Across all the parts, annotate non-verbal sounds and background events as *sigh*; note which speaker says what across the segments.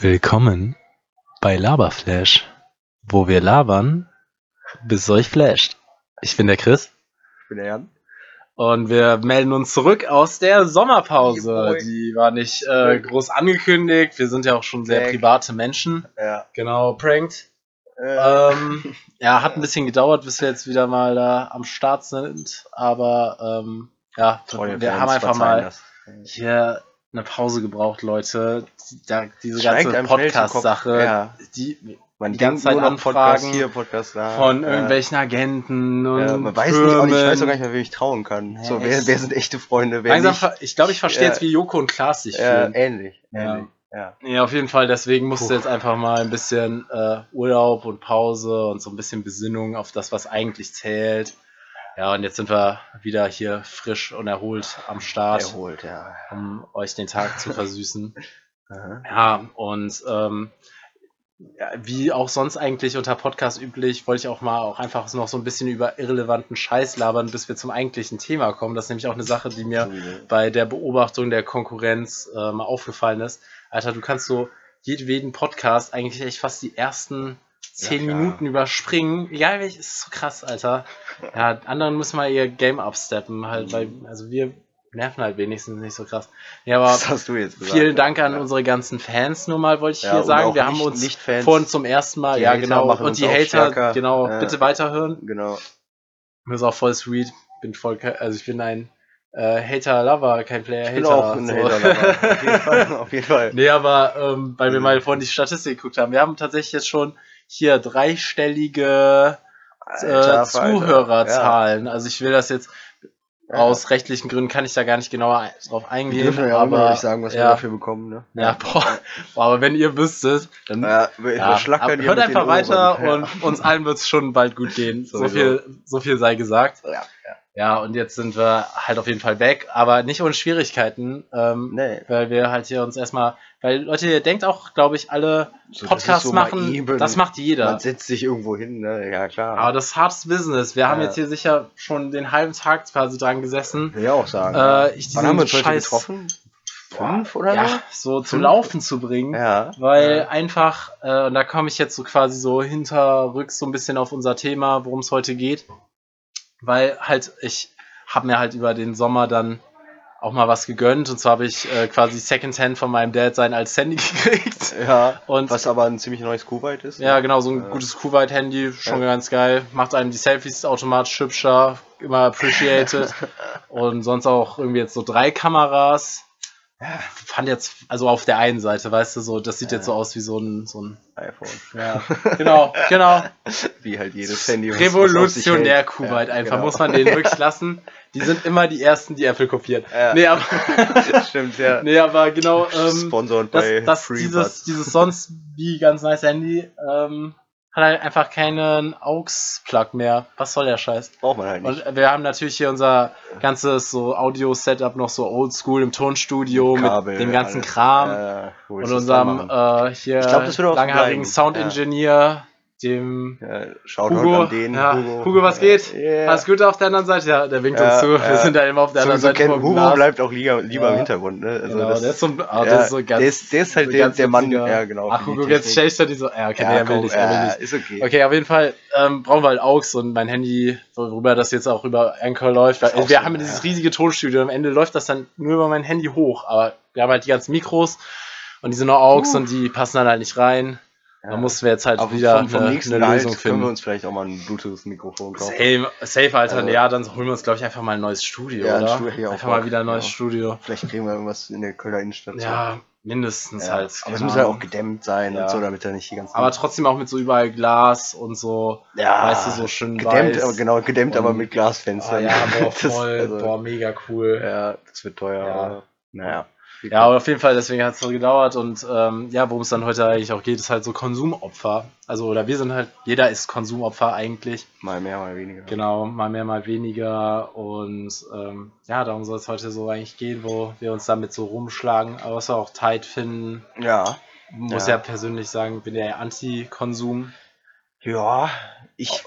Speaker 1: Willkommen bei Laberflash, wo wir labern, bis es euch flasht. Ich bin der Chris
Speaker 2: Ich bin der Jan.
Speaker 1: und wir melden uns zurück aus der Sommerpause.
Speaker 2: Jawohl.
Speaker 1: Die war nicht äh, groß angekündigt. Wir sind ja auch schon sehr
Speaker 2: Prank.
Speaker 1: private Menschen.
Speaker 2: Ja.
Speaker 1: Genau, pranked.
Speaker 2: Äh,
Speaker 1: Ähm, ja, hat ein bisschen gedauert, bis wir jetzt wieder mal da am Start sind. Aber ähm, ja,
Speaker 2: Treue
Speaker 1: wir
Speaker 2: Fans
Speaker 1: haben einfach mal
Speaker 2: verzeihen Das.
Speaker 1: hier eine Pause gebraucht, Leute. Da, diese
Speaker 2: Schwenkt
Speaker 1: ganze
Speaker 2: einem schnell zum Kopf.
Speaker 1: Podcast-Sache,
Speaker 2: Ja.
Speaker 1: die
Speaker 2: Man
Speaker 1: die
Speaker 2: die
Speaker 1: ganze
Speaker 2: ganze
Speaker 1: Zeit
Speaker 2: nur noch Podcast
Speaker 1: Anfragen
Speaker 2: hier, Podcast da.
Speaker 1: von
Speaker 2: Ja.
Speaker 1: irgendwelchen Agenten und
Speaker 2: Ja, man weiß nicht,
Speaker 1: Firmen.
Speaker 2: auch nicht, ich weiß auch gar nicht mehr, wem ich trauen kann.
Speaker 1: Ja,
Speaker 2: so, wer,
Speaker 1: echt.
Speaker 2: wer sind echte Freunde, wer
Speaker 1: Langsam,
Speaker 2: nicht.
Speaker 1: ver- ich glaube, ich verstehe
Speaker 2: Ja.
Speaker 1: jetzt, wie Joko und Klaas sich
Speaker 2: Äh,
Speaker 1: fühlen.
Speaker 2: ähnlich,
Speaker 1: Ja.
Speaker 2: ähnlich. Ja.
Speaker 1: Ja, auf jeden Fall. Deswegen musste
Speaker 2: Puh.
Speaker 1: jetzt einfach mal ein bisschen äh, Urlaub und Pause und so ein bisschen Besinnung auf das, was eigentlich zählt. Ja, und jetzt sind wir wieder hier frisch und erholt am Start,
Speaker 2: Erholt, ja.
Speaker 1: um euch den Tag zu versüßen.
Speaker 2: Aha.
Speaker 1: Ja, und ähm, ja, wie auch sonst eigentlich unter Podcast üblich, wollte ich auch mal auch einfach noch so ein bisschen über irrelevanten Scheiß labern, bis wir zum eigentlichen Thema kommen. Das ist nämlich auch eine Sache, die mir
Speaker 2: *laughs*
Speaker 1: bei der Beobachtung der Konkurrenz äh, mal aufgefallen ist. Alter, du kannst so jedweden Podcast eigentlich echt fast die ersten zehn
Speaker 2: Ja, klar.
Speaker 1: Minuten überspringen. Egal welches, ist so krass, Alter. Ja, anderen müssen mal ihr Game upsteppen, halt, weil, also wir nerven halt wenigstens nicht so krass. Ja, aber
Speaker 2: Was hast du jetzt gesagt?
Speaker 1: vielen Dank an
Speaker 2: Ja.
Speaker 1: unsere ganzen Fans nur mal, wollte ich
Speaker 2: Ja,
Speaker 1: hier
Speaker 2: und
Speaker 1: sagen.
Speaker 2: auch
Speaker 1: Wir haben
Speaker 2: nicht-
Speaker 1: uns
Speaker 2: Nicht-Fans.
Speaker 1: vorhin zum ersten Mal,
Speaker 2: Die
Speaker 1: ja
Speaker 2: Hater
Speaker 1: genau,
Speaker 2: machen
Speaker 1: und
Speaker 2: uns
Speaker 1: die
Speaker 2: auch
Speaker 1: Hater,
Speaker 2: stärker.
Speaker 1: genau,
Speaker 2: Ja.
Speaker 1: bitte weiterhören.
Speaker 2: Genau.
Speaker 1: Mir ist auch voll sweet. Bin voll, ke- also ich bin ein äh, Hater-Lover, kein
Speaker 2: Ich bin
Speaker 1: Player-Hater.
Speaker 2: auch ein
Speaker 1: so.
Speaker 2: Hater
Speaker 1: *laughs*
Speaker 2: dabei. Auf jeden Fall. Auf jeden Fall.
Speaker 1: nee, aber ähm, weil wir
Speaker 2: Mhm.
Speaker 1: mal vorhin die Statistik geguckt haben, wir haben tatsächlich jetzt schon hier dreistellige äh,
Speaker 2: Alter, Falter.
Speaker 1: Zuhörerzahlen. Also ich will das jetzt
Speaker 2: Ja.
Speaker 1: aus rechtlichen Gründen kann ich da gar nicht genauer ein- drauf
Speaker 2: Wir
Speaker 1: eingehen.
Speaker 2: dürfen ja auch immer noch
Speaker 1: aber,
Speaker 2: nicht sagen, was wir
Speaker 1: ja.
Speaker 2: dafür bekommen, ne?
Speaker 1: ja, boah, boah, aber wenn ihr wüsstet, dann
Speaker 2: Ja, wir,
Speaker 1: Hm? Ja,
Speaker 2: wir schlackern
Speaker 1: ab-
Speaker 2: hier
Speaker 1: hört
Speaker 2: mit den
Speaker 1: einfach weiter
Speaker 2: Ohren.
Speaker 1: und uns allen wird es schon bald gut gehen. so,
Speaker 2: Sowieso.
Speaker 1: viel, so viel sei gesagt.
Speaker 2: Ja. Ja.
Speaker 1: Ja, und jetzt sind wir halt auf jeden Fall weg, aber nicht ohne Schwierigkeiten, ähm,
Speaker 2: Nee.
Speaker 1: weil wir halt hier uns erstmal, weil Leute, ihr denkt auch, glaube ich, alle
Speaker 2: So, das
Speaker 1: Podcasts
Speaker 2: ist so mal
Speaker 1: machen,
Speaker 2: eben.
Speaker 1: das macht jeder.
Speaker 2: Man setzt sich irgendwo hin, ne? Ja, klar.
Speaker 1: Aber das ist hartes Business. Wir haben
Speaker 2: Ja.
Speaker 1: jetzt hier sicher schon den halben Tag quasi dran gesessen.
Speaker 2: Will ich auch sagen.
Speaker 1: Äh, ich
Speaker 2: Wann haben wir uns heute
Speaker 1: Scheiß-
Speaker 2: getroffen? Fünf oder
Speaker 1: ja, so zum
Speaker 2: Fünf?
Speaker 1: Laufen zu bringen.
Speaker 2: so? Ja.
Speaker 1: Weil
Speaker 2: Ja.
Speaker 1: einfach, äh, und da komme ich jetzt so quasi so hinterrücks so ein bisschen auf unser Thema, worum es heute geht. Weil halt, ich habe mir halt über den Sommer dann auch mal was gegönnt. Und zwar habe ich äh, quasi Secondhand von meinem Dad sein als Handy *laughs* gekriegt.
Speaker 2: ja.
Speaker 1: Und
Speaker 2: Was aber ein ziemlich neues Kuwait ist. ne?
Speaker 1: ja, genau, so ein
Speaker 2: Äh,
Speaker 1: gutes Kuwait-Handy, schon
Speaker 2: ja.
Speaker 1: ganz geil. Macht einem die Selfies automatisch hübscher, immer
Speaker 2: *laughs*
Speaker 1: appreciated. und sonst auch irgendwie jetzt so drei Kameras. Fand jetzt, also auf der einen Seite, weißt du, so, das sieht
Speaker 2: Ja.
Speaker 1: jetzt so aus wie so ein, so ein
Speaker 2: iPhone.
Speaker 1: ja, *laughs* genau, genau.
Speaker 2: Wie halt jedes Handy. was- was auf sich
Speaker 1: Revolutionär
Speaker 2: hält.
Speaker 1: Kuwait
Speaker 2: Ja,
Speaker 1: einfach,
Speaker 2: genau.
Speaker 1: muss man denen wirklich lassen. Die sind immer die Ersten, die Apple kopieren.
Speaker 2: Ja.
Speaker 1: Nee, aber,
Speaker 2: Stimmt, *laughs* ja.
Speaker 1: nee, aber
Speaker 2: *laughs*
Speaker 1: genau, ähm,
Speaker 2: Sponsored
Speaker 1: das,
Speaker 2: bei
Speaker 1: das,
Speaker 2: Buds.
Speaker 1: dieses, dieses sonst wie ganz nice Handy ähm, hat halt einfach keinen AUX-Plug mehr. Was soll der Scheiß?
Speaker 2: Braucht man halt nicht.
Speaker 1: Und wir haben natürlich hier unser ganzes so Audio-Setup noch so oldschool im Tonstudio mit,
Speaker 2: Kabel,
Speaker 1: dem ganzen
Speaker 2: alles.
Speaker 1: Kram.
Speaker 2: Äh, wo willst
Speaker 1: Und
Speaker 2: du das
Speaker 1: unserem
Speaker 2: dann machen?
Speaker 1: äh, hier
Speaker 2: Ich glaub, das wird auch so
Speaker 1: langhaarigen
Speaker 2: bleiben.
Speaker 1: Soundingenieur, dem
Speaker 2: Ja, Shoutout
Speaker 1: äh, Hugo,
Speaker 2: an den.
Speaker 1: ja, Hugo, was geht?
Speaker 2: Yeah.
Speaker 1: alles Gute auf der anderen Seite. Ja, der winkt
Speaker 2: Ja,
Speaker 1: uns zu. Wir
Speaker 2: ja.
Speaker 1: sind ja immer auf der
Speaker 2: so,
Speaker 1: anderen
Speaker 2: so
Speaker 1: Seite.
Speaker 2: kennt,
Speaker 1: vom
Speaker 2: Hugo
Speaker 1: Glas.
Speaker 2: bleibt auch lieber, lieber
Speaker 1: Ja.
Speaker 2: im Hintergrund, ne? Also
Speaker 1: genau,
Speaker 2: das,
Speaker 1: der ist so, ah,
Speaker 2: ja,
Speaker 1: das ist so ganz,
Speaker 2: der, ist, der ist halt
Speaker 1: so
Speaker 2: der,
Speaker 1: ganz
Speaker 2: der Mann,
Speaker 1: witziger-
Speaker 2: ja genau.
Speaker 1: Ach,
Speaker 2: für die
Speaker 1: Hugo, jetzt
Speaker 2: Technik.
Speaker 1: stellst du die so. Ja, okay,
Speaker 2: ja,
Speaker 1: nee, er will
Speaker 2: komm,
Speaker 1: nicht, er will
Speaker 2: ja,
Speaker 1: nicht.
Speaker 2: Ist okay.
Speaker 1: Okay, auf jeden Fall ähm, brauchen wir halt AUX und mein Handy, worüber das jetzt auch über Anchor läuft.
Speaker 2: Ist
Speaker 1: Weil,
Speaker 2: auch
Speaker 1: wir
Speaker 2: so,
Speaker 1: haben
Speaker 2: ja.
Speaker 1: dieses riesige Tonstudio. Am Ende läuft das dann nur über mein Handy hoch. Aber wir haben halt die ganzen Mikros und die sind nur AUX und die passen dann halt nicht rein.
Speaker 2: ja.
Speaker 1: Da mussten wir jetzt halt
Speaker 2: Aber
Speaker 1: wieder
Speaker 2: vom, vom
Speaker 1: eine,
Speaker 2: nächsten
Speaker 1: eine
Speaker 2: Gehalt
Speaker 1: Lösung
Speaker 2: können wir
Speaker 1: finden.
Speaker 2: uns vielleicht auch mal ein Bluetooth-Mikrofon kaufen.
Speaker 1: Safe, safe, Alter.
Speaker 2: Also-
Speaker 1: ja, dann holen wir uns, glaube ich, einfach mal ein neues Studio,
Speaker 2: Ja, ein
Speaker 1: oder?
Speaker 2: Studio, hätte ich auch
Speaker 1: einfach
Speaker 2: Bock,
Speaker 1: mal wieder ein neues
Speaker 2: ja.
Speaker 1: Studio.
Speaker 2: Vielleicht kriegen wir irgendwas in der Kölner Innenstadt.
Speaker 1: Ja, mindestens
Speaker 2: so.
Speaker 1: halt.
Speaker 2: Aber
Speaker 1: keine
Speaker 2: es muss ja
Speaker 1: Ahnung.
Speaker 2: auch gedämmt sein
Speaker 1: Ja.
Speaker 2: und so, damit er nicht die ganzen.
Speaker 1: Aber trotzdem auch mit so überall Glas und so.
Speaker 2: ja,
Speaker 1: weißt du, so schön
Speaker 2: Ah, gedämmt,
Speaker 1: weiß.
Speaker 2: aber genau, gedämmt,
Speaker 1: Und-
Speaker 2: aber mit
Speaker 1: Ah,
Speaker 2: Glasfenstern.
Speaker 1: ja, boah,
Speaker 2: *laughs* Das-
Speaker 1: voll,
Speaker 2: also,
Speaker 1: boah, mega cool.
Speaker 2: Ja, das wird teuer.
Speaker 1: Ja.
Speaker 2: aber Naja.
Speaker 1: Ja, aber auf jeden Fall, deswegen hat es so gedauert und ähm, ja, worum es dann heute eigentlich auch geht, ist halt so Konsumopfer. Also, oder wir sind halt, jeder ist Konsumopfer eigentlich.
Speaker 2: mal mehr, mal weniger.
Speaker 1: Genau, mal mehr, mal weniger und ähm, ja, darum soll es heute so eigentlich gehen, wo wir uns damit so rumschlagen, aber was wir auch tight finden.
Speaker 2: Ja.
Speaker 1: Muss ja,
Speaker 2: Ja.
Speaker 1: persönlich sagen, bin ja Anti-Konsum.
Speaker 2: Ja, ich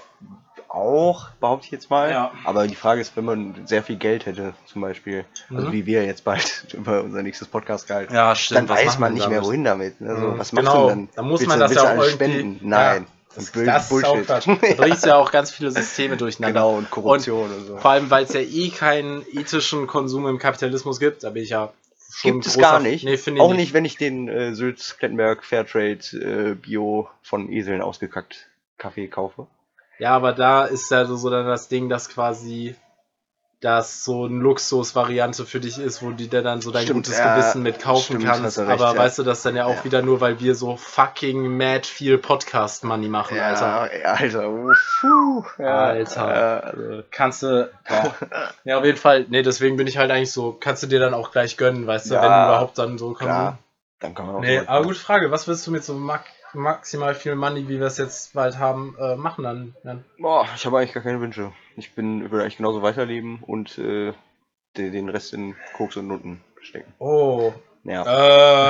Speaker 2: auch, behaupte ich jetzt mal.
Speaker 1: Ja.
Speaker 2: Aber die Frage ist, wenn man sehr viel Geld hätte, zum Beispiel, also
Speaker 1: Mhm.
Speaker 2: wie wir jetzt bald *laughs* über unser nächstes Podcastgehalt,
Speaker 1: Ja, stimmt.
Speaker 2: dann
Speaker 1: was
Speaker 2: weiß
Speaker 1: macht
Speaker 2: man nicht mehr,
Speaker 1: damit?
Speaker 2: wohin damit. Also,
Speaker 1: Mhm,
Speaker 2: was machst
Speaker 1: genau.
Speaker 2: du denn dann?
Speaker 1: Dann muss
Speaker 2: Willst
Speaker 1: man
Speaker 2: du-
Speaker 1: das
Speaker 2: willst
Speaker 1: ja
Speaker 2: du
Speaker 1: auch
Speaker 2: alles
Speaker 1: irgendwie-
Speaker 2: spenden? Nein.
Speaker 1: Ja, Das,
Speaker 2: Bull-
Speaker 1: das ist auch
Speaker 2: Bullshit. *laughs*
Speaker 1: Quatsch. Da bringst du ja auch ganz viele Systeme durcheinander.
Speaker 2: Genau, und Korruption und so.
Speaker 1: Vor allem, weil es ja eh keinen ethischen Konsum im Kapitalismus gibt. Da bin ich ja schon
Speaker 2: Gibt es
Speaker 1: großer-
Speaker 2: gar nicht.
Speaker 1: Nee, finde ich
Speaker 2: auch nicht. wenn ich den äh, Sülz Plettenberg Fairtrade äh, Bio von Eseln ausgekackt Kaffee kaufe.
Speaker 1: Ja, aber da ist ja so- so dann das Ding, dass quasi das so eine Luxusvariante für dich ist, wo die dir dann so dein
Speaker 2: Stimmt,
Speaker 1: gutes
Speaker 2: ja,
Speaker 1: Gewissen mit kaufen
Speaker 2: stimmt, hast
Speaker 1: kannst.
Speaker 2: du recht,
Speaker 1: aber
Speaker 2: ja.
Speaker 1: weißt du das dann ja auch
Speaker 2: Ja.
Speaker 1: wieder nur, weil wir so fucking mad viel Podcast-Money machen, Alter.
Speaker 2: Ja, Alter. oh, puh, ja,
Speaker 1: Alter. Äh,
Speaker 2: Ja, also,
Speaker 1: Kannst du. Ja. ja, auf jeden Fall. Nee, deswegen bin ich halt eigentlich so. Kannst du dir dann auch gleich gönnen, weißt du,
Speaker 2: Ja,
Speaker 1: wenn du überhaupt dann so
Speaker 2: klar.
Speaker 1: kommst.
Speaker 2: *laughs* Dann kann man auch
Speaker 1: Nee,
Speaker 2: direkt
Speaker 1: aber
Speaker 2: mal-
Speaker 1: gut, Frage. Was willst du mit so mak maximal viel Money, wie wir es jetzt bald haben, äh, machen dann? dann?
Speaker 2: Boah, ich habe eigentlich gar keine Wünsche. Ich bin würde eigentlich genauso weiterleben und äh, de- den Rest in Koks und Nutten stecken.
Speaker 1: Oh.
Speaker 2: Ja.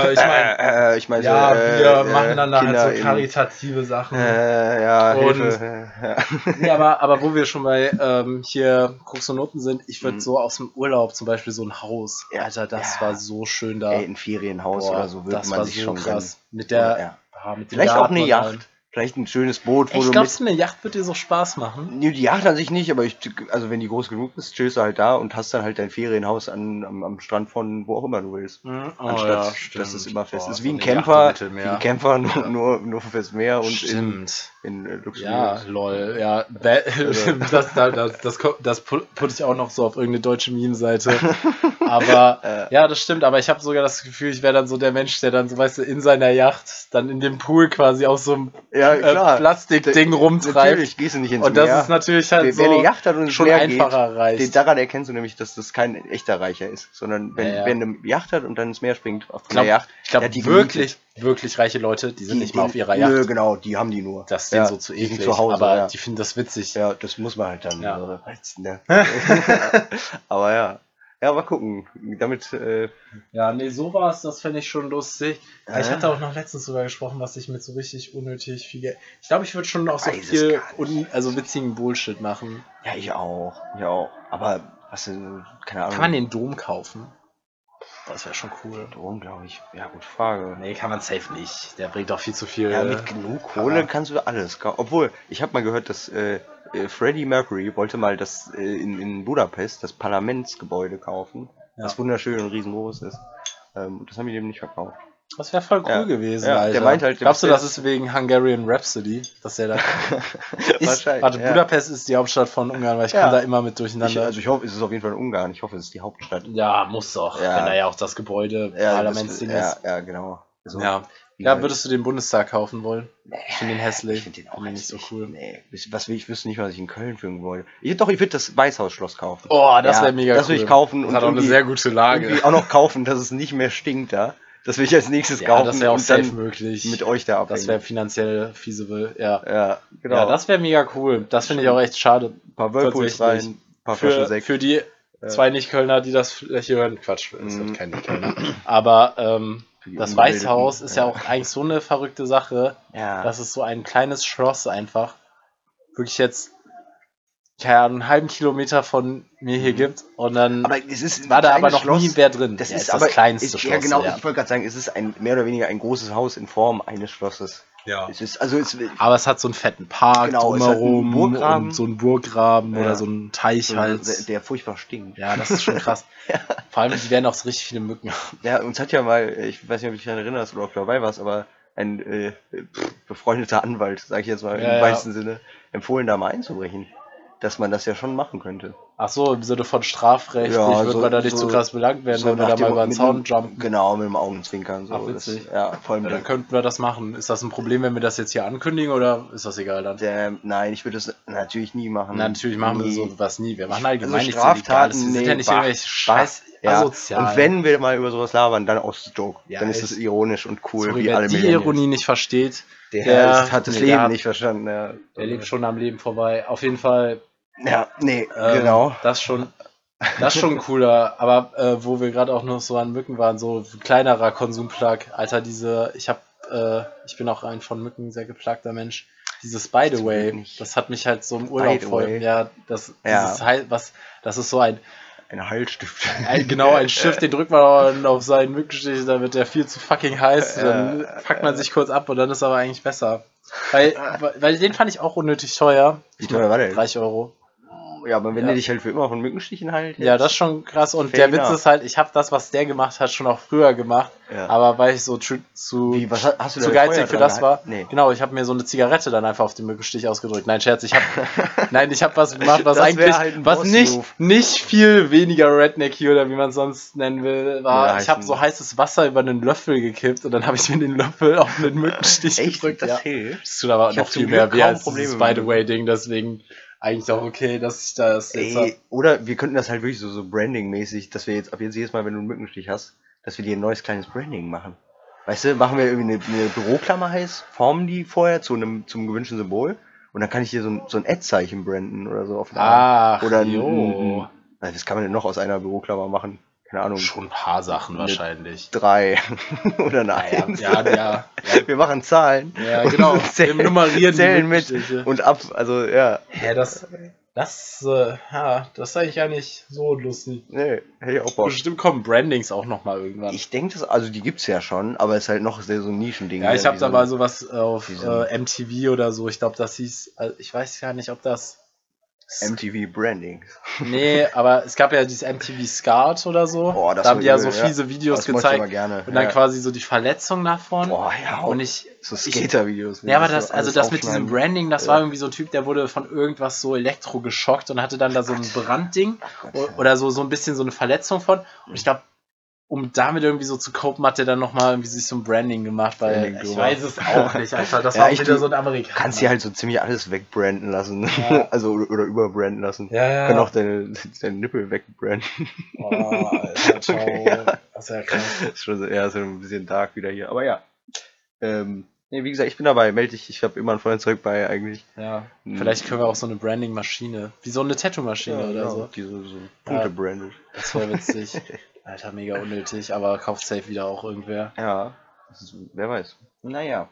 Speaker 1: Äh, ich meine.
Speaker 2: äh, äh, ich meine,
Speaker 1: Ja,
Speaker 2: äh,
Speaker 1: wir
Speaker 2: äh,
Speaker 1: machen dann da
Speaker 2: Kinder
Speaker 1: halt so
Speaker 2: in-
Speaker 1: karitative Sachen.
Speaker 2: Äh, ja,
Speaker 1: Und-
Speaker 2: Hilfe. Ja.
Speaker 1: Nee, aber, aber wo wir schon bei ähm, hier Koks und Noten sind, ich würde
Speaker 2: Mhm.
Speaker 1: so aus dem Urlaub zum Beispiel so ein Haus.
Speaker 2: Ja.
Speaker 1: Alter, das
Speaker 2: Ja.
Speaker 1: war so schön da.
Speaker 2: Ey, ein Ferienhaus
Speaker 1: Boah,
Speaker 2: oder so würde
Speaker 1: das
Speaker 2: man
Speaker 1: war
Speaker 2: sich
Speaker 1: so
Speaker 2: schon
Speaker 1: krass.
Speaker 2: gönnen.
Speaker 1: Mit der,
Speaker 2: Ja.
Speaker 1: ah, mit dem
Speaker 2: Vielleicht auch
Speaker 1: Garten
Speaker 2: eine
Speaker 1: und
Speaker 2: Yacht.
Speaker 1: allem.
Speaker 2: Vielleicht ein schönes Boot, wo
Speaker 1: Ich
Speaker 2: du
Speaker 1: glaubst
Speaker 2: mit.
Speaker 1: du, eine Yacht wird dir so Spaß machen?
Speaker 2: Nee, die Yacht an sich nicht, aber ich, also wenn die groß genug ist, chillst du halt da und hast dann halt dein Ferienhaus an, am, am Strand von wo auch immer du willst.
Speaker 1: Mhm. Oh,
Speaker 2: Anstatt,
Speaker 1: ja,
Speaker 2: dass es immer fest
Speaker 1: Boah,
Speaker 2: ist. Wie ein
Speaker 1: so eine Yacht
Speaker 2: Camper,
Speaker 1: im
Speaker 2: wie
Speaker 1: Mittelmeer.
Speaker 2: ein Camper, nur, nur, nur fürs Meer und in,
Speaker 1: Stimmt.
Speaker 2: in äh,
Speaker 1: Ja,
Speaker 2: Luxemburg.
Speaker 1: lol, ja. Bä- *laughs*
Speaker 2: Also.
Speaker 1: Das, da- das, das, ko- das pu- putte ich auch noch so auf irgendeine deutsche
Speaker 2: *laughs*
Speaker 1: Meme-Seite. Aber
Speaker 2: Äh.
Speaker 1: ja, das stimmt. Aber ich habe sogar das Gefühl, ich wäre dann so der Mensch, der dann so, weißt du, in seiner Yacht dann in dem Pool quasi auf so einem
Speaker 2: Ja,
Speaker 1: äh, Plastikding rumtreibt.
Speaker 2: Natürlich gehst du nicht ins
Speaker 1: Und das
Speaker 2: Meer.
Speaker 1: ist natürlich halt
Speaker 2: Wer-
Speaker 1: so
Speaker 2: Wer eine Yacht hat und ins
Speaker 1: schon
Speaker 2: Meer
Speaker 1: einfacher
Speaker 2: geht, den-
Speaker 1: reicht.
Speaker 2: daran erkennst du nämlich, dass das kein echter Reicher ist, sondern wenn,
Speaker 1: Ja, ja.
Speaker 2: wer eine Yacht hat und dann ins Meer springt auf
Speaker 1: Ich glaub-
Speaker 2: der Yacht,
Speaker 1: Ich glaube,
Speaker 2: der hat die
Speaker 1: wirklich, wirklich reiche Leute, die sind
Speaker 2: Die-
Speaker 1: nicht mal auf ihrer
Speaker 2: die-
Speaker 1: Yacht.
Speaker 2: Nö, genau, die haben die nur.
Speaker 1: Das ist denen
Speaker 2: Ja,
Speaker 1: so zu
Speaker 2: die sind
Speaker 1: eklig.
Speaker 2: Zu Hause,
Speaker 1: aber
Speaker 2: ja.
Speaker 1: die finden das witzig.
Speaker 2: ja, das muss man halt dann.
Speaker 1: Ja.
Speaker 2: äh,
Speaker 1: *laughs*
Speaker 2: als- ne. aber ja. Ja, mal gucken. Damit, äh,
Speaker 1: Ja, nee, sowas, das fände ich schon lustig.
Speaker 2: Ja.
Speaker 1: Ich hatte auch noch letztens drüber gesprochen, was ich mit so richtig unnötig viel Geld. Ich glaube, ich würde schon auch so
Speaker 2: Weiß es
Speaker 1: viel
Speaker 2: gar nicht.
Speaker 1: un also witzigen Bullshit machen.
Speaker 2: ja, ich auch. Ich auch. Aber hast du, keine Ahnung.
Speaker 1: Kann man den Dom kaufen? Das wäre schon cool.
Speaker 2: Drogen, glaube ich. Ja, gute Frage. Äh,
Speaker 1: Nee, kann man safe nicht. Der bringt auch viel zu viel.
Speaker 2: Ja, mit genug Kohle kannst du alles kaufen. Obwohl, ich habe mal gehört, dass äh, äh, Freddie Mercury wollte mal das äh, in, in Budapest das Parlamentsgebäude kaufen,
Speaker 1: Ja.
Speaker 2: das wunderschön und riesengroß ist. Ähm, das haben die dem nicht verkauft. *laughs*
Speaker 1: das wäre voll cool
Speaker 2: Ja.
Speaker 1: gewesen,
Speaker 2: Ja, der
Speaker 1: Alter.
Speaker 2: meint halt, der
Speaker 1: Glaubst du,
Speaker 2: muss
Speaker 1: das ist wegen Hungarian Rhapsody, dass
Speaker 2: *laughs*
Speaker 1: der da ist?
Speaker 2: Wahrscheinlich,
Speaker 1: Warte,
Speaker 2: ja.
Speaker 1: Budapest ist die Hauptstadt von Ungarn, weil ich
Speaker 2: Ja.
Speaker 1: komme da immer mit
Speaker 2: Ich,
Speaker 1: durcheinander.
Speaker 2: also ich hoffe, es ist auf jeden Fall in Ungarn. Ich hoffe, es ist die Hauptstadt.
Speaker 1: ja, muss doch,
Speaker 2: Ja.
Speaker 1: wenn da ja auch das Gebäude Parlamentsding
Speaker 2: das,
Speaker 1: ist.
Speaker 2: ja, ja, genau. So,
Speaker 1: Ja.
Speaker 2: wie
Speaker 1: Ja,
Speaker 2: halt-
Speaker 1: würdest du den Bundestag kaufen wollen? Ich finde den hässlich.
Speaker 2: Ich finde den auch
Speaker 1: nicht so
Speaker 2: hässlich.
Speaker 1: cool.
Speaker 2: Nee, wisst- was will ich wüsste nicht, was ich in Köln für ein Gebäude. Ich, doch, ich würde das Weißhaus-Schloss kaufen.
Speaker 1: Oh, das
Speaker 2: Ja,
Speaker 1: wäre mega
Speaker 2: das
Speaker 1: cool.
Speaker 2: will ich kaufen
Speaker 1: Das
Speaker 2: und
Speaker 1: hat auch eine
Speaker 2: irgendwie-
Speaker 1: sehr gute
Speaker 2: irgendwie
Speaker 1: Lage.
Speaker 2: auch noch kaufen, dass es nicht mehr stinkt da. Das will ich als nächstes
Speaker 1: Ja,
Speaker 2: kaufen
Speaker 1: das wäre auch
Speaker 2: und dann
Speaker 1: safe möglich.
Speaker 2: mit euch da abhängen.
Speaker 1: das wäre finanziell feasible. Ja,
Speaker 2: ja, genau.
Speaker 1: ja das wäre mega cool. Das finde ich auch echt schade.
Speaker 2: ein paar Whirlpools
Speaker 1: tatsächlich.
Speaker 2: rein, ein paar Flaschen
Speaker 1: Für,
Speaker 2: Sekt. äh,
Speaker 1: für die zwei Nicht-Kölner, die das vielleicht hören. Quatsch, es
Speaker 2: Mhm.
Speaker 1: sind keine Nicht-Kölner. Aber ähm,
Speaker 2: Für die
Speaker 1: das
Speaker 2: Ungebildeten.
Speaker 1: Weißhaus ist ja auch eigentlich so eine verrückte Sache.
Speaker 2: ja.
Speaker 1: Das ist so ein kleines Schloss einfach. Wirklich jetzt, keine Ahnung, einen halben Kilometer von mir hier
Speaker 2: Mhm.
Speaker 1: gibt. Und dann
Speaker 2: aber es ist
Speaker 1: war da
Speaker 2: ein
Speaker 1: aber noch
Speaker 2: kleines
Speaker 1: nie
Speaker 2: Schloss.
Speaker 1: wer drin.
Speaker 2: Das
Speaker 1: Ja,
Speaker 2: ist,
Speaker 1: das
Speaker 2: aber,
Speaker 1: kleinste
Speaker 2: ist,
Speaker 1: Schloss.
Speaker 2: Ja, genau.
Speaker 1: ja.
Speaker 2: Ich wollte gerade sagen, es ist ein mehr oder weniger ein großes Haus in Form eines Schlosses. Es ist also es,
Speaker 1: Aber es hat so einen fetten Park
Speaker 2: Genau, es hat einen
Speaker 1: drumherum
Speaker 2: Burggraben.
Speaker 1: und so einen Burggraben
Speaker 2: Ja.
Speaker 1: oder so einen Teich halt.
Speaker 2: der, der furchtbar stinkt.
Speaker 1: ja, das ist schon
Speaker 2: *laughs*
Speaker 1: krass. Vor allem, die werden auch so richtig viele Mücken haben.
Speaker 2: Ja, uns hat ja mal, äh, ich weiß nicht, ob du dich daran erinnerst oder ob du dabei warst, aber ein äh, befreundeter Anwalt, sage ich jetzt mal
Speaker 1: Ja,
Speaker 2: im
Speaker 1: ja.
Speaker 2: weitesten Sinne, empfohlen, da mal einzubrechen. Dass man das ja schon machen könnte.
Speaker 1: Ach so, im Sinne von strafrechtlich
Speaker 2: Ja,
Speaker 1: würde
Speaker 2: so-
Speaker 1: man da nicht so
Speaker 2: so-
Speaker 1: krass belangt werden, wenn wir
Speaker 2: nach
Speaker 1: da mal
Speaker 2: dem-
Speaker 1: über den
Speaker 2: mit
Speaker 1: Zaun
Speaker 2: dem-
Speaker 1: jumpen.
Speaker 2: Genau, mit dem Augenzwinkern. So.
Speaker 1: Ach, witzig.
Speaker 2: Das, ja, vor allem
Speaker 1: Ja, dann
Speaker 2: der,
Speaker 1: könnten wir das machen. Ist das ein Problem, wenn wir das jetzt hier ankündigen oder ist das egal dann?
Speaker 2: der, Nein, ich würde das natürlich nie machen.
Speaker 1: Na, natürlich machen
Speaker 2: Nie.
Speaker 1: wir sowas nie. Wir machen allgemein
Speaker 2: Also
Speaker 1: nichts Illegales. Wir
Speaker 2: Straftaten,
Speaker 1: sind ja
Speaker 2: nee,
Speaker 1: nicht
Speaker 2: bah,
Speaker 1: irgendwelche scheiß
Speaker 2: Ja.
Speaker 1: asozial.
Speaker 2: Und wenn wir mal über sowas labern, dann aus Joke.
Speaker 1: Ja,
Speaker 2: dann ist
Speaker 1: ich-
Speaker 2: es ironisch und cool,
Speaker 1: Sorry,
Speaker 2: wie
Speaker 1: wer
Speaker 2: alle
Speaker 1: die
Speaker 2: Millennials.
Speaker 1: Ironie nicht versteht,
Speaker 2: Der,
Speaker 1: der-
Speaker 2: ist, hat das
Speaker 1: nee,
Speaker 2: Leben
Speaker 1: der-
Speaker 2: nicht verstanden. Ja,
Speaker 1: der lebt schon am Leben vorbei. Auf jeden Fall,
Speaker 2: Ja, nee,
Speaker 1: ähm,
Speaker 2: genau.
Speaker 1: das schon. Das ist schon ein cooler, aber äh, wo wir gerade auch noch so an Mücken waren, so ein kleinerer Konsumplug. Alter, diese, ich hab, äh, ich bin auch ein von Mücken sehr geplagter Mensch. dieses By the
Speaker 2: Das
Speaker 1: way,
Speaker 2: geht nicht.
Speaker 1: das hat mich halt so im
Speaker 2: By
Speaker 1: Urlaub
Speaker 2: the
Speaker 1: voll.
Speaker 2: way.
Speaker 1: Ja, das,
Speaker 2: Ja.
Speaker 1: Dieses halt, was, das ist so ein,
Speaker 2: Ein Heilstift.
Speaker 1: ein genau
Speaker 2: *laughs*
Speaker 1: ein Schiff, den drückt man auf seinen Mückenstich, dann wird der viel zu fucking heiß. Dann
Speaker 2: Äh, Äh.
Speaker 1: packt man sich kurz ab und dann ist aber eigentlich besser. Weil, weil den fand ich auch unnötig teuer.
Speaker 2: Wie teuer war der?
Speaker 1: 30 Euro.
Speaker 2: Ja, aber wenn
Speaker 1: Ja.
Speaker 2: du dich halt für immer von Mückenstichen halt.
Speaker 1: Ja, das ist schon krass. Und
Speaker 2: Fair
Speaker 1: der Witz
Speaker 2: enough.
Speaker 1: ist halt, ich habe das, was der gemacht hat, schon auch früher gemacht.
Speaker 2: Ja.
Speaker 1: Aber weil ich so zu, zu,
Speaker 2: Wie, was hast- hast du
Speaker 1: zu
Speaker 2: da
Speaker 1: geizig
Speaker 2: Feuer
Speaker 1: für
Speaker 2: dran
Speaker 1: das war.
Speaker 2: gehalten? Nee.
Speaker 1: Genau, ich habe mir so eine Zigarette dann einfach auf den Mückenstich ausgedrückt. Nein, Scherz, ich habe
Speaker 2: *laughs*
Speaker 1: nein, ich habe was gemacht, was
Speaker 2: Das wär
Speaker 1: eigentlich,
Speaker 2: halt ein
Speaker 1: was
Speaker 2: Boss-Move.
Speaker 1: nicht, nicht viel weniger Rednecky oder wie man es sonst nennen will, war.
Speaker 2: Ja,
Speaker 1: ich habe
Speaker 2: heißen-
Speaker 1: so heißes Wasser über einen Löffel gekippt und dann habe ich mir den Löffel auf den Mückenstich
Speaker 2: Echt?
Speaker 1: gedrückt.
Speaker 2: das
Speaker 1: ja.
Speaker 2: hilft.
Speaker 1: Das tut aber
Speaker 2: Ich
Speaker 1: noch
Speaker 2: hab
Speaker 1: viel
Speaker 2: zum
Speaker 1: mehr
Speaker 2: Glück
Speaker 1: weh
Speaker 2: kaum
Speaker 1: als dieses
Speaker 2: Probleme mit
Speaker 1: By-the-Way-Ding, deswegen eigentlich auch okay, dass ich das jetzt hab.
Speaker 2: Ey, oder wir könnten das halt wirklich so, so Branding-mäßig, dass wir jetzt ab jetzt jedes Mal, wenn du einen Mückenstich hast, dass wir dir ein neues kleines Branding machen. Weißt du, machen wir irgendwie eine, eine Büroklammer heiß, formen die vorher zu einem, zum gewünschten Symbol und dann kann ich dir so ein, so ein Ad-Zeichen branden oder so auf den
Speaker 1: Ach,
Speaker 2: Oder ein,
Speaker 1: jo.
Speaker 2: ein, ein, was kann man denn noch aus einer Büroklammer machen? Keine Ahnung.
Speaker 1: Schon ein paar Sachen wahrscheinlich.
Speaker 2: Drei *laughs* oder
Speaker 1: Naja,
Speaker 2: nein.
Speaker 1: ja, ja.
Speaker 2: Wir machen Zahlen.
Speaker 1: Ja, genau.
Speaker 2: *laughs* Und zählen,
Speaker 1: Wir nummerieren die
Speaker 2: zählen mit
Speaker 1: Mückenstiche.
Speaker 2: und ab, also ja,
Speaker 1: Hä, das, das, äh, ja, das sage ich ja nicht so lustig.
Speaker 2: nee, hätte ich auch Bock.
Speaker 1: Bestimmt kommen Brandings auch nochmal irgendwann.
Speaker 2: Ich denke, das, also die gibt's ja schon, aber es ist halt noch sehr so ein Nischending.
Speaker 1: ja,
Speaker 2: ne?
Speaker 1: ich habe
Speaker 2: Wie
Speaker 1: da
Speaker 2: so-
Speaker 1: mal sowas auf
Speaker 2: diese-
Speaker 1: äh, MTV oder so. Ich glaube, das hieß, äh, ich weiß gar nicht, ob das.
Speaker 2: MTV Branding.
Speaker 1: Nee, aber es gab ja dieses MTV Skat oder so.
Speaker 2: Boah, das
Speaker 1: da haben
Speaker 2: war
Speaker 1: die ja
Speaker 2: übel,
Speaker 1: so
Speaker 2: ja.
Speaker 1: fiese Videos
Speaker 2: Das mochte ich
Speaker 1: gezeigt.
Speaker 2: aber gerne,
Speaker 1: Und dann
Speaker 2: ja.
Speaker 1: quasi so die Verletzung davon.
Speaker 2: Boah, ja,
Speaker 1: und ich.
Speaker 2: so
Speaker 1: ich-
Speaker 2: Skater-Videos.
Speaker 1: Ja, aber das, also
Speaker 2: alles
Speaker 1: das mit diesem
Speaker 2: aufschneiden.
Speaker 1: Branding, das war irgendwie so ein Typ, der wurde von irgendwas so Elektro geschockt und hatte dann da so ein Brandding o- oder so, so ein bisschen so eine Verletzung von. Und
Speaker 2: Hm.
Speaker 1: ich glaube, um damit irgendwie so zu copen, hat der dann nochmal irgendwie sich so ein Branding gemacht, weil
Speaker 2: Branding
Speaker 1: ich
Speaker 2: gemacht.
Speaker 1: weiß es auch nicht, Alter. Das
Speaker 2: *laughs* Ja,
Speaker 1: war auch
Speaker 2: ich-
Speaker 1: wieder so ein Amerikaner.
Speaker 2: Kannst dir halt so ziemlich alles wegbranden lassen.
Speaker 1: Ja.
Speaker 2: *laughs* also oder, oder überbranden lassen.
Speaker 1: Ja, ja.
Speaker 2: Können auch deine, deine Nippel wegbranden. *laughs*
Speaker 1: Oh, Alter, ciao.
Speaker 2: Okay, ja.
Speaker 1: Das ist ja krass.
Speaker 2: ist schon so, ja, so ein bisschen dark wieder hier. Aber ja. Ähm, nee, wie gesagt, ich bin dabei. Melde dich. Ich habe immer ein Feuerzeug bei eigentlich.
Speaker 1: Ja.
Speaker 2: Hm.
Speaker 1: Vielleicht können wir auch so eine Branding-Maschine, wie so eine Tattoo-Maschine oder
Speaker 2: genau,
Speaker 1: so.
Speaker 2: Die so, so
Speaker 1: Ja.
Speaker 2: Punkte branded.
Speaker 1: Das war
Speaker 2: *laughs*
Speaker 1: witzig. Alter, mega unnötig, aber kauft safe wieder auch irgendwer.
Speaker 2: Ja. Das ist, wer weiß. Naja.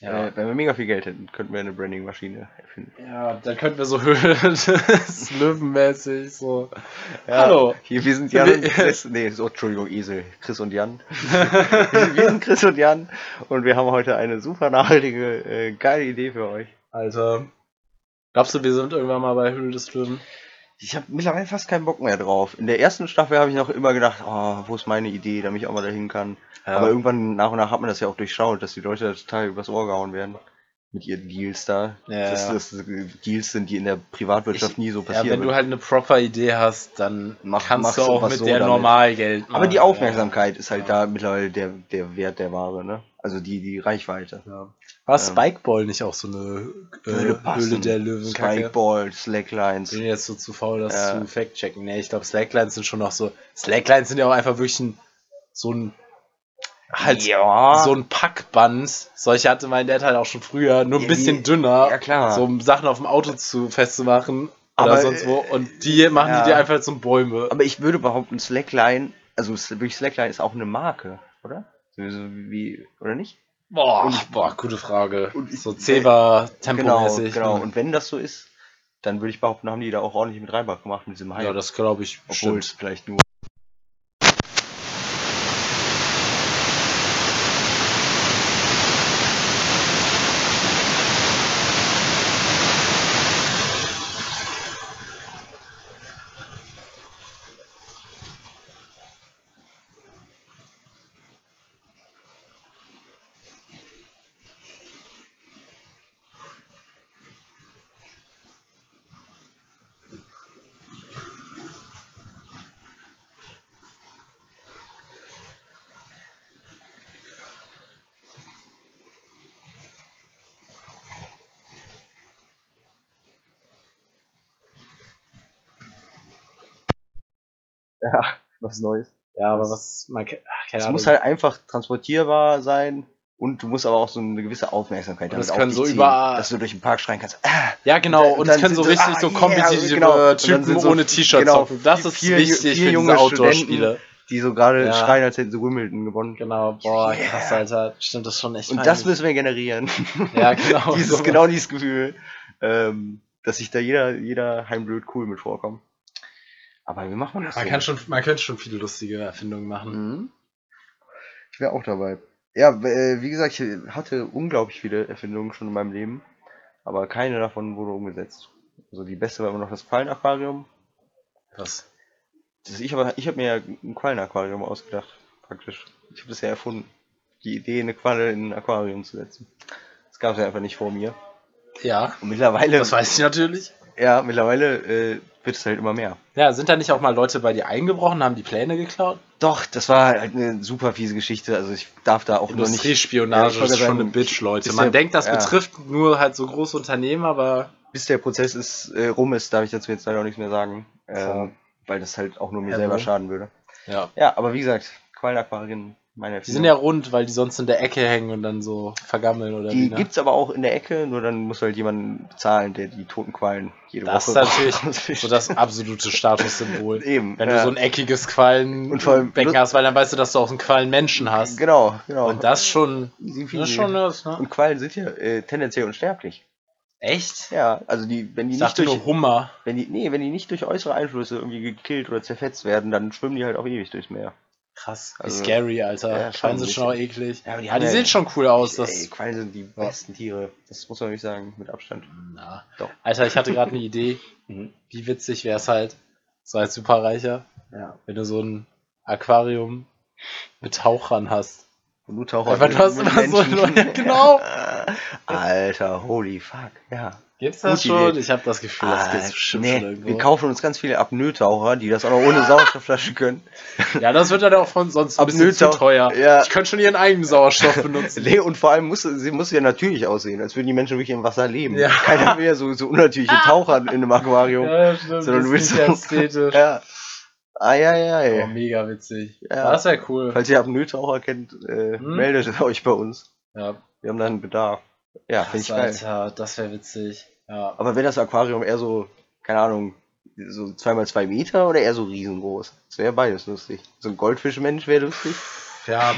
Speaker 1: Ja.
Speaker 2: Äh, wenn wir mega viel Geld hätten, könnten wir eine Branding-Maschine erfinden.
Speaker 1: Ja, dann könnten wir so *laughs* löwenmäßig so. Hallo.
Speaker 2: Hier, wir sind Jan und Chris. Nee, so, Entschuldigung, Esel. Chris und Jan. *laughs* wir, wir sind Chris und Jan und wir haben heute eine super nachhaltige, äh, geile Idee für euch.
Speaker 1: Alter. Glaubst du, wir sind irgendwann mal bei Höhle des Löwen?
Speaker 2: Ich habe mittlerweile fast keinen Bock mehr drauf. In der ersten Staffel habe ich noch immer gedacht, oh, wo ist meine Idee, damit ich auch mal dahin kann.
Speaker 1: Ja.
Speaker 2: Aber irgendwann nach und nach hat man das ja auch durchschaut, dass die Leute da total übers Ohr gehauen werden. Mit ihren Deals da.
Speaker 1: Ja,
Speaker 2: dass
Speaker 1: ja.
Speaker 2: das Deals sind, die in der Privatwirtschaft nie so
Speaker 1: Ja,
Speaker 2: passieren. ne?
Speaker 1: wenn du
Speaker 2: würden.
Speaker 1: halt eine proper Idee hast, dann
Speaker 2: Mach-
Speaker 1: kannst
Speaker 2: machst
Speaker 1: du
Speaker 2: du
Speaker 1: auch
Speaker 2: was
Speaker 1: mit
Speaker 2: so
Speaker 1: der
Speaker 2: damit.
Speaker 1: normal Geld machen.
Speaker 2: Aber die Aufmerksamkeit ist halt
Speaker 1: Ja.
Speaker 2: da mittlerweile der, der Wert der Ware, ne? Also die, die Reichweite.
Speaker 1: Ja. War
Speaker 2: Ähm.
Speaker 1: Spikeball nicht auch so eine äh, Höhle,
Speaker 2: passen.
Speaker 1: der Löwen?
Speaker 2: Spikeball, Slacklines.
Speaker 1: Bin jetzt so zu faul, das
Speaker 2: Ja.
Speaker 1: zu fact-checken. Nee, ich glaube, Slacklines sind schon noch so. Slacklines sind ja auch einfach wirklich ein, so ein. Halt
Speaker 2: ja.
Speaker 1: so ein Packband. Solche hatte mein Dad halt auch schon früher, nur ein
Speaker 2: Ja,
Speaker 1: bisschen
Speaker 2: die-
Speaker 1: dünner.
Speaker 2: ja, klar.
Speaker 1: So um Sachen auf dem Auto zu festzumachen oder
Speaker 2: Aber,
Speaker 1: sonst wo.
Speaker 2: äh,
Speaker 1: Und die machen
Speaker 2: ja.
Speaker 1: die dir einfach zum Bäume.
Speaker 2: Aber ich würde behaupten, Slackline, also S- wirklich Slackline ist auch eine Marke, oder? So so wie, oder nicht?
Speaker 1: Boah,
Speaker 2: und-
Speaker 1: boah, gute Frage.
Speaker 2: und ich-
Speaker 1: so Zebra
Speaker 2: Genau,
Speaker 1: tempomäßig. ne?
Speaker 2: genau. Und wenn das so ist, dann würde ich behaupten, haben die da auch ordentlich mit Reibach gemacht mit diesem Hype.
Speaker 1: ja, das glaube ich
Speaker 2: Obwohl
Speaker 1: bestimmt.
Speaker 2: es vielleicht nur. Ja, was Neues.
Speaker 1: Ja, aber was man ke- ach, keine
Speaker 2: Es
Speaker 1: Ahnung.
Speaker 2: muss halt einfach transportierbar sein und du musst aber auch so eine gewisse Aufmerksamkeit
Speaker 1: Und das
Speaker 2: auf
Speaker 1: können
Speaker 2: dich
Speaker 1: so überall-
Speaker 2: dass du durch den Park schreien kannst. Ah,
Speaker 1: ja, genau. Und,
Speaker 2: dann
Speaker 1: es können so
Speaker 2: sind
Speaker 1: richtig
Speaker 2: ah,
Speaker 1: so
Speaker 2: yeah,
Speaker 1: kompetitive
Speaker 2: genau. Und dann
Speaker 1: Typen
Speaker 2: sind so
Speaker 1: ohne T-Shirt
Speaker 2: genau,
Speaker 1: zocken. Das ist
Speaker 2: vier-
Speaker 1: wichtig
Speaker 2: vier
Speaker 1: für diese
Speaker 2: junge
Speaker 1: Outdoor-Spiele.
Speaker 2: die so gerade
Speaker 1: Ja.
Speaker 2: schreien, als hätten sie Wimbledon gewonnen.
Speaker 1: Genau, boah,
Speaker 2: Yeah.
Speaker 1: krass, Alter. Stimmt, das ist schon echt
Speaker 2: Und das
Speaker 1: peinlich.
Speaker 2: müssen
Speaker 1: *laughs*
Speaker 2: wir generieren. *laughs*
Speaker 1: Ja, genau.
Speaker 2: dieses,
Speaker 1: So.
Speaker 2: genau dieses Gefühl, ähm, dass sich da jeder, jeder Heimblöd cool mit vorkommt. Aber wie macht man das
Speaker 1: Man,
Speaker 2: denn?
Speaker 1: kann schon, man könnte schon viele lustige Erfindungen machen.
Speaker 2: Mhm. Ich wäre auch dabei. Ja, äh, wie gesagt, ich hatte unglaublich viele Erfindungen schon in meinem Leben, aber keine davon wurde umgesetzt. Also die beste war immer noch das Quallen-Aquarium.
Speaker 1: Was?
Speaker 2: Das ich aber- ich habe mir ja ein Quallen-Aquarium ausgedacht, praktisch. Ich habe das ja erfunden. Die Idee, eine Qualle in ein Aquarium zu setzen. Das gab es ja einfach nicht vor mir.
Speaker 1: Ja,
Speaker 2: Und mittlerweile,
Speaker 1: das weiß ich natürlich.
Speaker 2: ja, mittlerweile äh, wird es halt immer mehr.
Speaker 1: Ja, sind da nicht auch mal Leute bei dir eingebrochen, haben die Pläne geklaut?
Speaker 2: Doch, das war halt eine super fiese Geschichte. Also ich darf da auch nur nicht. Ja,
Speaker 1: Industriespionage
Speaker 2: ich wollte
Speaker 1: ist schon
Speaker 2: sagen,
Speaker 1: eine Bitch, Leute.
Speaker 2: ist
Speaker 1: Man
Speaker 2: ja-
Speaker 1: denkt, das
Speaker 2: ja.
Speaker 1: betrifft nur halt so große Unternehmen, aber
Speaker 2: bis der Prozess ist, äh, rum ist, darf ich dazu jetzt leider auch nichts mehr sagen.
Speaker 1: Klar.
Speaker 2: Ähm, weil das halt auch nur mir
Speaker 1: Ja, ne?
Speaker 2: selber
Speaker 1: wohl.
Speaker 2: schaden würde.
Speaker 1: ja.
Speaker 2: Ja, aber wie gesagt, Quallenaquarien, meine
Speaker 1: Die sind ja rund, weil die sonst in der Ecke hängen und dann so vergammeln oder
Speaker 2: Die
Speaker 1: wie, ne?
Speaker 2: gibt's aber auch in der Ecke, nur dann muss halt jemand bezahlen, der die toten Quallen jede
Speaker 1: Das ist
Speaker 2: Woche *laughs*
Speaker 1: *laughs* natürlich so das absolute *laughs* Statussymbol.
Speaker 2: Eben,
Speaker 1: Wenn du
Speaker 2: ja.
Speaker 1: so ein eckiges Quallen
Speaker 2: Und vor allem-
Speaker 1: Becken hast, weil dann weißt du, dass du auch einen Quallenmenschen hast.
Speaker 2: Genau, genau.
Speaker 1: Und das schon.
Speaker 2: Easy
Speaker 1: Das
Speaker 2: peasy.
Speaker 1: ist schon was, ne?
Speaker 2: Und Quallen sind ja äh, tendenziell unsterblich.
Speaker 1: Echt?
Speaker 2: Ja, also die, wenn die
Speaker 1: Ich
Speaker 2: nicht
Speaker 1: dachte
Speaker 2: durch,
Speaker 1: nur Hummer.
Speaker 2: wenn die, nee, wenn die nicht durch äußere Einflüsse irgendwie gekillt oder zerfetzt werden, dann schwimmen die halt auch ewig durchs Meer.
Speaker 1: Krass. Wie
Speaker 2: Also-
Speaker 1: scary, Alter.
Speaker 2: Ja, schon
Speaker 1: Quallen
Speaker 2: ein
Speaker 1: sind schon auch
Speaker 2: bisschen.
Speaker 1: eklig.
Speaker 2: Ja, aber die
Speaker 1: Ja,
Speaker 2: haben
Speaker 1: die
Speaker 2: ja-
Speaker 1: sehen schon cool aus. Das
Speaker 2: Ey, Quallen sind die besten Tiere. Das muss man wirklich sagen, mit Abstand.
Speaker 1: Na.
Speaker 2: Doch.
Speaker 1: Alter, ich hatte gerade eine Idee.
Speaker 2: Mhm.
Speaker 1: Wie witzig wäre es halt, so als Superreicher,
Speaker 2: Ja.
Speaker 1: wenn du so ein Aquarium mit Tauchern hast.
Speaker 2: Und du tauchst halt
Speaker 1: Aber du hast immer so ja, *laughs* genau.
Speaker 2: *laughs* Alter, holy fuck. Ja.
Speaker 1: Gibt's das
Speaker 2: Gute
Speaker 1: schon?
Speaker 2: Idee. Ah,
Speaker 1: Ich habe das Gefühl, das gibt's bestimmt
Speaker 2: nee,
Speaker 1: schon irgendwo.
Speaker 2: wir kaufen uns ganz viele Apnoe-Taucher, die das auch noch
Speaker 1: *laughs*
Speaker 2: ohne Sauerstoffflasche können.
Speaker 1: Ja, das wird dann auch von sonst ein bisschen zu
Speaker 2: Abnötau-
Speaker 1: teuer.
Speaker 2: Ja.
Speaker 1: Ich könnte schon ihren eigenen Sauerstoff
Speaker 2: *laughs*
Speaker 1: benutzen.
Speaker 2: Nee, und vor allem muss sie muss ja natürlich aussehen, als würden die Menschen wirklich im Wasser leben.
Speaker 1: Ja.
Speaker 2: Keiner will ja so,
Speaker 1: *laughs*
Speaker 2: so unnatürliche Taucher in einem Aquarium.
Speaker 1: stimmt,
Speaker 2: sondern du willst so-
Speaker 1: ästhetisch.
Speaker 2: Ja. Ah, ja, ja,
Speaker 1: Oh,
Speaker 2: ja.
Speaker 1: mega witzig.
Speaker 2: Ja.
Speaker 1: Das wäre cool.
Speaker 2: Falls ihr Apnoe-Taucher kennt, äh,
Speaker 1: Hm?
Speaker 2: meldet euch bei uns.
Speaker 1: Ja,
Speaker 2: Wir haben da einen Bedarf. Ja, finde ich
Speaker 1: das,
Speaker 2: geil.
Speaker 1: Alter, das wäre witzig. Ja.
Speaker 2: Aber wäre das Aquarium eher so, keine Ahnung, so 2x2 Meter oder eher so riesengroß? Das wäre beides lustig. So ein Goldfischmensch wäre lustig.
Speaker 1: Ja,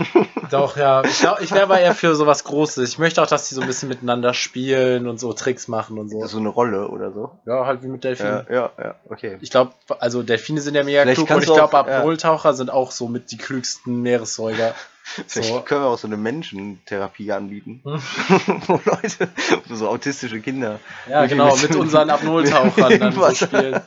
Speaker 1: doch, ja. Ich, glaub, ich wäre aber eher für sowas Großes. Ich möchte auch, dass die so ein bisschen miteinander spielen und so Tricks machen und so.
Speaker 2: So eine Rolle oder so.
Speaker 1: Ja, halt wie mit Delfinen.
Speaker 2: Ja, ja, ja, okay.
Speaker 1: Ich glaube, also Delfine sind ja mega
Speaker 2: Vielleicht
Speaker 1: klug und
Speaker 2: kannst
Speaker 1: ich
Speaker 2: du auch-
Speaker 1: glaube,
Speaker 2: ja.
Speaker 1: Abholtaucher sind auch so mit die klügsten
Speaker 2: *laughs*
Speaker 1: Meeressäuger.
Speaker 2: Vielleicht
Speaker 1: So.
Speaker 2: können wir auch so eine Menschentherapie anbieten.
Speaker 1: Hm.
Speaker 2: *laughs* Wo Leute, *laughs* wo so autistische Kinder.
Speaker 1: Ja, genau, mit unseren Abholtauchern dann so
Speaker 2: Irgendwas. *laughs*
Speaker 1: spielen.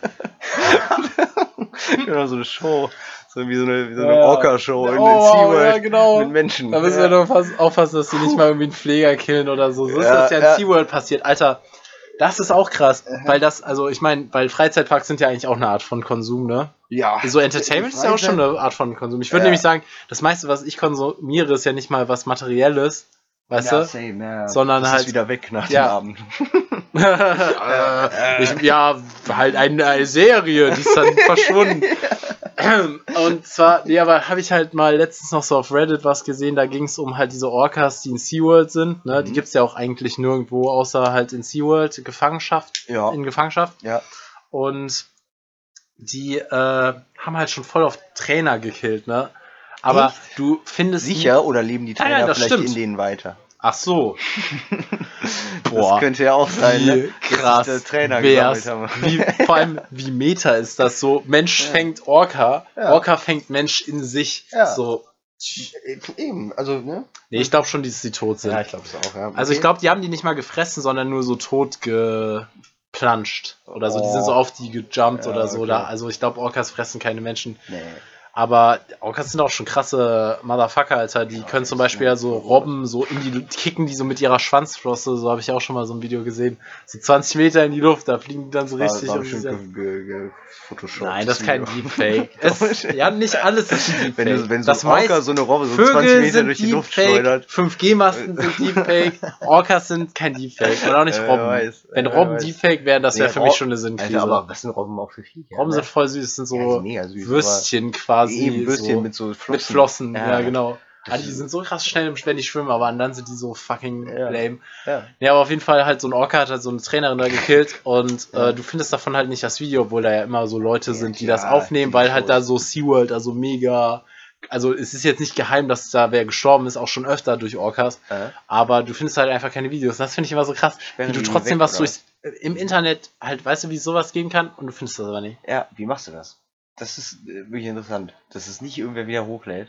Speaker 2: Genau, so eine Show. So wie so eine, wie so eine
Speaker 1: Hm. Ja.
Speaker 2: Orca-Show in
Speaker 1: Oh, wow,
Speaker 2: SeaWorld.
Speaker 1: ja, genau.
Speaker 2: Mit Menschen.
Speaker 1: Da müssen
Speaker 2: ja.
Speaker 1: wir doch pass- aufpassen, dass die nicht mal irgendwie einen Pfleger killen oder so. So ist
Speaker 2: Ja,
Speaker 1: das ja in
Speaker 2: ja.
Speaker 1: SeaWorld passiert. Alter, das ist auch krass. Weil das, also ich meine, weil Freizeitparks sind ja eigentlich auch eine Art von Konsum, ne?
Speaker 2: ja.
Speaker 1: So Entertainment ist ja auch schon eine Art von Konsum. Ich würde
Speaker 2: Ja.
Speaker 1: nämlich sagen, das meiste, was ich konsumiere, ist ja nicht mal was Materielles, weißt
Speaker 2: ja, *laughs*
Speaker 1: du?
Speaker 2: same, ja.
Speaker 1: Sondern
Speaker 2: das
Speaker 1: halt-
Speaker 2: Ist wieder weg nach
Speaker 1: Ja.
Speaker 2: dem Abend.
Speaker 1: Äh, ich, ja, halt eine, eine Serie, die ist
Speaker 2: *laughs*
Speaker 1: dann verschwunden. Und zwar, nee, aber habe ich halt mal letztens noch so auf Reddit was gesehen, da ging es um halt diese Orcas, die in SeaWorld sind. Ne? Die
Speaker 2: Mhm.
Speaker 1: gibt es ja auch eigentlich nirgendwo, außer halt in SeaWorld, Gefangenschaft,
Speaker 2: Ja.
Speaker 1: in Gefangenschaft.
Speaker 2: Ja.
Speaker 1: Und die äh, haben halt schon voll auf Trainer gekillt, ne? Aber du findest.
Speaker 2: Sicher oder leben die
Speaker 1: Ja, ja,
Speaker 2: Trainer
Speaker 1: das
Speaker 2: vielleicht
Speaker 1: stimmt.
Speaker 2: in denen weiter?
Speaker 1: Ach so.
Speaker 2: *laughs*
Speaker 1: *laughs*
Speaker 2: Das könnte ja auch sein, ne?
Speaker 1: Wie krass
Speaker 2: dass sich da Trainer
Speaker 1: wär's.
Speaker 2: gesammelt haben. *laughs*
Speaker 1: Wie, vor allem, wie Meta ist das so? Mensch fängt Orca,
Speaker 2: Ja.
Speaker 1: Orca fängt Mensch in sich.
Speaker 2: Ja.
Speaker 1: So.
Speaker 2: Eben, also, ne?
Speaker 1: Nee, ich glaube schon, dass die tot sind.
Speaker 2: glaube es auch, ja.
Speaker 1: also ich glaube, die haben die nicht mal gefressen, sondern nur so tot geplanscht. Oder so, die sind
Speaker 2: Oh.
Speaker 1: so auf die gejumpt
Speaker 2: Ja,
Speaker 1: oder so.
Speaker 2: okay.
Speaker 1: Da, also ich glaube, Orcas fressen keine Menschen.
Speaker 2: Nee.
Speaker 1: Aber Orcas sind auch schon krasse Motherfucker, Alter. Die
Speaker 2: Ja,
Speaker 1: können zum
Speaker 2: das
Speaker 1: Beispiel
Speaker 2: ist
Speaker 1: ja so Robben so in die kicken, die so mit ihrer Schwanzflosse, so habe ich auch schon mal so ein Video gesehen, so 20 Meter in die Luft, da fliegen die dann so richtig.
Speaker 2: war, war
Speaker 1: und die
Speaker 2: bestimmt
Speaker 1: sind-
Speaker 2: ge ge ge Photoshop.
Speaker 1: Nein, das ist kein
Speaker 2: *laughs*
Speaker 1: Deepfake. Es, ja, nicht alles ist ein Deepfake.
Speaker 2: Wenn, du, wenn so
Speaker 1: das
Speaker 2: ein Orca
Speaker 1: meiste
Speaker 2: so eine Robbe so 20
Speaker 1: Vögel
Speaker 2: Meter
Speaker 1: sind
Speaker 2: durch die Luft
Speaker 1: Deepfake,
Speaker 2: schleudert.
Speaker 1: 5G-Masten
Speaker 2: *laughs*
Speaker 1: sind Deepfake, Orcas sind kein Deepfake und auch nicht
Speaker 2: Äh, wer
Speaker 1: Robben.
Speaker 2: weiß,
Speaker 1: Wenn
Speaker 2: äh, wer
Speaker 1: Robben
Speaker 2: weiß.
Speaker 1: Deepfake wären, das
Speaker 2: Nee,
Speaker 1: wäre für mich
Speaker 2: Rob-
Speaker 1: schon eine Sinnkrise.
Speaker 2: Alter, aber was sind Robben auch für Viecher?
Speaker 1: Robben
Speaker 2: ne?
Speaker 1: sind voll süß, sind so
Speaker 2: Ja, die sind mega süß,
Speaker 1: Würstchen quasi.
Speaker 2: Eben Würstchen
Speaker 1: so.
Speaker 2: mit so Flossen.
Speaker 1: Mit Flossen, ja, genau.
Speaker 2: Das
Speaker 1: Ah, die
Speaker 2: ist-
Speaker 1: sind so krass schnell, im- wenn die schwimmen, aber an dann sind die so fucking
Speaker 2: Ja.
Speaker 1: lame.
Speaker 2: Ja.
Speaker 1: Ja, aber auf jeden Fall halt so ein Orca hat halt so eine Trainerin da
Speaker 2: *laughs*
Speaker 1: gekillt und
Speaker 2: Ja.
Speaker 1: äh, du findest davon halt nicht das Video, obwohl da ja immer so Leute
Speaker 2: Ja,
Speaker 1: sind, die
Speaker 2: klar,
Speaker 1: das aufnehmen,
Speaker 2: die
Speaker 1: weil halt da
Speaker 2: Videos.
Speaker 1: so SeaWorld, also mega also es ist jetzt nicht geheim, dass da wer gestorben ist, auch schon öfter durch Orcas,
Speaker 2: Äh?
Speaker 1: aber du findest halt einfach keine Videos. Das finde ich immer so krass,
Speaker 2: Sperren
Speaker 1: wie du
Speaker 2: die
Speaker 1: trotzdem
Speaker 2: weg,
Speaker 1: was
Speaker 2: oder
Speaker 1: durchs, im Internet halt, weißt du, wie es sowas geben kann und du findest das aber nicht.
Speaker 2: Ja, wie machst du das? Das ist äh, wirklich interessant, dass es nicht irgendwer wieder hochlädt.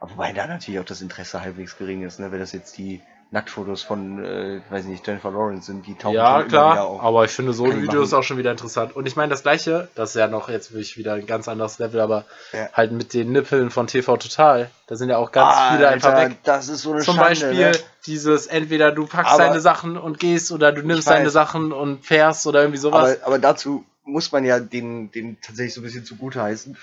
Speaker 2: Aber wobei da natürlich auch das Interesse halbwegs gering ist, ne? Wenn das jetzt die Nacktfotos von, äh, weiß nicht, Jennifer Lawrence sind, die tauchen
Speaker 1: ja,
Speaker 2: schon
Speaker 1: klar,
Speaker 2: wieder auf.
Speaker 1: aber ich finde so
Speaker 2: Kann
Speaker 1: ein
Speaker 2: ich
Speaker 1: Video
Speaker 2: machen.
Speaker 1: ist auch schon wieder interessant. Und ich meine, das gleiche, das ist ja noch jetzt wirklich wieder ein ganz anderes Level, aber
Speaker 2: Ja.
Speaker 1: halt mit den Nippeln von TV Total, da sind ja auch ganz viele einfach
Speaker 2: Alter,
Speaker 1: weg.
Speaker 2: Das ist so eine
Speaker 1: Zum
Speaker 2: Schande,
Speaker 1: Beispiel
Speaker 2: ne?
Speaker 1: dieses, entweder du packst
Speaker 2: Aber-
Speaker 1: deine Sachen und gehst oder du nimmst deine
Speaker 2: weiß.
Speaker 1: Sachen und fährst oder irgendwie sowas.
Speaker 2: Aber, aber dazu muss man ja den, den tatsächlich so ein bisschen zugute heißen,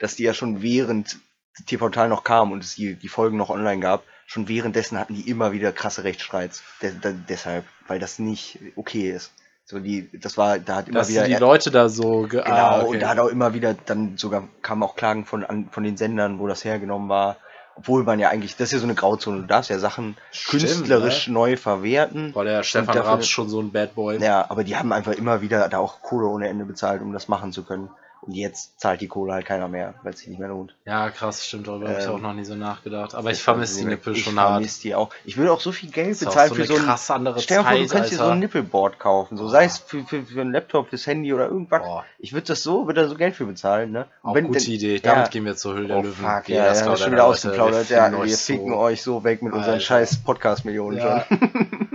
Speaker 2: dass die ja schon während TV-Portal noch kam und es die, die Folgen noch online gab, schon währenddessen hatten die immer wieder krasse Rechtsstreits. De de deshalb, weil das nicht okay ist. So die, das war, da hat immer
Speaker 1: dass
Speaker 2: wieder.
Speaker 1: die Leute da so ge
Speaker 2: genau,
Speaker 1: ah, okay.
Speaker 2: und da hat auch immer wieder dann sogar kamen auch Klagen von, an, von den Sendern, wo das hergenommen war. Obwohl man ja eigentlich, das ist ja so eine Grauzone, du darfst ja Sachen
Speaker 1: Stimmt, ne?
Speaker 2: künstlerisch neu verwerten.
Speaker 1: Boah, der Stefan
Speaker 2: dafür-
Speaker 1: Raab ist schon so ein Bad Boy.
Speaker 2: Ja, aber die haben einfach immer wieder da auch Kohle ohne Ende bezahlt, um das machen zu können. Und jetzt zahlt die Kohle halt keiner mehr, weil es sich nicht mehr lohnt.
Speaker 1: Ja, krass, stimmt, darüber habe ich
Speaker 2: Ähm,
Speaker 1: auch noch nie so nachgedacht. Aber ich vermisse die Nippel schon
Speaker 2: hart. Also, Ich
Speaker 1: hart.
Speaker 2: vermisse die auch. Ich würde auch so viel Geld
Speaker 1: Ist auch
Speaker 2: bezahlen
Speaker 1: so
Speaker 2: für
Speaker 1: eine
Speaker 2: so ein...
Speaker 1: krass andere
Speaker 2: Stell dir vor, du
Speaker 1: Zeit,
Speaker 2: könntest dir so ein
Speaker 1: Alter.
Speaker 2: Nippelboard kaufen. So,
Speaker 1: Boah.
Speaker 2: sei es für, für, für einen Laptop, fürs Handy oder irgendwas.
Speaker 1: Boah.
Speaker 2: Ich würde das so, würde da so Geld für bezahlen, ne? Und
Speaker 1: Auch
Speaker 2: wenn
Speaker 1: gute
Speaker 2: denn-
Speaker 1: Idee.
Speaker 2: Ja.
Speaker 1: Damit gehen wir zur Höhle der
Speaker 2: Oh
Speaker 1: Löwen.
Speaker 2: fuck,
Speaker 1: Nee,
Speaker 2: ja,
Speaker 1: klaut
Speaker 2: ja, das ist schon
Speaker 1: einer,
Speaker 2: wieder
Speaker 1: Leute.
Speaker 2: ausgeplaudert.
Speaker 1: Wir
Speaker 2: Ja,
Speaker 1: ficken
Speaker 2: wir
Speaker 1: euch so.
Speaker 2: ficken euch so weg mit unseren
Speaker 1: Alter.
Speaker 2: scheiß Podcast-Millionen
Speaker 1: Ja.
Speaker 2: schon. *laughs*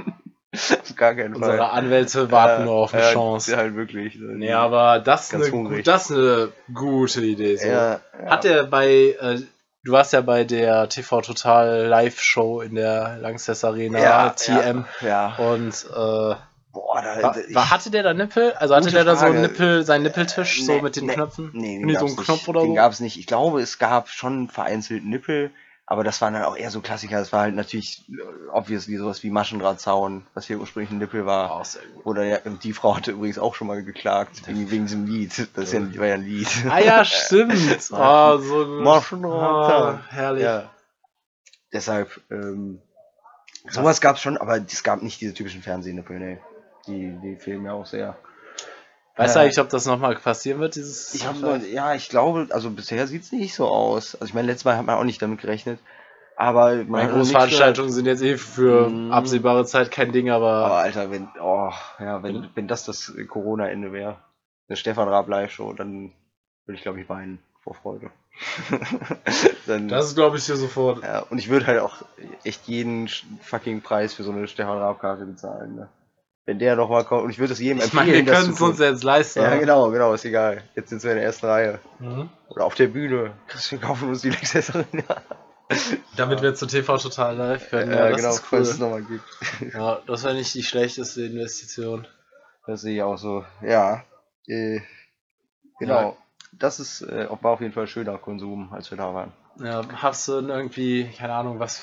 Speaker 2: Auf gar keinen Fall.
Speaker 1: Unsere Anwälte warten
Speaker 2: Ja,
Speaker 1: nur auf eine
Speaker 2: ja,
Speaker 1: Chance.
Speaker 2: Ja, halt wirklich.
Speaker 1: Nee, aber das ist
Speaker 2: Ganz
Speaker 1: eine, gu-
Speaker 2: hungrig.
Speaker 1: das ist eine gute Idee. So.
Speaker 2: Ja,
Speaker 1: Hat er bei, äh, du warst ja bei der TV Total Live-Show in der Langsess Arena, TM.
Speaker 2: Ja. ja.
Speaker 1: Und äh, war,
Speaker 2: Boah, da, da ich-
Speaker 1: war, hatte der da Nippel? Also hatte
Speaker 2: Gute
Speaker 1: der da so einen
Speaker 2: Frage.
Speaker 1: Nippel, seinen Nippeltisch, so
Speaker 2: nee,
Speaker 1: mit den
Speaker 2: nee,
Speaker 1: Knöpfen?
Speaker 2: Nee, den
Speaker 1: Irgendwie so
Speaker 2: gab's
Speaker 1: einen Knopf
Speaker 2: nicht.
Speaker 1: oder
Speaker 2: den
Speaker 1: so?
Speaker 2: gab es nicht. Ich glaube, es gab schon vereinzelt Nippel, aber das waren dann auch eher so Klassiker. Das war halt natürlich äh, obviously sowas wie Maschendrahtzaun, was hier ursprünglich ein Nippel war.
Speaker 1: Oh, sehr gut.
Speaker 2: Oder ja, die Frau hatte übrigens auch schon mal geklagt, wegen wegen diesem Lied. Das ist ja, war ja ein Lied.
Speaker 1: Ah
Speaker 2: *laughs*
Speaker 1: ja, stimmt. Oh, so gut.
Speaker 2: Maschendrahtzaun.
Speaker 1: Ah, herrlich.
Speaker 2: Ja. Deshalb, ähm, sowas gab es schon, aber es gab nicht diese typischen Fernsehnippel, ne. Die, die fehlen mir auch sehr.
Speaker 1: Weißt du
Speaker 2: Ja.
Speaker 1: eigentlich, ob das nochmal passieren wird, dieses
Speaker 2: Ich habe nur, ja, ich glaube, also bisher sieht's nicht so aus. Also ich meine, letztes Mal hat man auch nicht damit gerechnet. Aber man
Speaker 1: Meine
Speaker 2: hat noch nichts
Speaker 1: Großveranstaltungen sind jetzt eh für
Speaker 2: Mhm.
Speaker 1: absehbare Zeit kein Ding,
Speaker 2: gehört. Aber
Speaker 1: aber
Speaker 2: Alter, wenn, oh, ja, wenn, wenn das das Corona-Ende wäre, eine Stefan Raab Live-Show, dann würde ich glaube ich weinen vor Freude. *laughs* dann,
Speaker 1: das glaube ich hier sofort.
Speaker 2: ja, und ich würde halt auch echt jeden sch- fucking Preis für so eine Stefan Raab-Karte bezahlen. Ne? Wenn der nochmal kommt, und ich würde das jedem
Speaker 1: Ich
Speaker 2: empfehlen.
Speaker 1: meine, wir
Speaker 2: das
Speaker 1: können
Speaker 2: zu
Speaker 1: es
Speaker 2: tun.
Speaker 1: uns jetzt leisten.
Speaker 2: Ja, genau, genau, ist egal. Jetzt sind wir in der ersten Reihe.
Speaker 1: Mhm.
Speaker 2: Oder auf der Bühne. Chris, wir kaufen uns die *laughs* Lexus Arena.
Speaker 1: Damit wir zu TV total live können. Ja,
Speaker 2: Ja,
Speaker 1: das
Speaker 2: genau,
Speaker 1: ist
Speaker 2: falls es
Speaker 1: cool.
Speaker 2: nochmal gibt.
Speaker 1: Ja, das wäre nicht die schlechteste Investition.
Speaker 2: Das sehe ich auch so. Ja. Äh, genau. Das ist, äh, war auf jeden Fall schöner Konsum, als wir da waren.
Speaker 1: Ja, hast du denn irgendwie, keine Ahnung, was.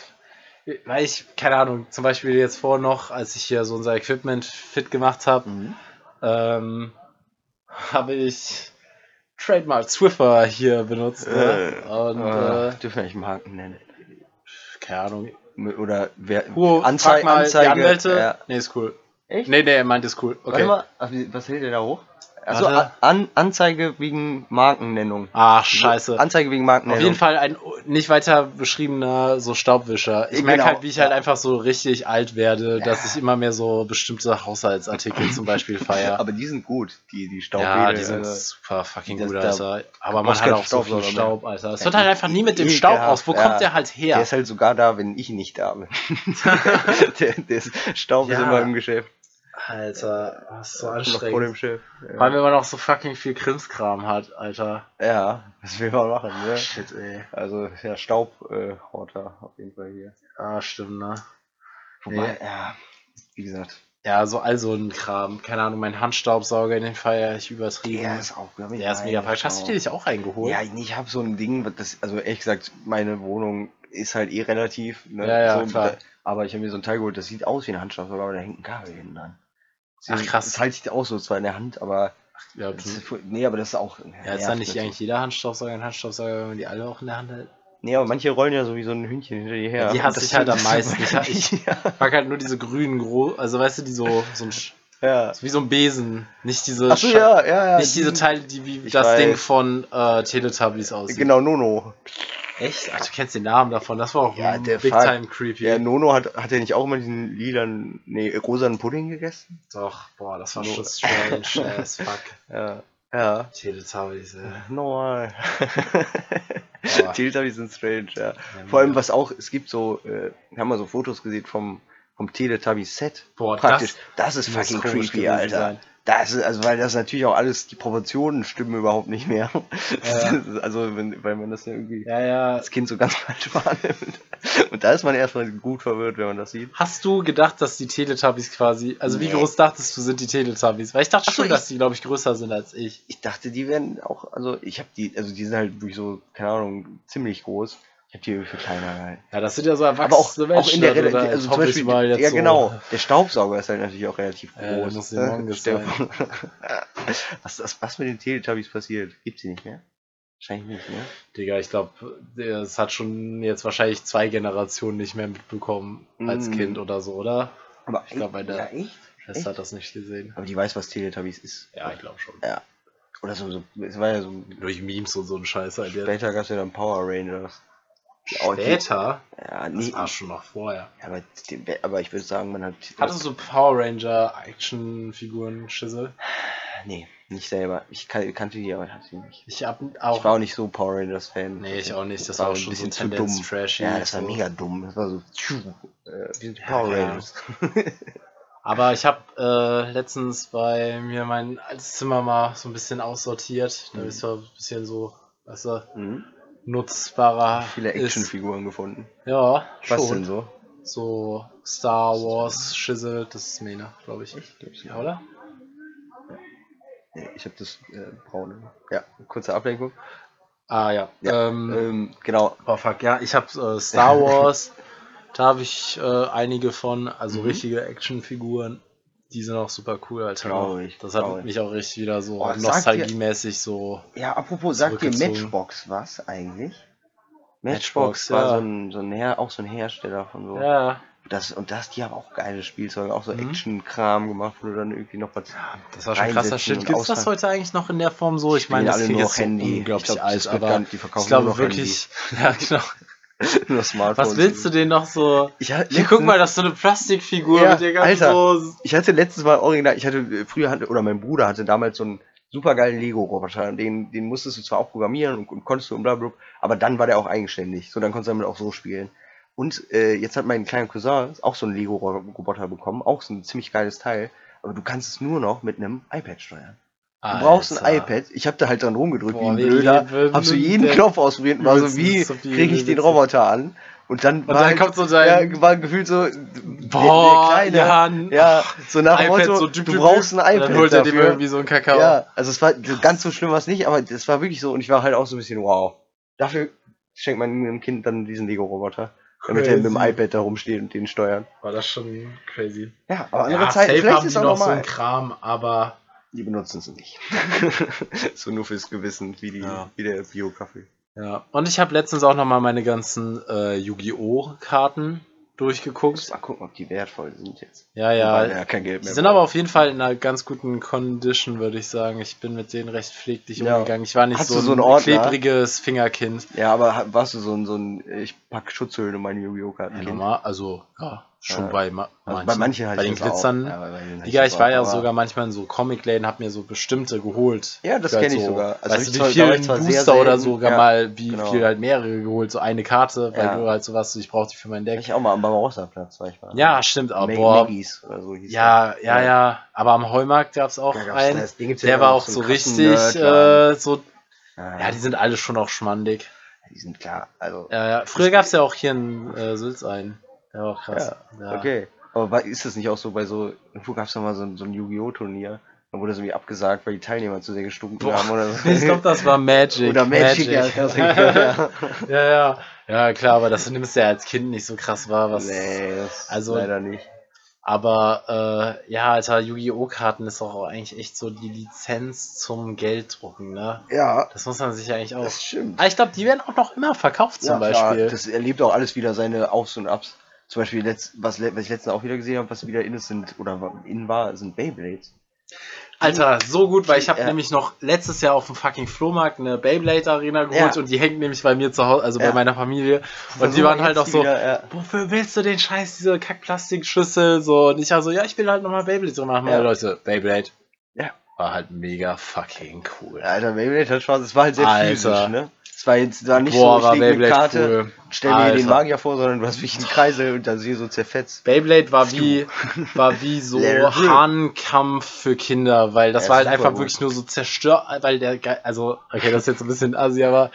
Speaker 1: Weil ich, keine Ahnung, zum Beispiel jetzt vor noch, als ich hier so unser Equipment fit gemacht habe, ähm, habe ich Trademark Swiffer hier benutzt. ne? Und
Speaker 2: äh,
Speaker 1: äh,
Speaker 2: dürfen wir nicht Marken nennen.
Speaker 1: keine Ahnung.
Speaker 2: M- Oder wer.
Speaker 1: Huo,
Speaker 2: Anzei-
Speaker 1: frag mal
Speaker 2: Anzeige,
Speaker 1: die Anwälte.
Speaker 2: ja.
Speaker 1: Nee, ist cool.
Speaker 2: Echt?
Speaker 1: Nee, nee, er meint, ist cool.
Speaker 2: Warte
Speaker 1: Okay.
Speaker 2: mal, ach, wie- was hält der da hoch? Achso,
Speaker 1: Warte.
Speaker 2: an, Anzeige wegen Markennennung.
Speaker 1: Ach, Ah, scheiße.
Speaker 2: Anzeige wegen
Speaker 1: Auf
Speaker 2: Markennennung.
Speaker 1: jeden Fall ein nicht weiter beschriebener so Staubwischer. Ich
Speaker 2: Genau,
Speaker 1: merke halt, wie ich halt
Speaker 2: ja.
Speaker 1: einfach so richtig alt werde, dass ich immer mehr so bestimmte Haushaltsartikel zum
Speaker 2: *laughs*
Speaker 1: Beispiel feiere.
Speaker 2: Aber die sind gut, die, die Staubwedel.
Speaker 1: ja, die äh, sind
Speaker 2: also-
Speaker 1: super fucking
Speaker 2: das-
Speaker 1: gut,
Speaker 2: da
Speaker 1: Alter. Aber man
Speaker 2: brauchst
Speaker 1: hat
Speaker 2: keinen
Speaker 1: auch so viel
Speaker 2: Staubsauger mehr.
Speaker 1: Staub, Alter. Es
Speaker 2: Ja,
Speaker 1: hört halt
Speaker 2: e-
Speaker 1: einfach nie mit dem
Speaker 2: ekelhaft,
Speaker 1: Staub aus. Wo
Speaker 2: ja.
Speaker 1: kommt der halt her?
Speaker 2: Der ist halt sogar da, wenn ich nicht
Speaker 1: *laughs*
Speaker 2: da bin. der, der ist, Staub ist
Speaker 1: Ja.
Speaker 2: immer im Geschäft.
Speaker 1: Alter, das ist so
Speaker 2: Noch vor dem
Speaker 1: anstrengend.
Speaker 2: Chef.
Speaker 1: Weil man immer noch so fucking viel Krimskram hat, Alter.
Speaker 2: Ja, das will man machen, ne?
Speaker 1: Shit, ey.
Speaker 2: Also, ja, Staubhorter äh, Horter auf jeden Fall hier.
Speaker 1: Ah, stimmt, ne?
Speaker 2: Wobei, ja, wie gesagt,
Speaker 1: Ja, so all so ein Kram. Keine Ahnung, mein Handstaubsauger, in den feiere ich übertrieben.
Speaker 2: der ist auch, glaube ich,
Speaker 1: Der ist mega
Speaker 2: meine
Speaker 1: falsch. Hast du
Speaker 2: Frau.
Speaker 1: dir dich auch eingeholt?
Speaker 2: genau. Ja, ich- ich habe so ein Ding, was das, also ehrlich gesagt, meine Wohnung ist halt eh relativ. Ne?
Speaker 1: Ja, ja,
Speaker 2: so,
Speaker 1: klar.
Speaker 2: Da, aber ich habe mir so ein Teil geholt, das sieht aus wie eine Handschrift, aber da hängt ein Kabel hinten dran.
Speaker 1: Ach, krass.
Speaker 2: Das halte ich auch so zwar in der Hand, aber.
Speaker 1: Ja,
Speaker 2: Das
Speaker 1: du,
Speaker 2: ist, voll- nee, aber das ist auch.
Speaker 1: ja ist da nicht eigentlich jeder Handstaubsauger ein Handstaubsauger, wenn man die alle auch in der Hand hält?
Speaker 2: Nee, aber manche rollen ja sowieso ein Hündchen hinter dir her.
Speaker 1: Ja, die hasse
Speaker 2: Das
Speaker 1: ich halt
Speaker 2: tut-
Speaker 1: am
Speaker 2: *laughs* das
Speaker 1: meisten.
Speaker 2: mag
Speaker 1: Ich hab- ich-
Speaker 2: *laughs* ja.
Speaker 1: Ich mag halt nur diese grünen, gro also weißt du, die so, so ein, Sch- also
Speaker 2: ja.
Speaker 1: wie so ein Besen. Nicht diese,
Speaker 2: Achso,
Speaker 1: Sch-
Speaker 2: ja, ja, ja.
Speaker 1: nicht diese
Speaker 2: diesen-
Speaker 1: Teile, die wie
Speaker 2: Ich
Speaker 1: das
Speaker 2: weiß.
Speaker 1: Ding von äh, Teletubbies aussieht.
Speaker 2: Genau, Nono.
Speaker 1: Echt? Ach, du kennst den Namen davon. Das war auch
Speaker 2: Ja, der
Speaker 1: big
Speaker 2: Fuck.
Speaker 1: time creepy.
Speaker 2: Ja, Nono hat, hat er nicht auch immer diesen lilan, nee, rosanen Pudding gegessen?
Speaker 1: Doch, boah, das war
Speaker 2: Nur-
Speaker 1: schon strange as fuck.
Speaker 2: Ja. Ja. Äh,
Speaker 1: Teletubbies, äh, ey. *laughs*
Speaker 2: Normal.
Speaker 1: Boah.
Speaker 2: Teletubbies sind strange, ja. Vor allem, was auch, es gibt so, äh, haben wir so Fotos gesehen vom, vom Teletubbies-Set.
Speaker 1: Boah,
Speaker 2: Praktisch. Das, ist
Speaker 1: muss
Speaker 2: fucking
Speaker 1: komisch
Speaker 2: creepy,
Speaker 1: gewesen
Speaker 2: Alter.
Speaker 1: sein.
Speaker 2: Das ist, also, weil das natürlich auch alles, die Proportionen stimmen überhaupt nicht mehr. *laughs* Das ist- Also, wenn, weil man das ja irgendwie
Speaker 1: Ja, ja.
Speaker 2: als Kind so ganz *laughs* falsch wahrnimmt. Und da ist man erstmal gut verwirrt, wenn man das sieht.
Speaker 1: Hast du gedacht, dass die Teletubbies quasi, also wie
Speaker 2: Nee.
Speaker 1: groß dachtest du, sind die Teletubbies? Weil ich dachte
Speaker 2: Ach so,
Speaker 1: schon,
Speaker 2: ich-
Speaker 1: dass die, glaube ich, größer sind als ich.
Speaker 2: Ich dachte, die werden auch, also, ich habe die, also, die sind halt wirklich so, keine Ahnung, ziemlich groß. Ich habe die irgendwie für kleiner gehalten.
Speaker 1: Ja, das sind ja so erwachsene
Speaker 2: Aber auch, auch in der
Speaker 1: oder
Speaker 2: Rela-
Speaker 1: jetzt
Speaker 2: also zum
Speaker 1: hoffe ich
Speaker 2: Beispiel,
Speaker 1: mal jetzt
Speaker 2: ja
Speaker 1: so-
Speaker 2: genau, der Staubsauger ist halt natürlich auch relativ
Speaker 1: Ja, der
Speaker 2: groß. ne?
Speaker 1: muss enorm
Speaker 2: Stefan. was, das, was mit den Teletubbies passiert? Gibt sie nicht mehr? Wahrscheinlich nicht, ne?
Speaker 1: Digga, ich glaube, es hat schon jetzt wahrscheinlich zwei Generationen nicht mehr mitbekommen als
Speaker 2: Mm.
Speaker 1: Kind oder so, oder?
Speaker 2: Aber
Speaker 1: Ich glaub, bei der-
Speaker 2: ja, echt?
Speaker 1: Schwester hat das nicht gesehen.
Speaker 2: Aber die weiß, was Teletubbies ist.
Speaker 1: Ja, ich glaube schon.
Speaker 2: Ja. Oder so, so, es war ja so,
Speaker 1: Durch Memes und so ein Scheiß halt jetzt.
Speaker 2: später gab es ja dann Power Rangers. Ja, oh, die-
Speaker 1: Später?
Speaker 2: Ja,
Speaker 1: Das
Speaker 2: nee,
Speaker 1: war schon noch vorher.
Speaker 2: aber, die- aber ich würde sagen, man hat,
Speaker 1: Hattest du so Power Ranger Actionfiguren, Schüssel?
Speaker 2: nee, nicht selber. Ich kan kannte die, aber ich hatte die nicht.
Speaker 1: Ich hab
Speaker 2: Ich war
Speaker 1: auch.
Speaker 2: auch nicht so Power Rangers Fan.
Speaker 1: Nee, ich auch nicht. Das war auch schon so Tendenz trashy.
Speaker 2: Ja, das war
Speaker 1: so.
Speaker 2: mega dumm. Das war so. tschu, Äh, wir sind
Speaker 1: Ja,
Speaker 2: Power
Speaker 1: ja. *laughs*
Speaker 2: Rangers.
Speaker 1: Aber ich habe äh, letztens bei mir mein altes Zimmer mal so ein bisschen aussortiert. Da
Speaker 2: Mhm.
Speaker 1: ist so ein bisschen so, weißt du,
Speaker 2: Mhm.
Speaker 1: nutzbarer.
Speaker 2: Viele
Speaker 1: Ah, ist.
Speaker 2: Actionfiguren gefunden.
Speaker 1: Ja,
Speaker 2: Was
Speaker 1: schon.
Speaker 2: denn so?
Speaker 1: So Star Wars, Schüssel, das ist Mena, glaube ich. Ja, oder?
Speaker 2: Nee, Ich habe das äh, braune. Ja, kurze Ablenkung.
Speaker 1: Ah ja.
Speaker 2: Ja,
Speaker 1: Ähm,
Speaker 2: Ähm, genau.
Speaker 1: Oh fuck, ja, ich habe äh,
Speaker 2: *laughs*
Speaker 1: Star Wars. da habe ich äh, einige von, also
Speaker 2: Mhm.
Speaker 1: richtige Actionfiguren. Die sind auch super cool, Alter.
Speaker 2: Glaub ich,
Speaker 1: das hat
Speaker 2: glaub ich.
Speaker 1: mich auch richtig wieder so
Speaker 2: Oh, sagt ihr-
Speaker 1: nostalgiemäßig so.
Speaker 2: Ja, apropos, sagt dir
Speaker 1: Zurückgezogen.
Speaker 2: Matchbox was eigentlich?
Speaker 1: Matchbox,
Speaker 2: Matchbox, war
Speaker 1: ja.
Speaker 2: so ein, so ein Her auch so ein Hersteller von so.
Speaker 1: Ja,
Speaker 2: Das, und das, die haben auch geile Spielzeuge, auch so
Speaker 1: Mhm.
Speaker 2: Action-Kram gemacht, wo du dann irgendwie noch was
Speaker 1: das war schon krasser
Speaker 2: reinsetzen
Speaker 1: Shit.
Speaker 2: und
Speaker 1: Gibt's das
Speaker 2: ausfahren.
Speaker 1: heute eigentlich noch in der Form so? Oh, Ich
Speaker 2: Spielen
Speaker 1: meine, das
Speaker 2: alle
Speaker 1: klingt
Speaker 2: nur
Speaker 1: jetzt
Speaker 2: auf
Speaker 1: so
Speaker 2: Handy.
Speaker 1: unglaublich
Speaker 2: Ich glaub,
Speaker 1: alt,
Speaker 2: das wird
Speaker 1: aber
Speaker 2: gar- die verkaufen
Speaker 1: ich glaube
Speaker 2: nur noch
Speaker 1: wirklich, *laughs* ja genau.
Speaker 2: *laughs* nur Smartphones.
Speaker 1: Was willst du denen noch so?
Speaker 2: Ich, ha-
Speaker 1: Hier, guck
Speaker 2: letztens-
Speaker 1: mal, das ist so eine Plastikfigur
Speaker 2: Ja,
Speaker 1: mit der ganzen
Speaker 2: Alter.
Speaker 1: so...
Speaker 2: Ich hatte letztes Mal original, ich hatte äh, früher hatte, oder mein Bruder hatte damals so einen supergeilen Lego-Roboter, den, den musstest du zwar auch programmieren und, und konntest du und bla, bla bla, aber dann war der auch eigenständig. So, dann konntest du damit auch so spielen. Und äh, jetzt hat mein kleiner Cousin auch so einen Lego-Roboter bekommen, auch so ein ziemlich geiles Teil, aber du kannst es nur noch mit einem iPad steuern. Du brauchst ein
Speaker 1: Alter.
Speaker 2: iPad. Ich habe da halt dran rumgedrückt
Speaker 1: Boah,
Speaker 2: wie ein
Speaker 1: wir
Speaker 2: Blöder.
Speaker 1: leben
Speaker 2: Hab so
Speaker 1: in
Speaker 2: jeden
Speaker 1: der
Speaker 2: Knopf ausprobiert und war so,
Speaker 1: übelsten
Speaker 2: wie
Speaker 1: subtilen
Speaker 2: kriege ich den
Speaker 1: Witze.
Speaker 2: Roboter an? Und dann, halt
Speaker 1: Und dann kommt so dein-
Speaker 2: ja, war gefühlt so
Speaker 1: Boah,
Speaker 2: der, der
Speaker 1: Jan.
Speaker 2: kleine, ja, so nach dem
Speaker 1: iPad
Speaker 2: Motto,
Speaker 1: so düp,
Speaker 2: du
Speaker 1: düp,
Speaker 2: brauchst ein
Speaker 1: düp. Und
Speaker 2: iPad
Speaker 1: Dann holt er dem
Speaker 2: dafür.
Speaker 1: irgendwie so einen Kakao.
Speaker 2: ja, also es war ganz so schlimm war es nicht, aber das war wirklich so und ich war halt auch so ein bisschen wow. Dafür schenkt man einem Kind dann diesen Lego Roboter, damit er mit dem
Speaker 1: Crazy.
Speaker 2: iPad da rumsteht und den steuern.
Speaker 1: War das schon crazy.
Speaker 2: Ja, aber andere
Speaker 1: Ja,
Speaker 2: Zeiten
Speaker 1: safe
Speaker 2: vielleicht
Speaker 1: haben
Speaker 2: ist
Speaker 1: die
Speaker 2: auch
Speaker 1: noch so
Speaker 2: normal.
Speaker 1: einen Kram, aber
Speaker 2: Die benutzen es nicht. *laughs* so nur fürs Gewissen, wie, die,
Speaker 1: Ja.
Speaker 2: wie der Bio-Kaffee.
Speaker 1: ja. Und ich habe letztens auch noch mal meine ganzen äh, Yu-Gi-Oh! Karten durchgeguckt.
Speaker 2: Mal gucken, ob die wertvoll sind jetzt.
Speaker 1: Ja,
Speaker 2: Wobei wir
Speaker 1: ja.
Speaker 2: ja kein Geld
Speaker 1: Die
Speaker 2: mehr.
Speaker 1: sind aber auf jeden Fall in einer ganz guten Condition, würde ich sagen. Ich bin mit denen recht pfleglich
Speaker 2: Ja.
Speaker 1: umgegangen. Ich war nicht
Speaker 2: Hast
Speaker 1: so
Speaker 2: du
Speaker 1: ein
Speaker 2: so einen Ordner?
Speaker 1: klebriges Fingerkind.
Speaker 2: ja, aber ha- warst du so ein, so ein ich pack Schutzhüllen in meine Yu-Gi-Oh-Karten?
Speaker 1: Ja,
Speaker 2: Kind?
Speaker 1: normal. Also, ja, schon
Speaker 2: Ja.
Speaker 1: bei ma
Speaker 2: Also
Speaker 1: manchen.
Speaker 2: bei manchen hatte
Speaker 1: Bei den
Speaker 2: ich das auch.
Speaker 1: Glitzern.
Speaker 2: Ja, bei manchen hatte
Speaker 1: Digga,
Speaker 2: das
Speaker 1: ich war
Speaker 2: auch,
Speaker 1: ja
Speaker 2: aber-
Speaker 1: sogar manchmal in so Comicläden, hab mir so bestimmte geholt.
Speaker 2: Ja, das
Speaker 1: Die
Speaker 2: kenn ich
Speaker 1: so,
Speaker 2: sogar. Also ich
Speaker 1: weißt du,
Speaker 2: zwar-
Speaker 1: wie viel
Speaker 2: damals zwar
Speaker 1: ein
Speaker 2: sehr
Speaker 1: Booster oder
Speaker 2: selten,
Speaker 1: sogar
Speaker 2: ja,
Speaker 1: mal, wie
Speaker 2: genau.
Speaker 1: viel halt mehrere geholt, so eine Karte, weil
Speaker 2: Ja.
Speaker 1: du halt so was, ich brauch die für mein
Speaker 2: War
Speaker 1: Deck.
Speaker 2: ich auch mal am Barbarossa-Platz, war ich mal.
Speaker 1: Ja, stimmt, aber
Speaker 2: Mag-
Speaker 1: boah.
Speaker 2: Maggies oder so hieß
Speaker 1: Ja,
Speaker 2: das.
Speaker 1: ja, ja. Aber am Heumarkt gab's auch
Speaker 2: Da gab's-
Speaker 1: einen.
Speaker 2: das- den gibt's ja
Speaker 1: Der
Speaker 2: immer
Speaker 1: war
Speaker 2: noch,
Speaker 1: auch so
Speaker 2: so einen krassen
Speaker 1: richtig,
Speaker 2: Nerdladen.
Speaker 1: äh, so,
Speaker 2: Ja,
Speaker 1: ja, die sind alle schon auch schmandig. Äh,
Speaker 2: die sind klar. Also,
Speaker 1: Ja, ja. Früher gab's ja auch hier in äh, Sülz einen. Der war auch krass. Ja.
Speaker 2: okay. Aber war- ist das nicht auch so bei so, irgendwo gab es doch mal so, ein- so ein Yu-Gi-Oh!-Turnier, da wurde das irgendwie abgesagt, weil die Teilnehmer zu sehr gestunken
Speaker 1: Boah.
Speaker 2: haben oder
Speaker 1: *laughs*
Speaker 2: so.
Speaker 1: Ich glaube,
Speaker 2: *laughs*
Speaker 1: das war Magic.
Speaker 2: oder Magic, ja, das ja.
Speaker 1: Ja, ja. Ja, klar, aber das nimmst du ja als Kind nicht so krass wahr, *laughs* was.
Speaker 2: Nee, das
Speaker 1: also-
Speaker 2: also, leider nicht.
Speaker 1: Aber äh, ja, Alter, Yu-Gi-Oh! Karten ist doch auch eigentlich echt so die Lizenz zum Gelddrucken, ne?
Speaker 2: Ja,
Speaker 1: Das muss man sich ja eigentlich auch.
Speaker 2: das stimmt.
Speaker 1: Ah, ich glaube, die werden auch noch immer verkauft zum
Speaker 2: Ja, klar,
Speaker 1: Beispiel.
Speaker 2: das erlebt auch alles wieder seine Aufs und Ups. Zum Beispiel, letzt, was, le- was ich letztens auch wieder gesehen habe, was wieder in ist, sind, oder wa- in war, sind Beyblades.
Speaker 1: Alter, so gut, weil ich habe
Speaker 2: Ja.
Speaker 1: nämlich noch letztes Jahr auf dem fucking Flohmarkt eine Beyblade Arena geholt
Speaker 2: Ja.
Speaker 1: und die hängt nämlich bei mir zu Hause, also bei
Speaker 2: Ja.
Speaker 1: meiner Familie. Und
Speaker 2: Versuchen
Speaker 1: die waren
Speaker 2: wir
Speaker 1: halt
Speaker 2: Also jetzt
Speaker 1: auch so,
Speaker 2: wieder, ja.
Speaker 1: wofür willst du den Scheiß, diese Kackplastikschüssel? So, und ich war so, ja, ich will halt nochmal Beyblade drin machen.
Speaker 2: Ja.
Speaker 1: Meine Leute, Beyblade
Speaker 2: Ja.
Speaker 1: war halt mega fucking cool.
Speaker 2: Alter, Beyblade hat Spaß. Es war halt sehr
Speaker 1: Alter.
Speaker 2: physisch, ne? Es war jetzt war nicht
Speaker 1: Boah,
Speaker 2: so,
Speaker 1: war
Speaker 2: ich leg eine
Speaker 1: Beyblade
Speaker 2: Karte,
Speaker 1: cool.
Speaker 2: stell mir hier den
Speaker 1: Alter.
Speaker 2: Magier vor, sondern du hast wirklich einen Kreisel und dann sie so zerfetzt.
Speaker 1: Beyblade war
Speaker 2: *laughs*
Speaker 1: wie, war wie so
Speaker 2: Larry.
Speaker 1: Hahnkampf für Kinder, weil das
Speaker 2: Ja,
Speaker 1: war halt
Speaker 2: super
Speaker 1: einfach
Speaker 2: gut.
Speaker 1: wirklich nur so zerstört, weil der, Ge- also, okay, das ist jetzt ein bisschen assi, aber,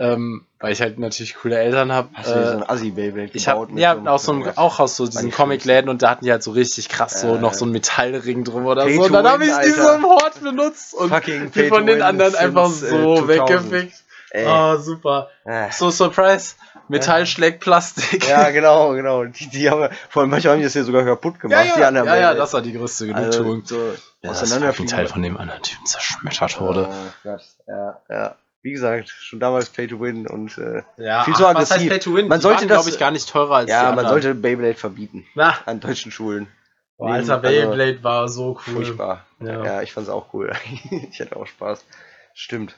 Speaker 1: ähm, weil ich halt natürlich coole Eltern habe.
Speaker 2: Hast du hier so
Speaker 1: Äh,
Speaker 2: ein Assi-Beyblade
Speaker 1: ich habe ja auch so einem, auch aus so diesen
Speaker 2: die
Speaker 1: Comicläden und da hatten die halt so richtig krass so
Speaker 2: Äh,
Speaker 1: noch so einen Metallring drum oder
Speaker 2: Pay
Speaker 1: so. Und
Speaker 2: to
Speaker 1: dann habe
Speaker 2: win,
Speaker 1: ich die so
Speaker 2: Alter.
Speaker 1: im Hort benutzt und
Speaker 2: Fucking
Speaker 1: die
Speaker 2: Pay to
Speaker 1: von den
Speaker 2: win
Speaker 1: anderen
Speaker 2: since,
Speaker 1: einfach
Speaker 2: äh,
Speaker 1: so
Speaker 2: 2000.
Speaker 1: weggefickt.
Speaker 2: Ey.
Speaker 1: Oh, super.
Speaker 2: Äh.
Speaker 1: So, Surprise. Metall schlägt Plastik. *laughs*
Speaker 2: Ja, genau, genau. Die, die haben, vor allem manchmal haben die das hier sogar kaputt gemacht.
Speaker 1: ja, ja,
Speaker 2: die anderen
Speaker 1: ja, ja,
Speaker 2: Beyblades.
Speaker 1: das war die größte Genugtuung.
Speaker 2: also, so
Speaker 1: ein
Speaker 2: auseinanderfliegen.
Speaker 1: Teil von dem anderen Typen zerschmettert wurde.
Speaker 2: Oh Gott, ja, ja. Wie gesagt, schon damals Pay to Win und äh,
Speaker 1: Ja,
Speaker 2: Viel zu aggressiv.
Speaker 1: to Win?
Speaker 2: Man
Speaker 1: Die
Speaker 2: sollte
Speaker 1: waren,
Speaker 2: das-
Speaker 1: glaube ich, gar nicht teurer als die
Speaker 2: ja, man
Speaker 1: anderen.
Speaker 2: sollte Beyblade verbieten
Speaker 1: Na,
Speaker 2: an deutschen Schulen.
Speaker 1: boah, Alter,
Speaker 2: Neben- also-
Speaker 1: Beyblade war so cool.
Speaker 2: Furchtbar.
Speaker 1: Ja.
Speaker 2: Ja, ich fand's auch cool. *laughs* ich hatte auch Spaß. Stimmt.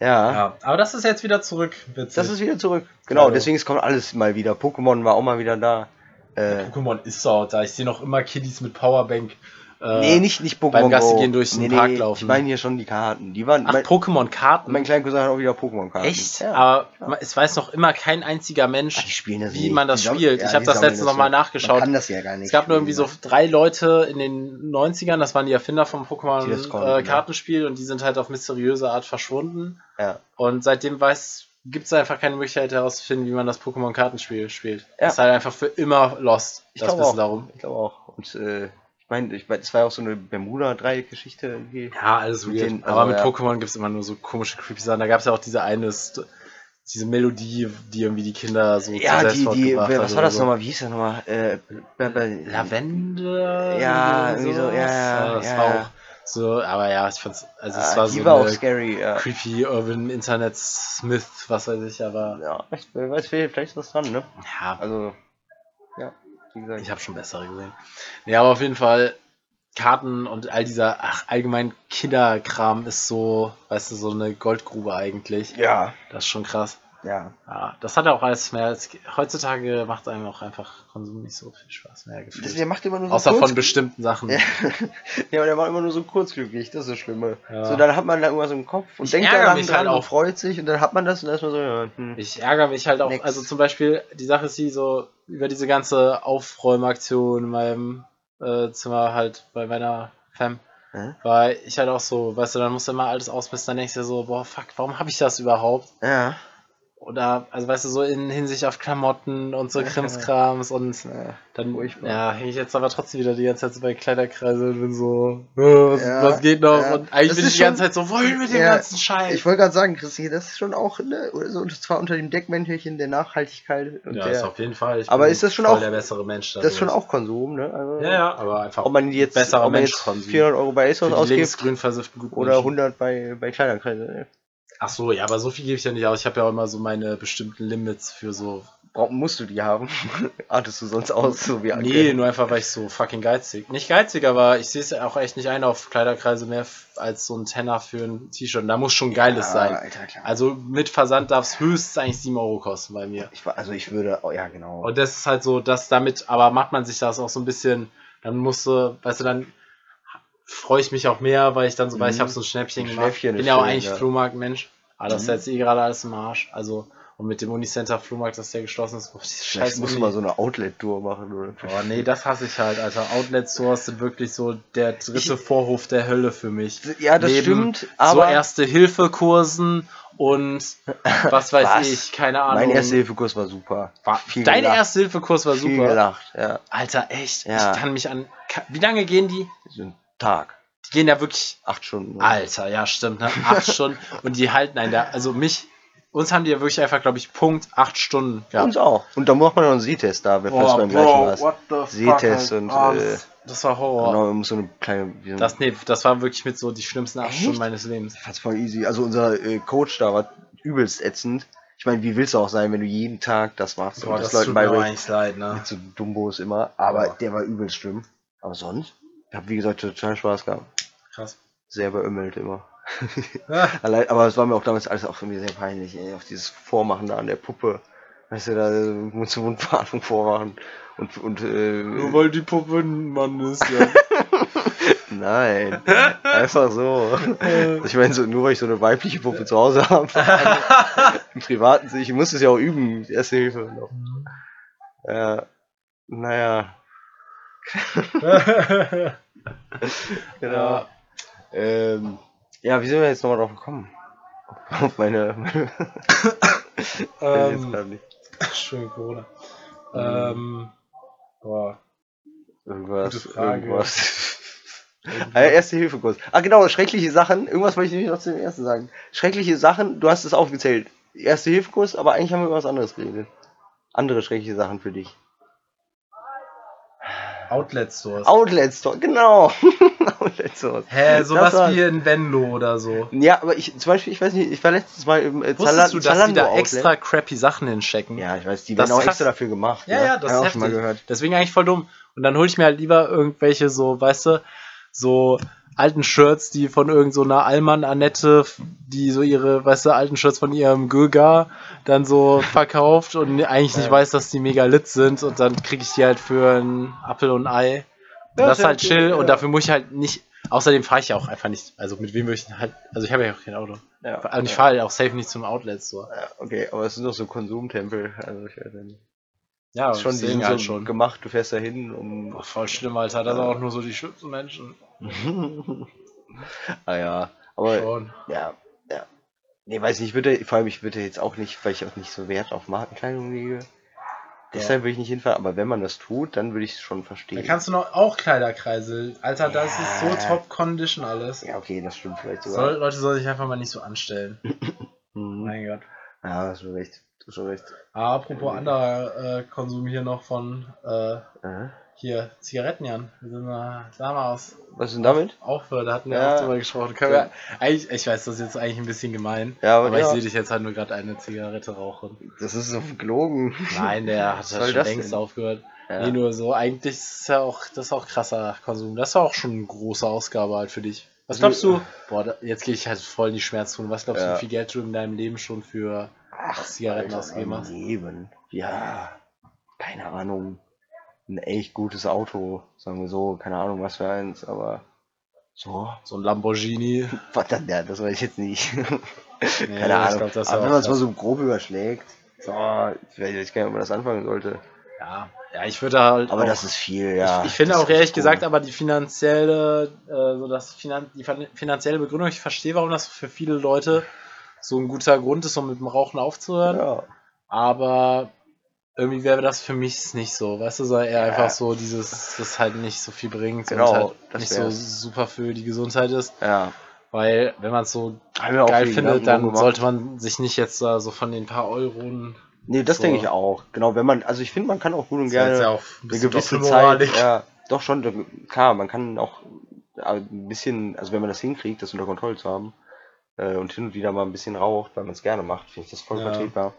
Speaker 2: Ja,
Speaker 1: Ja, aber das ist jetzt wieder zurück. Witzig.
Speaker 2: das ist wieder zurück. Genau,
Speaker 1: Also.
Speaker 2: deswegen es kommt alles mal wieder. Pokémon war auch mal wieder da. Äh,
Speaker 1: Pokémon ist so da. Ich sehe noch immer Kiddies mit Powerbank. Äh,
Speaker 2: nee, nicht, nicht Pokémon.
Speaker 1: beim Gassi
Speaker 2: Go.
Speaker 1: gehen durch den Park laufen.
Speaker 2: Ich meine hier schon die Karten. Die waren.
Speaker 1: Ach,
Speaker 2: mein,
Speaker 1: Pokémon-Karten.
Speaker 2: mein kleiner Cousin hat auch wieder Pokémon-Karten.
Speaker 1: Echt?
Speaker 2: Ja.
Speaker 1: Aber ma- es weiß noch immer kein einziger Mensch,
Speaker 2: Ach, die spielen das
Speaker 1: wie
Speaker 2: nicht.
Speaker 1: man das
Speaker 2: Die sammeln-
Speaker 1: spielt.
Speaker 2: ja,
Speaker 1: ich habe
Speaker 2: die
Speaker 1: das
Speaker 2: sammeln
Speaker 1: letzte
Speaker 2: das
Speaker 1: nochmal
Speaker 2: so. Man
Speaker 1: nachgeschaut.
Speaker 2: kann das ja gar nicht.
Speaker 1: Es gab nur irgendwie so
Speaker 2: spielen. ne?
Speaker 1: drei Leute in den 90ern, das waren die Erfinder vom
Speaker 2: Die das konnten, ja.
Speaker 1: Pokémon-Kartenspiel und die sind halt auf mysteriöse Art verschwunden.
Speaker 2: Ja.
Speaker 1: Und seitdem weiß, gibt es einfach keine Möglichkeit herauszufinden, wie man das Pokémon-Kartenspiel spielt.
Speaker 2: Ja.
Speaker 1: Das ist halt einfach für immer lost,
Speaker 2: Ich
Speaker 1: das
Speaker 2: glaube
Speaker 1: Wissen
Speaker 2: auch.
Speaker 1: darum.
Speaker 2: Ich glaube auch. Und äh, ich meine, ich mein, das war ja auch so eine Bermuda-Dreieck-Geschichte irgendwie.
Speaker 1: Ja, alles
Speaker 2: Mit
Speaker 1: weird.
Speaker 2: den-
Speaker 1: Aber
Speaker 2: also,
Speaker 1: mit
Speaker 2: ja.
Speaker 1: Pokémon gibt es immer nur so komische Creepy-Sachen. Da gab es ja auch diese eine, St- diese Melodie, die irgendwie die Kinder so
Speaker 2: Ja, die, die,
Speaker 1: fortgebracht hat
Speaker 2: was war
Speaker 1: oder
Speaker 2: das
Speaker 1: so.
Speaker 2: nochmal? Wie hieß das nochmal? Äh, bei- bei-
Speaker 1: Lavendel?
Speaker 2: Ja,
Speaker 1: oder
Speaker 2: irgendwie so,
Speaker 1: sowas?
Speaker 2: ja, ja,
Speaker 1: das
Speaker 2: ja,
Speaker 1: war
Speaker 2: ja.
Speaker 1: auch so, aber ja, ich fand's, also es
Speaker 2: Ah,
Speaker 1: war
Speaker 2: die
Speaker 1: so
Speaker 2: war auch
Speaker 1: eine
Speaker 2: scary, ja.
Speaker 1: creepy Urban Internet Smith, was weiß ich, aber
Speaker 2: Ja, ich weiß, vielleicht ist was dran, ne?
Speaker 1: ja,
Speaker 2: Also, ja, wie gesagt.
Speaker 1: ich habe schon bessere gesehen. Ja, aber auf jeden Fall Karten und all dieser, ach, allgemein Kinderkram ist so, weißt du, so eine Goldgrube eigentlich.
Speaker 2: ja,
Speaker 1: Das ist schon krass.
Speaker 2: ja.
Speaker 1: Ja, das hat auch alles mehr. als- heutzutage macht einem auch einfach Konsum nicht so viel Spaß mehr.
Speaker 2: Das,
Speaker 1: Gefühlt.
Speaker 2: der macht immer nur so
Speaker 1: Außer
Speaker 2: kurz-
Speaker 1: von bestimmten Sachen.
Speaker 2: Ja. *laughs* ja, aber der war immer nur so kurzglücklich, das ist das Schlimme.
Speaker 1: Ja.
Speaker 2: So, dann hat man da irgendwas im Kopf und
Speaker 1: Ich
Speaker 2: denkt
Speaker 1: ärgere
Speaker 2: daran
Speaker 1: mich
Speaker 2: dran
Speaker 1: halt
Speaker 2: und
Speaker 1: auch.
Speaker 2: freut sich und dann hat man das und dann ist man so, ja, hm.
Speaker 1: Ich ärgere mich halt auch,
Speaker 2: Nix.
Speaker 1: also zum Beispiel, die Sache ist die so, über diese ganze Aufräumaktion in meinem äh, Zimmer halt bei meiner Fam,
Speaker 2: Hä?
Speaker 1: war ich halt auch so, weißt du, dann musst du immer alles ausmisten, dann denkst du dir so, boah, fuck, warum habe ich das überhaupt?
Speaker 2: ja.
Speaker 1: Oder, also weißt du, so in Hinsicht auf Klamotten und so
Speaker 2: Ja.
Speaker 1: Krimskrams und
Speaker 2: ja.
Speaker 1: dann,
Speaker 2: Furchtbar.
Speaker 1: ja, hänge ich jetzt aber trotzdem wieder die ganze Zeit so bei Kleiderkreise und bin so, äh, was,
Speaker 2: Ja,
Speaker 1: was geht noch?
Speaker 2: ja.
Speaker 1: Und eigentlich
Speaker 2: Das
Speaker 1: bin
Speaker 2: ist
Speaker 1: ich die ganze
Speaker 2: schon-
Speaker 1: Zeit so, wohin mit dem
Speaker 2: Ja,
Speaker 1: ganzen Scheiß?
Speaker 2: Ich wollte gerade sagen, Christi, das ist schon auch, ne, oder so, und zwar unter dem Deckmäntelchen der Nachhaltigkeit und
Speaker 1: ja,
Speaker 2: der,
Speaker 1: ist auf jeden Fall. Ich
Speaker 2: Aber
Speaker 1: bin
Speaker 2: ist das schon
Speaker 1: voll
Speaker 2: auch-
Speaker 1: der bessere Mensch?
Speaker 2: das ist schon
Speaker 1: dadurch.
Speaker 2: auch Konsum, ne? Also,
Speaker 1: Ja, ja, aber einfach
Speaker 2: Ob man jetzt,
Speaker 1: Besserer
Speaker 2: ob man
Speaker 1: Mensch
Speaker 2: jetzt
Speaker 1: Konsum.
Speaker 2: 400 Euro bei
Speaker 1: für
Speaker 2: Asos
Speaker 1: die
Speaker 2: ausgibt
Speaker 1: linksgrün versifften guten
Speaker 2: oder
Speaker 1: Menschen.
Speaker 2: 100 bei, bei Kleiderkreise. ne?
Speaker 1: Ach so, ja, aber so viel gebe ich ja nicht aus. Ich habe ja auch immer so meine bestimmten Limits für so.
Speaker 2: Brauch, musst du die haben? *laughs* Artest du sonst aus, so wie
Speaker 1: Nee, nur einfach, weil ich so fucking geizig. Nicht geizig, aber ich sehe es ja auch echt nicht ein, auf Kleiderkreise mehr f- als so ein Tenner für ein T-Shirt. Da muss schon geiles sein.
Speaker 2: Ah, Alter, klar.
Speaker 1: Also mit Versand darf es höchstens eigentlich 7 Euro kosten bei mir.
Speaker 2: ich, war- also ich würde, oh, ja genau.
Speaker 1: Und das ist halt so, dass damit, aber macht man sich das auch so ein bisschen, dann musste, weißt du, dann freue ich mich auch mehr, weil ich dann so, weil ich
Speaker 2: Mhm.
Speaker 1: habe so ein Schnäppchen
Speaker 2: Ein
Speaker 1: gemacht.
Speaker 2: Schnäppchen
Speaker 1: Bin
Speaker 2: ist
Speaker 1: ja auch
Speaker 2: schön,
Speaker 1: eigentlich
Speaker 2: ja.
Speaker 1: Flohmarktmensch. Aber das ist
Speaker 2: Mhm.
Speaker 1: jetzt eh gerade alles im Arsch. Also, und mit dem Unicenter Flohmarkt, dass der geschlossen ist, *laughs* boah, diese
Speaker 2: Vielleicht
Speaker 1: scheiß
Speaker 2: musst du
Speaker 1: Uni.
Speaker 2: mal so eine Outlet-Tour machen oder
Speaker 1: Oh nee, das hasse ich halt, Alter. Outlet Stores sind wirklich so der dritte Vorhof der Hölle für mich.
Speaker 2: Ja, das
Speaker 1: Neben
Speaker 2: stimmt,
Speaker 1: so
Speaker 2: aber
Speaker 1: Erste-Hilfe-Kursen *laughs* und was weiß
Speaker 2: Was?
Speaker 1: ich, keine Ahnung.
Speaker 2: mein Erste-Hilfe-Kurs war super.
Speaker 1: War-
Speaker 2: Viel
Speaker 1: Dein
Speaker 2: gelacht.
Speaker 1: Erste-Hilfe-Kurs war
Speaker 2: Viel
Speaker 1: super.
Speaker 2: gelacht, ja.
Speaker 1: Alter, echt?
Speaker 2: Ja.
Speaker 1: Ich kann mich an. Ka- Wie lange gehen die?
Speaker 2: So ein Tag,
Speaker 1: Die gehen da wirklich.
Speaker 2: acht Stunden.
Speaker 1: Alter, ja, stimmt, ne?
Speaker 2: *laughs*
Speaker 1: Acht Stunden. Und die halten einen da. Also mich. Uns haben die ja wirklich einfach, glaube ich, Punkt acht Stunden gehabt.
Speaker 2: Uns auch. Und da macht man noch einen Sehtest da, wenn falls du beim gleichen warst.
Speaker 1: what the fuck?
Speaker 2: Sehtest
Speaker 1: Alter.
Speaker 2: und,
Speaker 1: Ah,
Speaker 2: äh,
Speaker 1: das, das war Horror.
Speaker 2: Genau, man muss so eine kleine. Wie so ein-
Speaker 1: Das, nee, das war wirklich mit so die schlimmsten acht
Speaker 2: Echt?
Speaker 1: Stunden meines Lebens.
Speaker 2: Ich fand's voll easy. Also unser äh, Coach da war übelst ätzend. Ich meine, wie willst du auch sein, wenn du jeden Tag das machst und das, Leuten beibringst?
Speaker 1: leid, ne?
Speaker 2: Mit so Dumbos immer. Aber
Speaker 1: Boah.
Speaker 2: der war übelst schlimm. Aber sonst? Ich habe, wie gesagt, total Spaß gehabt.
Speaker 1: Krass. *laughs*
Speaker 2: Sehr beömmelt immer.
Speaker 1: Ah,
Speaker 2: Allein, aber es war mir auch damals alles auch irgendwie sehr peinlich, ey. Auch dieses Vormachen da an der Puppe. Weißt du, da äh, so *laughs* Mund-zu-Mund-Beatmung vormachen. Und, und, äh,
Speaker 1: nur weil die Puppe ein Mann ist,
Speaker 2: *laughs*
Speaker 1: ja. *laughs*
Speaker 2: nein. Einfach so. Ich meine, so, nur weil ich so eine weibliche Puppe zu Hause habe. *laughs* Im Privaten, ich muss es ja auch üben, die Erste Hilfe. Noch. Ja, naja, genau.
Speaker 1: Ja.
Speaker 2: Ähm, ja, wie sind wir jetzt nochmal drauf gekommen? *laughs* Auf meine. meine weiß ich *laughs* jetzt Mhm.
Speaker 1: ähm,
Speaker 2: grad nicht.
Speaker 1: schön Corona. Ähm, boah.
Speaker 2: Irgendwas.
Speaker 1: gute Frage.
Speaker 2: Irgendwas. Ah, erste Hilfe kurz. Ah, genau, schreckliche Sachen. Irgendwas wollte ich nämlich noch zu dem ersten sagen. Schreckliche Sachen, du hast es aufgezählt. Erste Hilfe Kurs, aber eigentlich haben wir über was anderes geredet. Andere schreckliche Sachen für dich.
Speaker 1: Outlet Stores.
Speaker 2: Outlet Store, genau. *laughs* Outlet Store.
Speaker 1: Hä, sowas
Speaker 2: Das war-
Speaker 1: wie in Venlo oder so.
Speaker 2: Ja, aber ich, zum Beispiel, ich weiß nicht, ich war letztes Mal im äh,
Speaker 1: Wusstest
Speaker 2: Zala-
Speaker 1: du, dass die da
Speaker 2: Zalando-Outlet.
Speaker 1: extra crappy Sachen hinchecken?
Speaker 2: Ja, ich weiß, die
Speaker 1: Das
Speaker 2: werden auch
Speaker 1: ist krass.
Speaker 2: extra dafür gemacht.
Speaker 1: Ja,
Speaker 2: ne?
Speaker 1: ja, das
Speaker 2: Hab ich
Speaker 1: ist
Speaker 2: auch schon mal
Speaker 1: heftig.
Speaker 2: gehört.
Speaker 1: Deswegen eigentlich voll dumm. Und dann hole ich mir halt lieber irgendwelche so, weißt du, so alten Shirts, die von irgend so einer Allmann Annette, die so ihre, weißt du, alten Shirts von ihrem Göger dann
Speaker 2: *laughs*
Speaker 1: so verkauft und eigentlich nicht
Speaker 2: Ja.
Speaker 1: weiß, dass die mega lit sind und dann kriege ich die halt für einen Apfel und ein Ei. Und
Speaker 2: Ja,
Speaker 1: das ist
Speaker 2: sehr
Speaker 1: halt
Speaker 2: gut,
Speaker 1: chill
Speaker 2: ja.
Speaker 1: und dafür muss ich halt nicht, außerdem fahre ich ja auch einfach nicht, also mit wem würde ich denn halt, also ich habe ja auch kein Auto.
Speaker 2: Ja,
Speaker 1: Und ich fahre halt auch safe nicht zum Outlet Store.
Speaker 2: ja, okay, aber es sind doch so Konsumtempel. Also ich weiß ja nicht.
Speaker 1: Ja,
Speaker 2: Ist schon, die
Speaker 1: deswegen halt
Speaker 2: sind so gemacht, du fährst da hin
Speaker 1: *laughs*
Speaker 2: um.
Speaker 1: Boah, voll schlimm, Alter. Das sind auch nur so die schlimmsten Menschen.
Speaker 2: ah ja, aber
Speaker 1: Schon.
Speaker 2: ja, ja. Nee, weiß nicht, ich würde, vor allem ich würde jetzt auch nicht, weil ich auch nicht so Wert auf Markenkleidung lege. Deshalb würde ich nicht hinfahren, aber wenn man das tut, dann würde ich es schon
Speaker 1: Da
Speaker 2: verstehen.
Speaker 1: kannst du noch auch Kleiderkreisel. Alter, das ist so
Speaker 2: Ja.
Speaker 1: top condition alles.
Speaker 2: ja, okay, das stimmt vielleicht
Speaker 1: Soll,
Speaker 2: sogar.
Speaker 1: Leute sollen sich einfach mal nicht so anstellen. Oh
Speaker 2: Mhm.
Speaker 1: mein Gott.
Speaker 2: Ja, hast du recht. Hast du recht.
Speaker 1: Ah, apropos anderer äh, Konsum hier noch von äh,
Speaker 2: Äh,
Speaker 1: hier Zigaretten, Jan. Wir sind äh, damals
Speaker 2: Was ist denn damit?
Speaker 1: aufhören, da hatten wir
Speaker 2: Ja.
Speaker 1: auch drüber gesprochen. Können
Speaker 2: Ja.
Speaker 1: wir, eigentlich, ich weiß, das ist jetzt eigentlich ein bisschen gemein.
Speaker 2: Ja, aber genau.
Speaker 1: aber ich
Speaker 2: ja.
Speaker 1: sehe dich jetzt halt nur gerade eine Zigarette rauchen.
Speaker 2: Das ist so gelogen.
Speaker 1: Nein, der hat
Speaker 2: Was
Speaker 1: das
Speaker 2: soll
Speaker 1: schon
Speaker 2: das
Speaker 1: längst
Speaker 2: denn?
Speaker 1: aufgehört.
Speaker 2: Ja.
Speaker 1: Nee, nur so, eigentlich ist es ja auch, das ist auch krasser Konsum. Das war auch schon eine große Ausgabe halt für dich. Was glaubst
Speaker 2: Also-
Speaker 1: du? Boah, da, jetzt gehe ich halt voll in die Schmerztun. Was glaubst
Speaker 2: Ja.
Speaker 1: du, wie viel Geld du in deinem Leben schon für
Speaker 2: Ach,
Speaker 1: Zigaretten
Speaker 2: Alter,
Speaker 1: ausgegeben hast?
Speaker 2: Leben. Ja, keine Ahnung. Ein echt gutes Auto, sagen wir so. Keine Ahnung, was für eins, aber so.
Speaker 1: So ein
Speaker 2: *laughs*
Speaker 1: Lamborghini.
Speaker 2: Was dann, ja, das weiß ich jetzt nicht. *laughs*
Speaker 1: Nee,
Speaker 2: keine
Speaker 1: Ich
Speaker 2: Ahnung.
Speaker 1: glaub, das
Speaker 2: aber wenn
Speaker 1: war
Speaker 2: man
Speaker 1: auch
Speaker 2: es mal
Speaker 1: krass.
Speaker 2: so grob überschlägt, so, ich weiß jetzt gar nicht, ob man das anfangen sollte.
Speaker 1: ja. ja, ich würde halt.
Speaker 2: Aber
Speaker 1: auch,
Speaker 2: das ist viel, ja.
Speaker 1: ich, ich finde
Speaker 2: Das
Speaker 1: auch
Speaker 2: ist
Speaker 1: ehrlich
Speaker 2: echt
Speaker 1: gesagt,
Speaker 2: cool.
Speaker 1: aber die finanzielle, äh, so das Finan die fin- finanzielle Begründung, ich verstehe, warum das für viele Leute so ein guter Grund ist, um mit dem Rauchen aufzuhören.
Speaker 2: Ja.
Speaker 1: aber irgendwie wäre das für mich nicht so, weißt du, sei eher
Speaker 2: Ja.
Speaker 1: einfach so dieses, das halt nicht so viel bringt
Speaker 2: Genau,
Speaker 1: und halt
Speaker 2: das
Speaker 1: nicht so
Speaker 2: wär's.
Speaker 1: super für die Gesundheit ist,
Speaker 2: ja.
Speaker 1: weil wenn man es so
Speaker 2: Haben wir auch
Speaker 1: geil
Speaker 2: viel
Speaker 1: findet,
Speaker 2: Gedanken
Speaker 1: dann
Speaker 2: gemacht.
Speaker 1: sollte man sich nicht jetzt da so von den paar Euronen,
Speaker 2: Nee, das
Speaker 1: so-
Speaker 2: denke ich auch. Genau, wenn man, also ich finde, man kann auch gut und gerne.
Speaker 1: auch ein
Speaker 2: eine
Speaker 1: bisschen
Speaker 2: gewisse
Speaker 1: Doppelmoralig.
Speaker 2: Zeit. Ja, doch schon, doch, klar, man kann auch äh, ein bisschen, also wenn man das hinkriegt, das unter Kontrolle zu haben äh, und hin und wieder mal ein bisschen raucht, weil man es gerne macht, finde ich das voll
Speaker 1: Ja.
Speaker 2: vertretbar.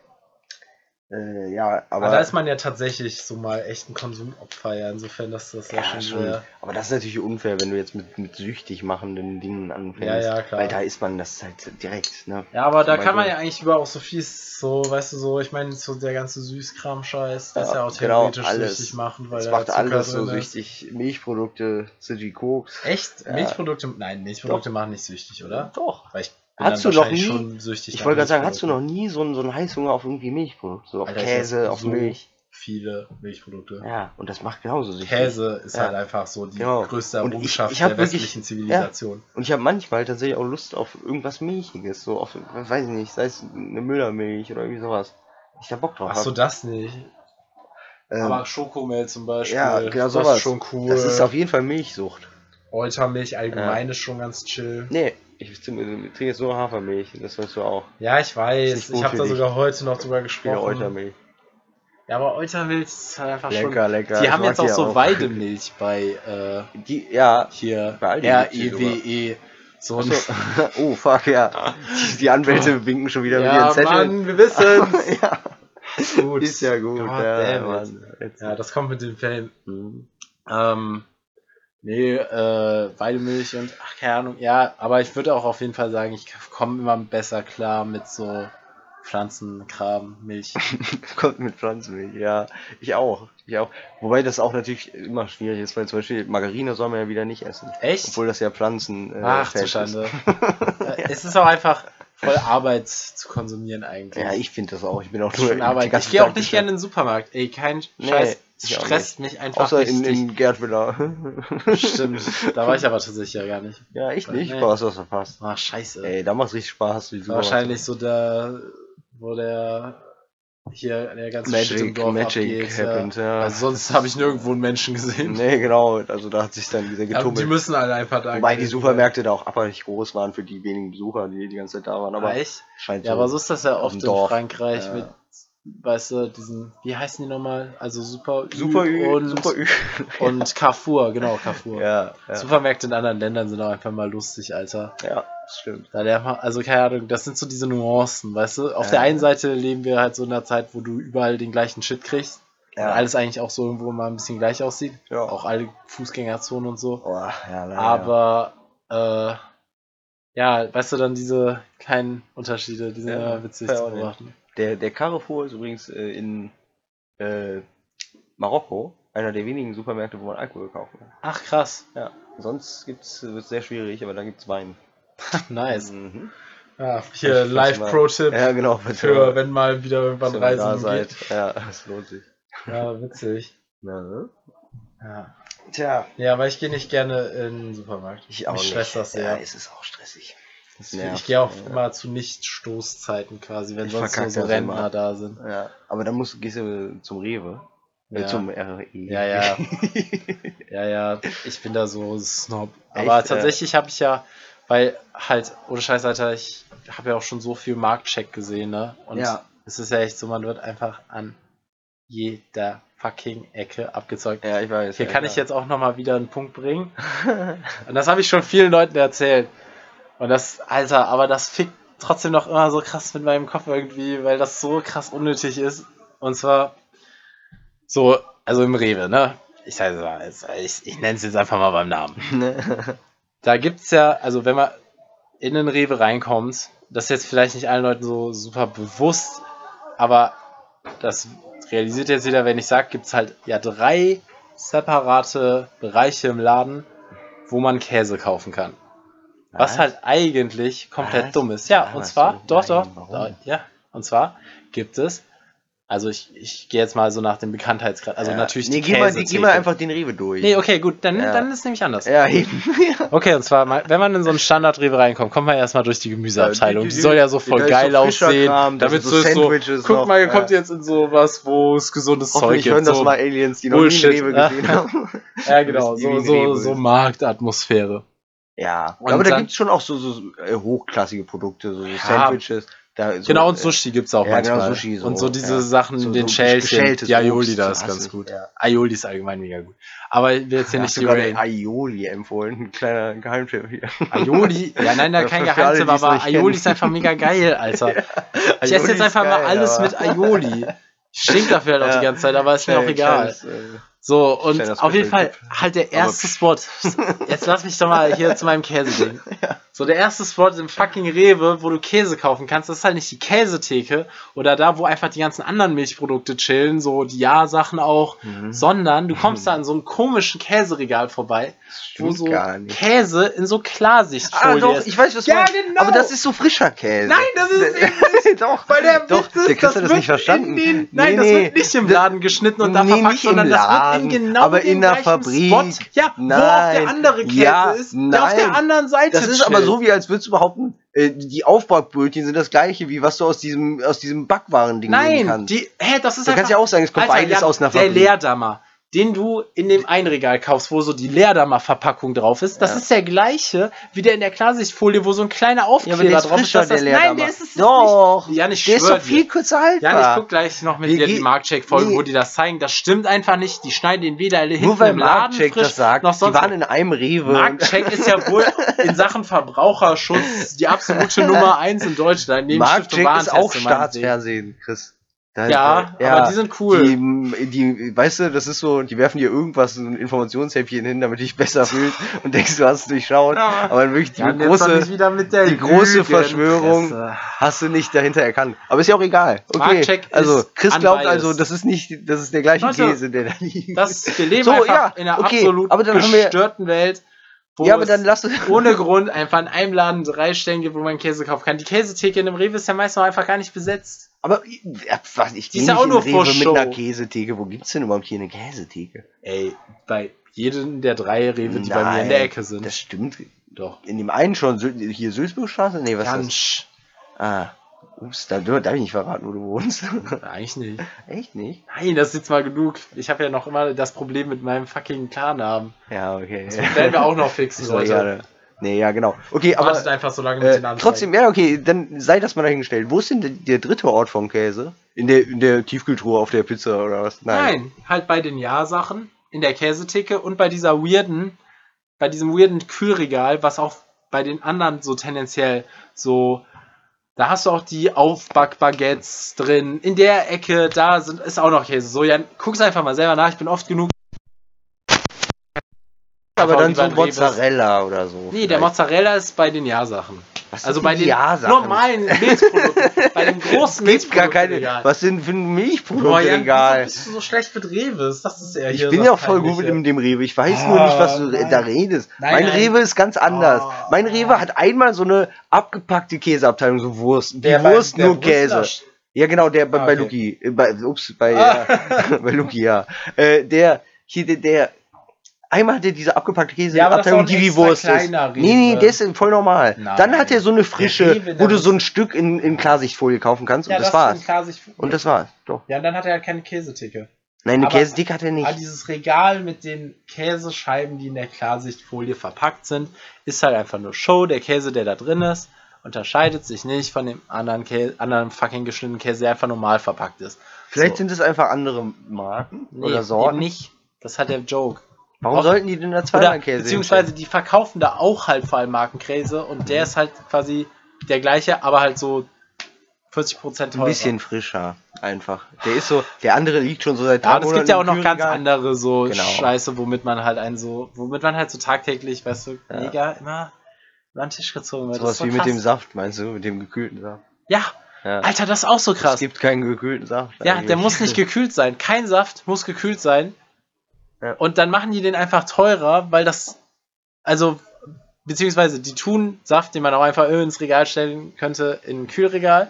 Speaker 2: Äh, ja,
Speaker 1: Aber,
Speaker 2: aber,
Speaker 1: da ist man ja tatsächlich so mal echt ein Konsumopfer, ja, insofern, dass das ja,
Speaker 2: ja,
Speaker 1: schon
Speaker 2: schon,
Speaker 1: sehr...
Speaker 2: aber das ist natürlich unfair, wenn du jetzt mit, mit süchtig machenden Dingen
Speaker 1: Ja,
Speaker 2: anfängst.
Speaker 1: ja, klar.
Speaker 2: Weil da ist man das halt direkt, ne?
Speaker 1: Ja, aber da
Speaker 2: Zum
Speaker 1: kann man
Speaker 2: Beispiel-
Speaker 1: ja eigentlich über auch so viel, so, weißt du, so, ich meine, so der ganze Süßkram-Scheiß, das
Speaker 2: Ja,
Speaker 1: ja, auch
Speaker 2: genau,
Speaker 1: theoretisch
Speaker 2: alles.
Speaker 1: süchtig machen, weil
Speaker 2: Das
Speaker 1: da
Speaker 2: macht
Speaker 1: Zucker
Speaker 2: alles so
Speaker 1: drin ist.
Speaker 2: süchtig. Milchprodukte, City Koks.
Speaker 1: Echt?
Speaker 2: Ja.
Speaker 1: Milchprodukte? Nein, Milchprodukte machen nicht süchtig, oder?
Speaker 2: Doch.
Speaker 1: Weil ich
Speaker 2: Hast
Speaker 1: dann
Speaker 2: du noch
Speaker 1: wahrscheinlich
Speaker 2: nie-
Speaker 1: schon süchtig.
Speaker 2: Ich
Speaker 1: nach
Speaker 2: wollte gerade sagen, hast du
Speaker 1: Milchprodukten.
Speaker 2: noch nie so einen, so einen Heißhunger auf irgendwie Milchprodukt? So auf
Speaker 1: Alter, ich
Speaker 2: Käse,
Speaker 1: esse
Speaker 2: auf
Speaker 1: so
Speaker 2: Milch?
Speaker 1: Viele Milchprodukte.
Speaker 2: Ja, und das macht genauso süchtig.
Speaker 1: Käse ist
Speaker 2: Ja.
Speaker 1: halt einfach so die
Speaker 2: Genau.
Speaker 1: größte
Speaker 2: Und ich-
Speaker 1: Errungenschaft
Speaker 2: ich hab
Speaker 1: der
Speaker 2: wirklich-
Speaker 1: westlichen Zivilisation.
Speaker 2: Und ich habe manchmal tatsächlich auch Lust auf irgendwas Milchiges, so auf, weiß ich nicht, sei es eine Müllermilch oder irgendwie sowas. Ich da Bock drauf
Speaker 1: Ach so,
Speaker 2: hab.
Speaker 1: das nicht.
Speaker 2: Ähm,
Speaker 1: Aber Schokomilk zum Beispiel.
Speaker 2: ja, genau
Speaker 1: das
Speaker 2: sowas.
Speaker 1: ist schon cool.
Speaker 2: Das ist auf jeden Fall Milchsucht.
Speaker 1: Eutermilch allgemein ist schon ganz chill.
Speaker 2: Nee, ich trinke ich trinke jetzt nur Hafermilch, das weißt du auch.
Speaker 1: Ja, ich
Speaker 2: Ist nicht
Speaker 1: weiß.
Speaker 2: gut
Speaker 1: Ich habe
Speaker 2: für
Speaker 1: da
Speaker 2: dich.
Speaker 1: sogar heute noch drüber
Speaker 2: Ich trinke
Speaker 1: gesprochen.
Speaker 2: Eutermilch.
Speaker 1: Ja, aber Eutermilch ist halt einfach
Speaker 2: Lecker, lecker.
Speaker 1: schon. Die
Speaker 2: ich
Speaker 1: haben
Speaker 2: mag
Speaker 1: jetzt auch
Speaker 2: die
Speaker 1: so Weidemilch bei. Äh,
Speaker 2: Die, ja.
Speaker 1: Hier,
Speaker 2: Bei all den gibt's die
Speaker 1: REWE. So ein. *laughs*
Speaker 2: Achso. *laughs* oh, fuck, ja. Die, die Anwälte winken schon wieder
Speaker 1: Ja,
Speaker 2: mit ihren Zetteln.
Speaker 1: Mann, wir wissen.
Speaker 2: *laughs* ja,
Speaker 1: gut.
Speaker 2: ist ja gut.
Speaker 1: God
Speaker 2: ja,
Speaker 1: damn it.
Speaker 2: Mann. Jetzt-
Speaker 1: Ja, das kommt mit dem Film.
Speaker 2: Mhm.
Speaker 1: Mhm. Ähm, Nee, äh, Weidemilch und ach, keine Ahnung. Ja, aber ich würde auch auf jeden Fall sagen, ich komme immer besser klar mit so Pflanzenkram, Milch.
Speaker 2: *laughs* Kommt mit Pflanzenmilch, ja. Ich auch. Ich auch. Wobei das auch natürlich immer schwierig ist, weil zum Beispiel Margarine soll man ja wieder nicht essen.
Speaker 1: Echt?
Speaker 2: Obwohl das ja Pflanzen. Äh,
Speaker 1: ach,
Speaker 2: fällt
Speaker 1: zu
Speaker 2: ist.
Speaker 1: Schande.
Speaker 2: *laughs*
Speaker 1: Äh, Es ist auch einfach voll Arbeit zu konsumieren eigentlich.
Speaker 2: Ja, ich finde das auch. Ich bin auch
Speaker 1: schon
Speaker 2: den
Speaker 1: Arbeit.
Speaker 2: ganzen
Speaker 1: Ich gehe auch
Speaker 2: Tag
Speaker 1: nicht gerne in den Supermarkt. Ey, kein
Speaker 2: Nee,
Speaker 1: Scheiß. Es
Speaker 2: ich auch
Speaker 1: stresst mich einfach
Speaker 2: Außer in,
Speaker 1: richtig.
Speaker 2: in Gerd Villa.
Speaker 1: *laughs* Stimmt. Da war ich aber tatsächlich ja gar nicht.
Speaker 2: ja, ich nicht.
Speaker 1: Nee.
Speaker 2: Boah, hast du was verpasst.
Speaker 1: Ah, scheiße.
Speaker 2: Ey, da macht's richtig Spaß. Wie
Speaker 1: War Wahrscheinlich so der, wo der hier der ganze Shit im
Speaker 2: Magic,
Speaker 1: Dorf
Speaker 2: Magic
Speaker 1: abgeht. Ja.
Speaker 2: happened, ja.
Speaker 1: Also *laughs* sonst habe ich nirgendwo einen Menschen gesehen.
Speaker 2: nee, genau. Also da hat sich dann dieser
Speaker 1: Aber die
Speaker 2: getummelt.
Speaker 1: müssen alle ein paar Tage.
Speaker 2: Wobei die Supermärkte da auch abartig groß waren für die wenigen Besucher, die die ganze Zeit da waren. Aber
Speaker 1: Aber ich,
Speaker 2: scheint
Speaker 1: ja, aber so ist das ja oft in
Speaker 2: Dorf.
Speaker 1: Frankreich
Speaker 2: Ja.
Speaker 1: mit, weißt du, diesen, wie heißen die nochmal? Also Super, Ü
Speaker 2: Super Ü,
Speaker 1: und,
Speaker 2: Super Ü.
Speaker 1: *laughs* und Carrefour, genau, Carrefour.
Speaker 2: *laughs* Ja, ja,
Speaker 1: Supermärkte in anderen Ländern sind auch einfach mal lustig, Alter.
Speaker 2: ja, stimmt.
Speaker 1: Da lernt man, also keine Ahnung, das sind so diese Nuancen, weißt du? Auf
Speaker 2: Ja.
Speaker 1: der einen Seite leben wir halt so in einer Zeit, wo du überall den gleichen Shit kriegst.
Speaker 2: Ja,
Speaker 1: Und alles eigentlich auch so irgendwo mal ein bisschen gleich aussieht.
Speaker 2: ja.
Speaker 1: Auch alle Fußgängerzonen und so.
Speaker 2: Oh, ja, leider,
Speaker 1: Aber, äh, ja, weißt du, dann diese kleinen Unterschiede, die sind
Speaker 2: Ja,
Speaker 1: immer witzig
Speaker 2: ja,
Speaker 1: zu
Speaker 2: auch nicht.
Speaker 1: beobachten.
Speaker 2: ja. Der, der Carrefour ist übrigens äh, in äh, Marokko einer der wenigen Supermärkte, wo man Alkohol kaufen kann.
Speaker 1: Ach, krass. *laughs*
Speaker 2: Ja, sonst gibt's wird sehr schwierig, aber da gibt's Wein.
Speaker 1: nice.
Speaker 2: Mhm.
Speaker 1: Ja,
Speaker 2: hier
Speaker 1: hier
Speaker 2: Live-Pro-Tipp
Speaker 1: Live-Pro-Tipp
Speaker 2: Ja, genau.
Speaker 1: für, wenn mal wieder irgendwann
Speaker 2: wenn ihr da
Speaker 1: Reisen geht.
Speaker 2: seid. Ja, es lohnt sich.
Speaker 1: Ja, witzig.
Speaker 2: Na, ne?
Speaker 1: Ja.
Speaker 2: Tja,
Speaker 1: ja, aber ich gehe nicht gerne in den Supermarkt.
Speaker 2: ich auch
Speaker 1: Mich
Speaker 2: nicht.
Speaker 1: stresst das
Speaker 2: ja,
Speaker 1: sehr.
Speaker 2: es ist auch stressig. Das
Speaker 1: ich gehe auch
Speaker 2: ja.
Speaker 1: immer zu Nicht-Stoßzeiten quasi, wenn
Speaker 2: Ich
Speaker 1: sonst nur
Speaker 2: verkack
Speaker 1: so
Speaker 2: das
Speaker 1: Rentner
Speaker 2: immer.
Speaker 1: da sind.
Speaker 2: Ja, aber dann musst, gehst du zum Rewe. Äh,
Speaker 1: Ja.
Speaker 2: zum RE.
Speaker 1: Ja,
Speaker 2: *laughs*
Speaker 1: ja. ja, ja, ich bin da so Snob.
Speaker 2: Echt,
Speaker 1: Aber
Speaker 2: äh?
Speaker 1: tatsächlich habe ich ja, weil halt, ohne Scheiß, Alter, ich habe ja auch schon so viel Marktcheck gesehen, ne? Und
Speaker 2: Ja.
Speaker 1: es ist ja echt so, man wird einfach an jeder fucking Ecke abgezeugt.
Speaker 2: Ja, ich weiß.
Speaker 1: Hier
Speaker 2: ja,
Speaker 1: kann
Speaker 2: ja.
Speaker 1: ich jetzt auch nochmal wieder einen Punkt bringen. Und das habe ich schon vielen Leuten erzählt. Und das, Alter, aber das fickt trotzdem noch immer so krass mit meinem Kopf irgendwie, weil das so krass unnötig ist. Und zwar so, also im Rewe, ne? Ich, sag jetzt mal, jetzt- ich, ich nenne es jetzt einfach mal beim Namen.
Speaker 2: ne?
Speaker 1: Da gibt's ja, also wenn man in den Rewe reinkommt, das ist jetzt vielleicht nicht allen Leuten so super bewusst, aber das realisiert jetzt jeder, wenn ich sage, gibt's halt ja drei separate Bereiche im Laden, wo man Käse kaufen kann. Was, halt eigentlich komplett
Speaker 2: Was?
Speaker 1: dumm ist. Ja,
Speaker 2: Ah,
Speaker 1: und
Speaker 2: was
Speaker 1: zwar,
Speaker 2: so,
Speaker 1: doch,
Speaker 2: nein,
Speaker 1: doch,
Speaker 2: warum?
Speaker 1: da, ja, und zwar gibt es, also ich, ich gehe jetzt mal so nach dem Bekanntheitsgrad, also
Speaker 2: Ja.
Speaker 1: natürlich
Speaker 2: Nee, geh mal, die- geh mal
Speaker 1: Käsetheke.
Speaker 2: einfach den Rewe durch.
Speaker 1: Nee, okay, gut, dann,
Speaker 2: Ja.
Speaker 1: dann ist nämlich anders.
Speaker 2: Ja, eben.
Speaker 1: Okay, und zwar, mal- wenn man in so einen Standard-Rewe reinkommt, kommt man erstmal durch die Gemüseabteilung. Die soll ja so voll
Speaker 2: Da ist so
Speaker 1: geil
Speaker 2: frischer
Speaker 1: aussehen.
Speaker 2: Kram, da
Speaker 1: damit
Speaker 2: sind so
Speaker 1: so, ist so
Speaker 2: Sandwiches
Speaker 1: guck
Speaker 2: noch,
Speaker 1: mal, ihr
Speaker 2: ja.
Speaker 1: kommt jetzt in sowas, wo es gesundes Zeug
Speaker 2: Hoffentlich
Speaker 1: gibt.
Speaker 2: hören das
Speaker 1: So,
Speaker 2: mal Aliens, die noch
Speaker 1: Bullshit.
Speaker 2: nie den Rewe
Speaker 1: *laughs*
Speaker 2: gesehen haben.
Speaker 1: ja, genau,
Speaker 2: wissen, wie
Speaker 1: so,
Speaker 2: ein
Speaker 1: so,
Speaker 2: Rewe
Speaker 1: so
Speaker 2: ist.
Speaker 1: Marktatmosphäre.
Speaker 2: Ja,
Speaker 1: Und
Speaker 2: aber da
Speaker 1: dann-
Speaker 2: gibt's schon auch so, so äh, hochklassige Produkte, so, so
Speaker 1: Ja.
Speaker 2: Sandwiches. Da, so,
Speaker 1: genau, und
Speaker 2: äh,
Speaker 1: Sushi gibt's auch
Speaker 2: ja, genau,
Speaker 1: manchmal.
Speaker 2: Sushi so,
Speaker 1: und so diese
Speaker 2: ja.
Speaker 1: Sachen,
Speaker 2: So-
Speaker 1: den
Speaker 2: so
Speaker 1: Schälchen,
Speaker 2: geschältes
Speaker 1: die Aioli,
Speaker 2: Obst,
Speaker 1: da ist
Speaker 2: hast
Speaker 1: ganz
Speaker 2: du,
Speaker 1: gut.
Speaker 2: ja.
Speaker 1: Aioli ist allgemein mega gut. Aber ich will jetzt hier
Speaker 2: Hast
Speaker 1: nicht
Speaker 2: du
Speaker 1: die
Speaker 2: gerade
Speaker 1: Rating.
Speaker 2: Aioli empfohlen? Ein kleiner Geheimtipp hier. *laughs*
Speaker 1: Aioli, ja, nein, da
Speaker 2: Für-
Speaker 1: kein
Speaker 2: für alle,
Speaker 1: Geheimtipp,
Speaker 2: die es
Speaker 1: aber
Speaker 2: nicht kennen.
Speaker 1: Aioli ist einfach mega geil,
Speaker 2: *laughs*
Speaker 1: Alter. Ich
Speaker 2: Aioli
Speaker 1: esse jetzt
Speaker 2: ist
Speaker 1: einfach
Speaker 2: geil,
Speaker 1: mal alles
Speaker 2: aber-
Speaker 1: mit Aioli. Ich Stink dafür halt auch
Speaker 2: Ja.
Speaker 1: die ganze Zeit, aber ist mir auch
Speaker 2: Klein-
Speaker 1: egal.
Speaker 2: kleines, äh,
Speaker 1: So, und
Speaker 2: Kleiner
Speaker 1: auf jeden Fall
Speaker 2: Special-Tipp.
Speaker 1: halt der erste
Speaker 2: *laughs*
Speaker 1: Spot. Jetzt lass mich doch mal hier zu meinem Käse gehen. So, der erste Spot im fucking Rewe, wo du Käse kaufen kannst, das ist halt nicht die Käsetheke oder da, wo einfach die ganzen anderen Milchprodukte chillen, so die Ja-Sachen auch,
Speaker 2: Mhm.
Speaker 1: sondern du kommst da an so einem komischen Käseregal vorbei,
Speaker 2: das
Speaker 1: wo
Speaker 2: stimmt
Speaker 1: so
Speaker 2: gar nicht.
Speaker 1: Käse in so Klarsichtfolie
Speaker 2: Ah, doch,
Speaker 1: ist.
Speaker 2: ich weiß, was
Speaker 1: Ja,
Speaker 2: du meinst.
Speaker 1: genau.
Speaker 2: Aber das ist so frischer Käse.
Speaker 1: Nein, das ist eben
Speaker 2: nicht. *laughs* doch,
Speaker 1: Weil der
Speaker 2: doch,
Speaker 1: Witz ist,
Speaker 2: der Chris hat das
Speaker 1: wird
Speaker 2: nicht
Speaker 1: In
Speaker 2: verstanden.
Speaker 1: den, nein,
Speaker 2: Nee,
Speaker 1: das
Speaker 2: nee.
Speaker 1: wird nicht im
Speaker 2: Das-
Speaker 1: Laden geschnitten und da
Speaker 2: Nee,
Speaker 1: verpackt,
Speaker 2: nicht im
Speaker 1: sondern das
Speaker 2: Laden,
Speaker 1: wird in genau
Speaker 2: aber
Speaker 1: dem
Speaker 2: in der
Speaker 1: gleichen
Speaker 2: Fabrik.
Speaker 1: Spot, ja, wo auch
Speaker 2: Nein.
Speaker 1: der andere Käse
Speaker 2: Ja,
Speaker 1: ist, der auf
Speaker 2: nein.
Speaker 1: der anderen Seite
Speaker 2: Das ist aber so, wie als würdest du behaupten, äh, die Aufbackbrötchen sind das gleiche, wie was du aus diesem, aus diesem Backwaren-Ding nehmen
Speaker 1: Nein,
Speaker 2: kannst.
Speaker 1: die, hä, das ist
Speaker 2: du
Speaker 1: einfach,
Speaker 2: kannst ja auch sagen, es kommt
Speaker 1: Alter,
Speaker 2: beides
Speaker 1: ja,
Speaker 2: aus einer
Speaker 1: der
Speaker 2: Fabrik.
Speaker 1: Leerdammer, den du in dem einen Regal kaufst, wo so die Leerdammer-Verpackung drauf ist, das
Speaker 2: Ja.
Speaker 1: ist der gleiche wie der in der Klarsichtfolie, wo so ein kleiner
Speaker 2: ja, aber
Speaker 1: Aufkleber
Speaker 2: der ist
Speaker 1: drauf ist.
Speaker 2: frischer,
Speaker 1: dass
Speaker 2: der
Speaker 1: das,
Speaker 2: Leerdammer.
Speaker 1: nein, der ist es
Speaker 2: doch,
Speaker 1: nicht. Jan, ich
Speaker 2: der ist
Speaker 1: schwör
Speaker 2: doch viel
Speaker 1: dir.
Speaker 2: kürzer haltbar.
Speaker 1: Ja, ich guck gleich noch mit
Speaker 2: Wir
Speaker 1: dir die
Speaker 2: gehen-
Speaker 1: Marktcheck-Folgen,
Speaker 2: Nee.
Speaker 1: wo die das zeigen. Das stimmt einfach nicht. Die schneiden den weder alle hinten
Speaker 2: Nur weil
Speaker 1: im Laden
Speaker 2: Marktcheck
Speaker 1: frisch
Speaker 2: das sagt,
Speaker 1: noch
Speaker 2: die
Speaker 1: sonst.
Speaker 2: waren in einem Rewe.
Speaker 1: Marktcheck ist ja wohl
Speaker 2: *laughs*
Speaker 1: in Sachen Verbraucherschutz die absolute Nummer eins in Deutschland. Neben Stiftung
Speaker 2: Marktcheck ist
Speaker 1: Warentest
Speaker 2: auch
Speaker 1: in meinem Leben.
Speaker 2: Staatsfernsehen, Chris. Da-
Speaker 1: Ja,
Speaker 2: äh,
Speaker 1: aber die sind cool.
Speaker 2: Die, die, weißt du, das ist so, die werfen dir irgendwas, so ein Informationshäppchen hin, damit du dich
Speaker 1: *laughs*
Speaker 2: besser fühlst und denkst, du hast es durchschaut.
Speaker 1: Ja.
Speaker 2: Aber wirklich die
Speaker 1: Dann jetzt doch nicht
Speaker 2: große,
Speaker 1: wieder mit der
Speaker 2: die große
Speaker 1: Lügenpresse.
Speaker 2: Verschwörung hast du nicht dahinter erkannt. Aber ist ja auch egal. Okay.
Speaker 1: Marktcheck ist
Speaker 2: also, Chris glaubt
Speaker 1: unbiased.
Speaker 2: also, das ist nicht, das ist der gleiche
Speaker 1: Leute,
Speaker 2: Käse, der da liegt.
Speaker 1: Das, wir leben
Speaker 2: So,
Speaker 1: einfach
Speaker 2: ja,
Speaker 1: in einer
Speaker 2: okay,
Speaker 1: absolut
Speaker 2: aber dann haben wir-
Speaker 1: gestörten Welt, wo
Speaker 2: ja, aber dann
Speaker 1: es
Speaker 2: lass uns.
Speaker 1: ohne Grund einfach in einem Laden drei Stellen gibt, wo man Käse kaufen kann. Die Käsetheke in einem Rewe ist ja meistens einfach gar nicht besetzt.
Speaker 2: Aber ich, was, ich
Speaker 1: Die
Speaker 2: geh
Speaker 1: ist ja
Speaker 2: nicht
Speaker 1: auch
Speaker 2: in
Speaker 1: nur vor
Speaker 2: Rewe mit
Speaker 1: Show.
Speaker 2: einer Käsetheke. Wo gibt's denn überhaupt hier eine Käsetheke?
Speaker 1: Ey, bei jedem der drei Rewe, die bei mir in der Ecke sind.
Speaker 2: Das stimmt.
Speaker 1: Doch.
Speaker 2: In dem einen schon, Sü- hier Sülzburgstraße? Nee, was ist das?
Speaker 1: Ganz.
Speaker 2: Ah, ups, da dür- darf ich nicht verraten, wo du wohnst.
Speaker 1: *laughs* Eigentlich nicht.
Speaker 2: Echt nicht?
Speaker 1: Nein, das ist jetzt mal genug. Ich habe ja noch immer das Problem mit meinem fucking Klarnamen.
Speaker 2: Ja, okay.
Speaker 1: Das werden
Speaker 2: *laughs*
Speaker 1: wir auch also noch fixen,
Speaker 2: so,
Speaker 1: Leute.
Speaker 2: ja, da- nee, ja, genau. Okay,
Speaker 1: Wartet
Speaker 2: aber
Speaker 1: einfach so lange mit
Speaker 2: äh,
Speaker 1: den Anzeigen.
Speaker 2: trotzdem, ja, okay, dann sei das mal dahingestellt. Wo ist denn der, der dritte Ort vom Käse? In der, in der Tiefkühltruhe auf der Pizza oder was?
Speaker 1: Nein. halt bei den Ja-Sachen, in der Käsetheke und bei dieser weirden, bei diesem weirden Kühlregal, was auch bei den anderen so tendenziell so. Da hast du auch die Aufbackbaguettes drin. In der Ecke, da sind, ist auch noch Käse. So, Jan, guck's einfach mal selber nach. Ich bin oft genug.
Speaker 2: Aber
Speaker 1: Einfach
Speaker 2: dann
Speaker 1: lieber
Speaker 2: so
Speaker 1: in Rewe.
Speaker 2: Mozzarella oder so.
Speaker 1: Nee, der Mozzarella ist bei den Ja-Sachen.
Speaker 2: Was
Speaker 1: Also
Speaker 2: sind
Speaker 1: bei
Speaker 2: die
Speaker 1: den
Speaker 2: Ja-Sachen?
Speaker 1: normalen Milchprodukten. bei
Speaker 2: *laughs*
Speaker 1: dem großen
Speaker 2: Gibt gar keine.
Speaker 1: Milchprodukteregal.
Speaker 2: Was sind für
Speaker 1: Boah,
Speaker 2: ein
Speaker 1: Jan, wieso
Speaker 2: Milchprodukteregal?
Speaker 1: bist du so schlecht mit Reves? Das ist ja
Speaker 2: Ich
Speaker 1: hier
Speaker 2: bin
Speaker 1: das
Speaker 2: ja auch voll gut mit
Speaker 1: Peinliche.
Speaker 2: dem, dem Rewe. Ich weiß
Speaker 1: Ah,
Speaker 2: nur nicht, was du
Speaker 1: nein.
Speaker 2: da redest.
Speaker 1: Nein,
Speaker 2: mein
Speaker 1: nein.
Speaker 2: Rewe ist ganz anders.
Speaker 1: Ah.
Speaker 2: mein Rewe hat einmal so eine abgepackte Käseabteilung, so Wurst. Die
Speaker 1: Der bei-
Speaker 2: Wurst
Speaker 1: der
Speaker 2: nur Käse.
Speaker 1: Wurstler-
Speaker 2: Ja, genau, der bei,
Speaker 1: Ah,
Speaker 2: bei
Speaker 1: okay.
Speaker 2: Luki. Äh, Bei, ups,
Speaker 1: *laughs*
Speaker 2: bei,
Speaker 1: Ah.
Speaker 2: ja, *laughs* bei Luki, ja. Äh, der, hier, der, der, einmal hat er diese abgepackte
Speaker 1: Ja, aber das ist
Speaker 2: Käseabteilung,
Speaker 1: doch ein
Speaker 2: die wie
Speaker 1: extra
Speaker 2: Wurst ist.
Speaker 1: kleiner Rewe.
Speaker 2: Nee, nee, der ist voll normal.
Speaker 1: Nein.
Speaker 2: Dann hat er so eine frische,
Speaker 1: Der Rewe,
Speaker 2: wo du
Speaker 1: der-
Speaker 2: so ein Stück in, in Klarsichtfolie kaufen kannst und
Speaker 1: Ja,
Speaker 2: das,
Speaker 1: das,
Speaker 2: war's.
Speaker 1: ist klar, sich,
Speaker 2: Und das war's, doch.
Speaker 1: Ja, und dann hat er halt keine Käsetheke.
Speaker 2: Nein, eine
Speaker 1: Aber-
Speaker 2: Käsedick hat er
Speaker 1: Aber
Speaker 2: nicht.
Speaker 1: dieses Regal mit den Käsescheiben, die in der Klarsichtfolie verpackt sind, ist halt einfach nur Show. Der Käse, der da drin ist, unterscheidet sich nicht von dem anderen, Käse, anderen fucking geschnittenen Käse, der einfach normal verpackt ist.
Speaker 2: Vielleicht
Speaker 1: so.
Speaker 2: sind es einfach andere Marken
Speaker 1: Nee,
Speaker 2: oder
Speaker 1: eben
Speaker 2: Sorten.
Speaker 1: nicht. Das hat der Joke.
Speaker 2: Warum
Speaker 1: Auch-
Speaker 2: sollten die denn da
Speaker 1: Oder,
Speaker 2: zweimal Käse
Speaker 1: beziehungsweise die verkaufen da auch halt vor allem Markenkäse und der ist halt quasi der gleiche, aber halt so 40%
Speaker 2: hinstellen?
Speaker 1: teurer.
Speaker 2: ein bisschen frischer einfach. Der ist so, der andere liegt schon so seit
Speaker 1: Ja,
Speaker 2: drei
Speaker 1: und es
Speaker 2: Monaten
Speaker 1: gibt ja auch
Speaker 2: im
Speaker 1: noch ganz
Speaker 2: Kühlregal.
Speaker 1: andere so
Speaker 2: Genau.
Speaker 1: Scheiße, womit man halt einen so, womit man halt so tagtäglich, weißt du,
Speaker 2: Ja.
Speaker 1: mega immer über den Tisch gezogen wird.
Speaker 2: Sowas
Speaker 1: Das ist so
Speaker 2: wie mit dem
Speaker 1: krass.
Speaker 2: Saft, meinst du? Mit dem gekühlten Saft.
Speaker 1: Ja,
Speaker 2: Ja.
Speaker 1: Alter, das ist auch so
Speaker 2: Es
Speaker 1: krass.
Speaker 2: gibt keinen gekühlten Saft.
Speaker 1: Ja, der
Speaker 2: eigentlich.
Speaker 1: muss nicht gekühlt sein. Kein Saft muss gekühlt sein.
Speaker 2: Ja.
Speaker 1: Und dann machen die den einfach teurer, weil das, also, beziehungsweise die tun Saft, den man auch einfach ins Regal stellen könnte, in ein Kühlregal,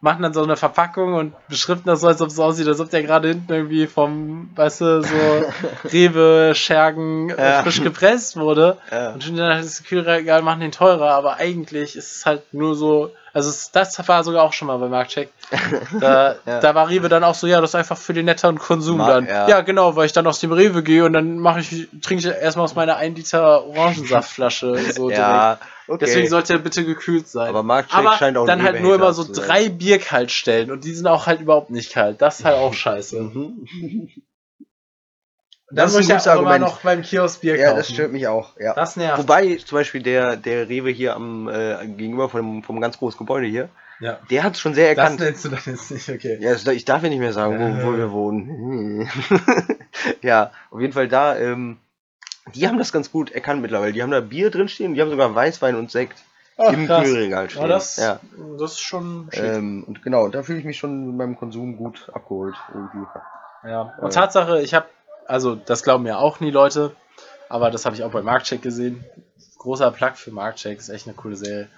Speaker 1: machen dann so eine Verpackung und beschriften das so, als ob es aussieht, als ob der gerade hinten irgendwie vom, weißt du,
Speaker 2: *laughs*
Speaker 1: so Rewe, Schergen äh,
Speaker 2: Ja.
Speaker 1: frisch gepresst wurde.
Speaker 2: Ja.
Speaker 1: Und tun dann halt das Kühlregal, machen den teurer, aber eigentlich ist es halt nur so, also es, das war sogar auch schon mal bei
Speaker 2: *laughs*
Speaker 1: Marktcheck. Da,
Speaker 2: Ja.
Speaker 1: da war Rewe dann auch so, ja, das ist einfach für den netteren Konsum
Speaker 2: Ma-
Speaker 1: dann.
Speaker 2: ja.
Speaker 1: Ja. genau, weil ich dann aus dem Rewe gehe und dann mache ich, trinke ich erstmal aus meiner 1 Liter
Speaker 2: *laughs*
Speaker 1: Orangensaftflasche. So direkt.
Speaker 2: ja, okay.
Speaker 1: Deswegen sollte er bitte gekühlt sein.
Speaker 2: Aber Marktcheck scheint auch ein
Speaker 1: dann halt
Speaker 2: Rewe-Hater
Speaker 1: nur immer so
Speaker 2: zu sein.
Speaker 1: drei Bier kalt stellen und die sind auch halt überhaupt nicht kalt. Das ist halt auch scheiße.
Speaker 2: Mhm.
Speaker 1: Dann
Speaker 2: Das
Speaker 1: muss
Speaker 2: ist ein
Speaker 1: ich ja
Speaker 2: gutes
Speaker 1: auch immer
Speaker 2: Argument.
Speaker 1: noch beim Kiosk Bier
Speaker 2: Ja,
Speaker 1: kaufen.
Speaker 2: das stört mich auch. Ja.
Speaker 1: Das nervt.
Speaker 2: Wobei zum Beispiel der, der Rewe hier am äh, gegenüber vom, vom ganz großen Gebäude hier,
Speaker 1: ja.
Speaker 2: der hat es schon sehr
Speaker 1: Das
Speaker 2: erkannt.
Speaker 1: nennst du dann jetzt nicht, okay.
Speaker 2: Ja, das, ich darf ja nicht mehr sagen, wo, wo wir wohnen. *laughs* ja, auf jeden Fall da, ähm, die haben das ganz gut erkannt mittlerweile. Die haben da Bier drinstehen, die haben sogar Weißwein und Sekt
Speaker 1: Ach,
Speaker 2: im
Speaker 1: krass.
Speaker 2: Kühlregal stehen.
Speaker 1: Ja, das,
Speaker 2: ja.
Speaker 1: das ist schon schick.
Speaker 2: Ähm, und genau, da fühle ich mich schon mit meinem Konsum gut abgeholt. Irgendwie.
Speaker 1: Ja, und
Speaker 2: Äh.
Speaker 1: Tatsache, ich habe, also das glauben mir auch nie Leute, aber das habe ich auch bei Marktcheck gesehen. Großer Plug für Marktcheck, ist echt eine coole Serie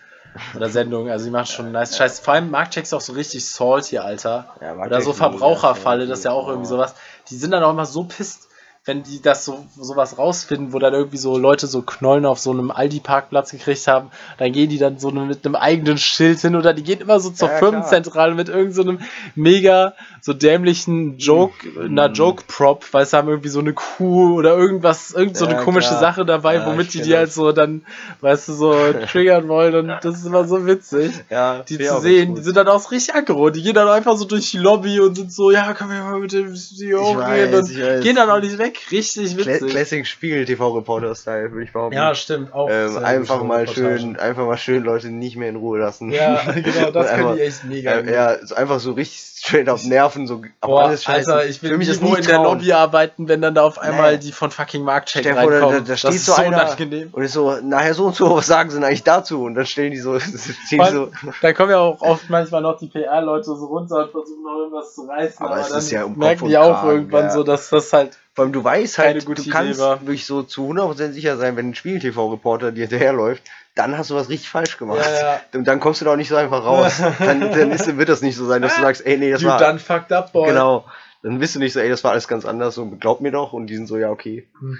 Speaker 1: oder Sendung. Also die macht schon nice Scheiß. Vor allem Marktcheck ist auch so richtig salty, Alter.
Speaker 2: Ja, Marktcheck
Speaker 1: oder so
Speaker 2: ist mega
Speaker 1: Verbraucherfalle,
Speaker 2: salty,
Speaker 1: das ist ja auch
Speaker 2: ja.
Speaker 1: irgendwie sowas. Die sind dann auch immer so pisst, wenn die das so sowas rausfinden, wo dann irgendwie so Leute so Knollen auf so einem Aldi-Parkplatz gekriegt haben, dann gehen die dann so mit einem eigenen Schild hin oder die gehen immer so zur
Speaker 2: Ja, klar.
Speaker 1: Firmenzentrale mit irgendeinem so einem mega so dämlichen Joke,
Speaker 2: Mm.
Speaker 1: einer Joke-Prop, weil sie haben irgendwie so eine Kuh oder irgendwas, irgend so eine
Speaker 2: Ja,
Speaker 1: komische
Speaker 2: klar.
Speaker 1: Sache dabei,
Speaker 2: Ja, ich
Speaker 1: womit die
Speaker 2: kenn
Speaker 1: die halt
Speaker 2: das.
Speaker 1: so dann, weißt du,
Speaker 2: *laughs*
Speaker 1: so triggern wollen und das ist immer so witzig.
Speaker 2: Ja,
Speaker 1: Die
Speaker 2: find ich
Speaker 1: zu
Speaker 2: auch
Speaker 1: sehen,
Speaker 2: ganz
Speaker 1: die
Speaker 2: gut.
Speaker 1: sind dann auch so richtig aggro. Die gehen dann einfach so durch die Lobby und sind so, ja, können wir mal mit dem CEO
Speaker 2: Ich
Speaker 1: reden
Speaker 2: weiß,
Speaker 1: und
Speaker 2: ich weiß.
Speaker 1: gehen dann auch nicht weg. Richtig
Speaker 2: Cla-
Speaker 1: witzig.
Speaker 2: Classic Spiegel TV-Reporter-Style, würde ich behaupten.
Speaker 1: stimmt. Auch
Speaker 2: ähm,
Speaker 1: sehr
Speaker 2: einfach
Speaker 1: gute
Speaker 2: mal
Speaker 1: Reportage.
Speaker 2: schön, einfach mal schön Leute nicht mehr in Ruhe lassen. *laughs*
Speaker 1: Ja, *laughs* genau,
Speaker 2: Und
Speaker 1: das
Speaker 2: einfach- äh,
Speaker 1: können die echt mega.
Speaker 2: Ja,
Speaker 1: gut.
Speaker 2: ja, so einfach so richtig straight auf Nerven, so auf
Speaker 1: Boah,
Speaker 2: alles scheiße.
Speaker 1: Alter, ich will
Speaker 2: Will mich das
Speaker 1: nur
Speaker 2: nie
Speaker 1: in der
Speaker 2: trauen.
Speaker 1: Lobby arbeiten, wenn dann da auf einmal
Speaker 2: Nee.
Speaker 1: die von fucking Marktcheck
Speaker 2: Stell dir vor, da, da,
Speaker 1: reinkommen.
Speaker 2: da steht
Speaker 1: das ist
Speaker 2: so
Speaker 1: so
Speaker 2: einer
Speaker 1: unangenehm.
Speaker 2: und ist so, nachher so und so, was sagen sie denn eigentlich dazu? Und dann stellen die so, *laughs* ziehen die so.
Speaker 1: Da kommen ja auch oft manchmal noch die PR-Leute so runter und versuchen noch irgendwas zu reißen.
Speaker 2: Aber
Speaker 1: Aber,
Speaker 2: es
Speaker 1: dann
Speaker 2: ist ja um
Speaker 1: merken
Speaker 2: Kopf und
Speaker 1: die auch
Speaker 2: Kragen,
Speaker 1: irgendwann
Speaker 2: ja.
Speaker 1: so, dass das halt
Speaker 2: Vor allem, du weißt
Speaker 1: Keine
Speaker 2: halt,
Speaker 1: gute
Speaker 2: du kannst
Speaker 1: Idee war.
Speaker 2: wirklich so zu 100% sicher sein, wenn ein Spiel-TV-Reporter dir hinterherläuft, dann hast du was richtig falsch gemacht.
Speaker 1: Ja,
Speaker 2: Und dann kommst du da auch nicht so einfach raus.
Speaker 1: *laughs*
Speaker 2: dann dann ist, wird das nicht so sein, dass du sagst, ey, nee, das
Speaker 1: you
Speaker 2: war.
Speaker 1: done fucked up, boy.
Speaker 2: Genau. Dann bist du nicht so, ey, das war alles ganz anders und glaub mir doch. Und die sind so, ja, okay.
Speaker 1: Hm.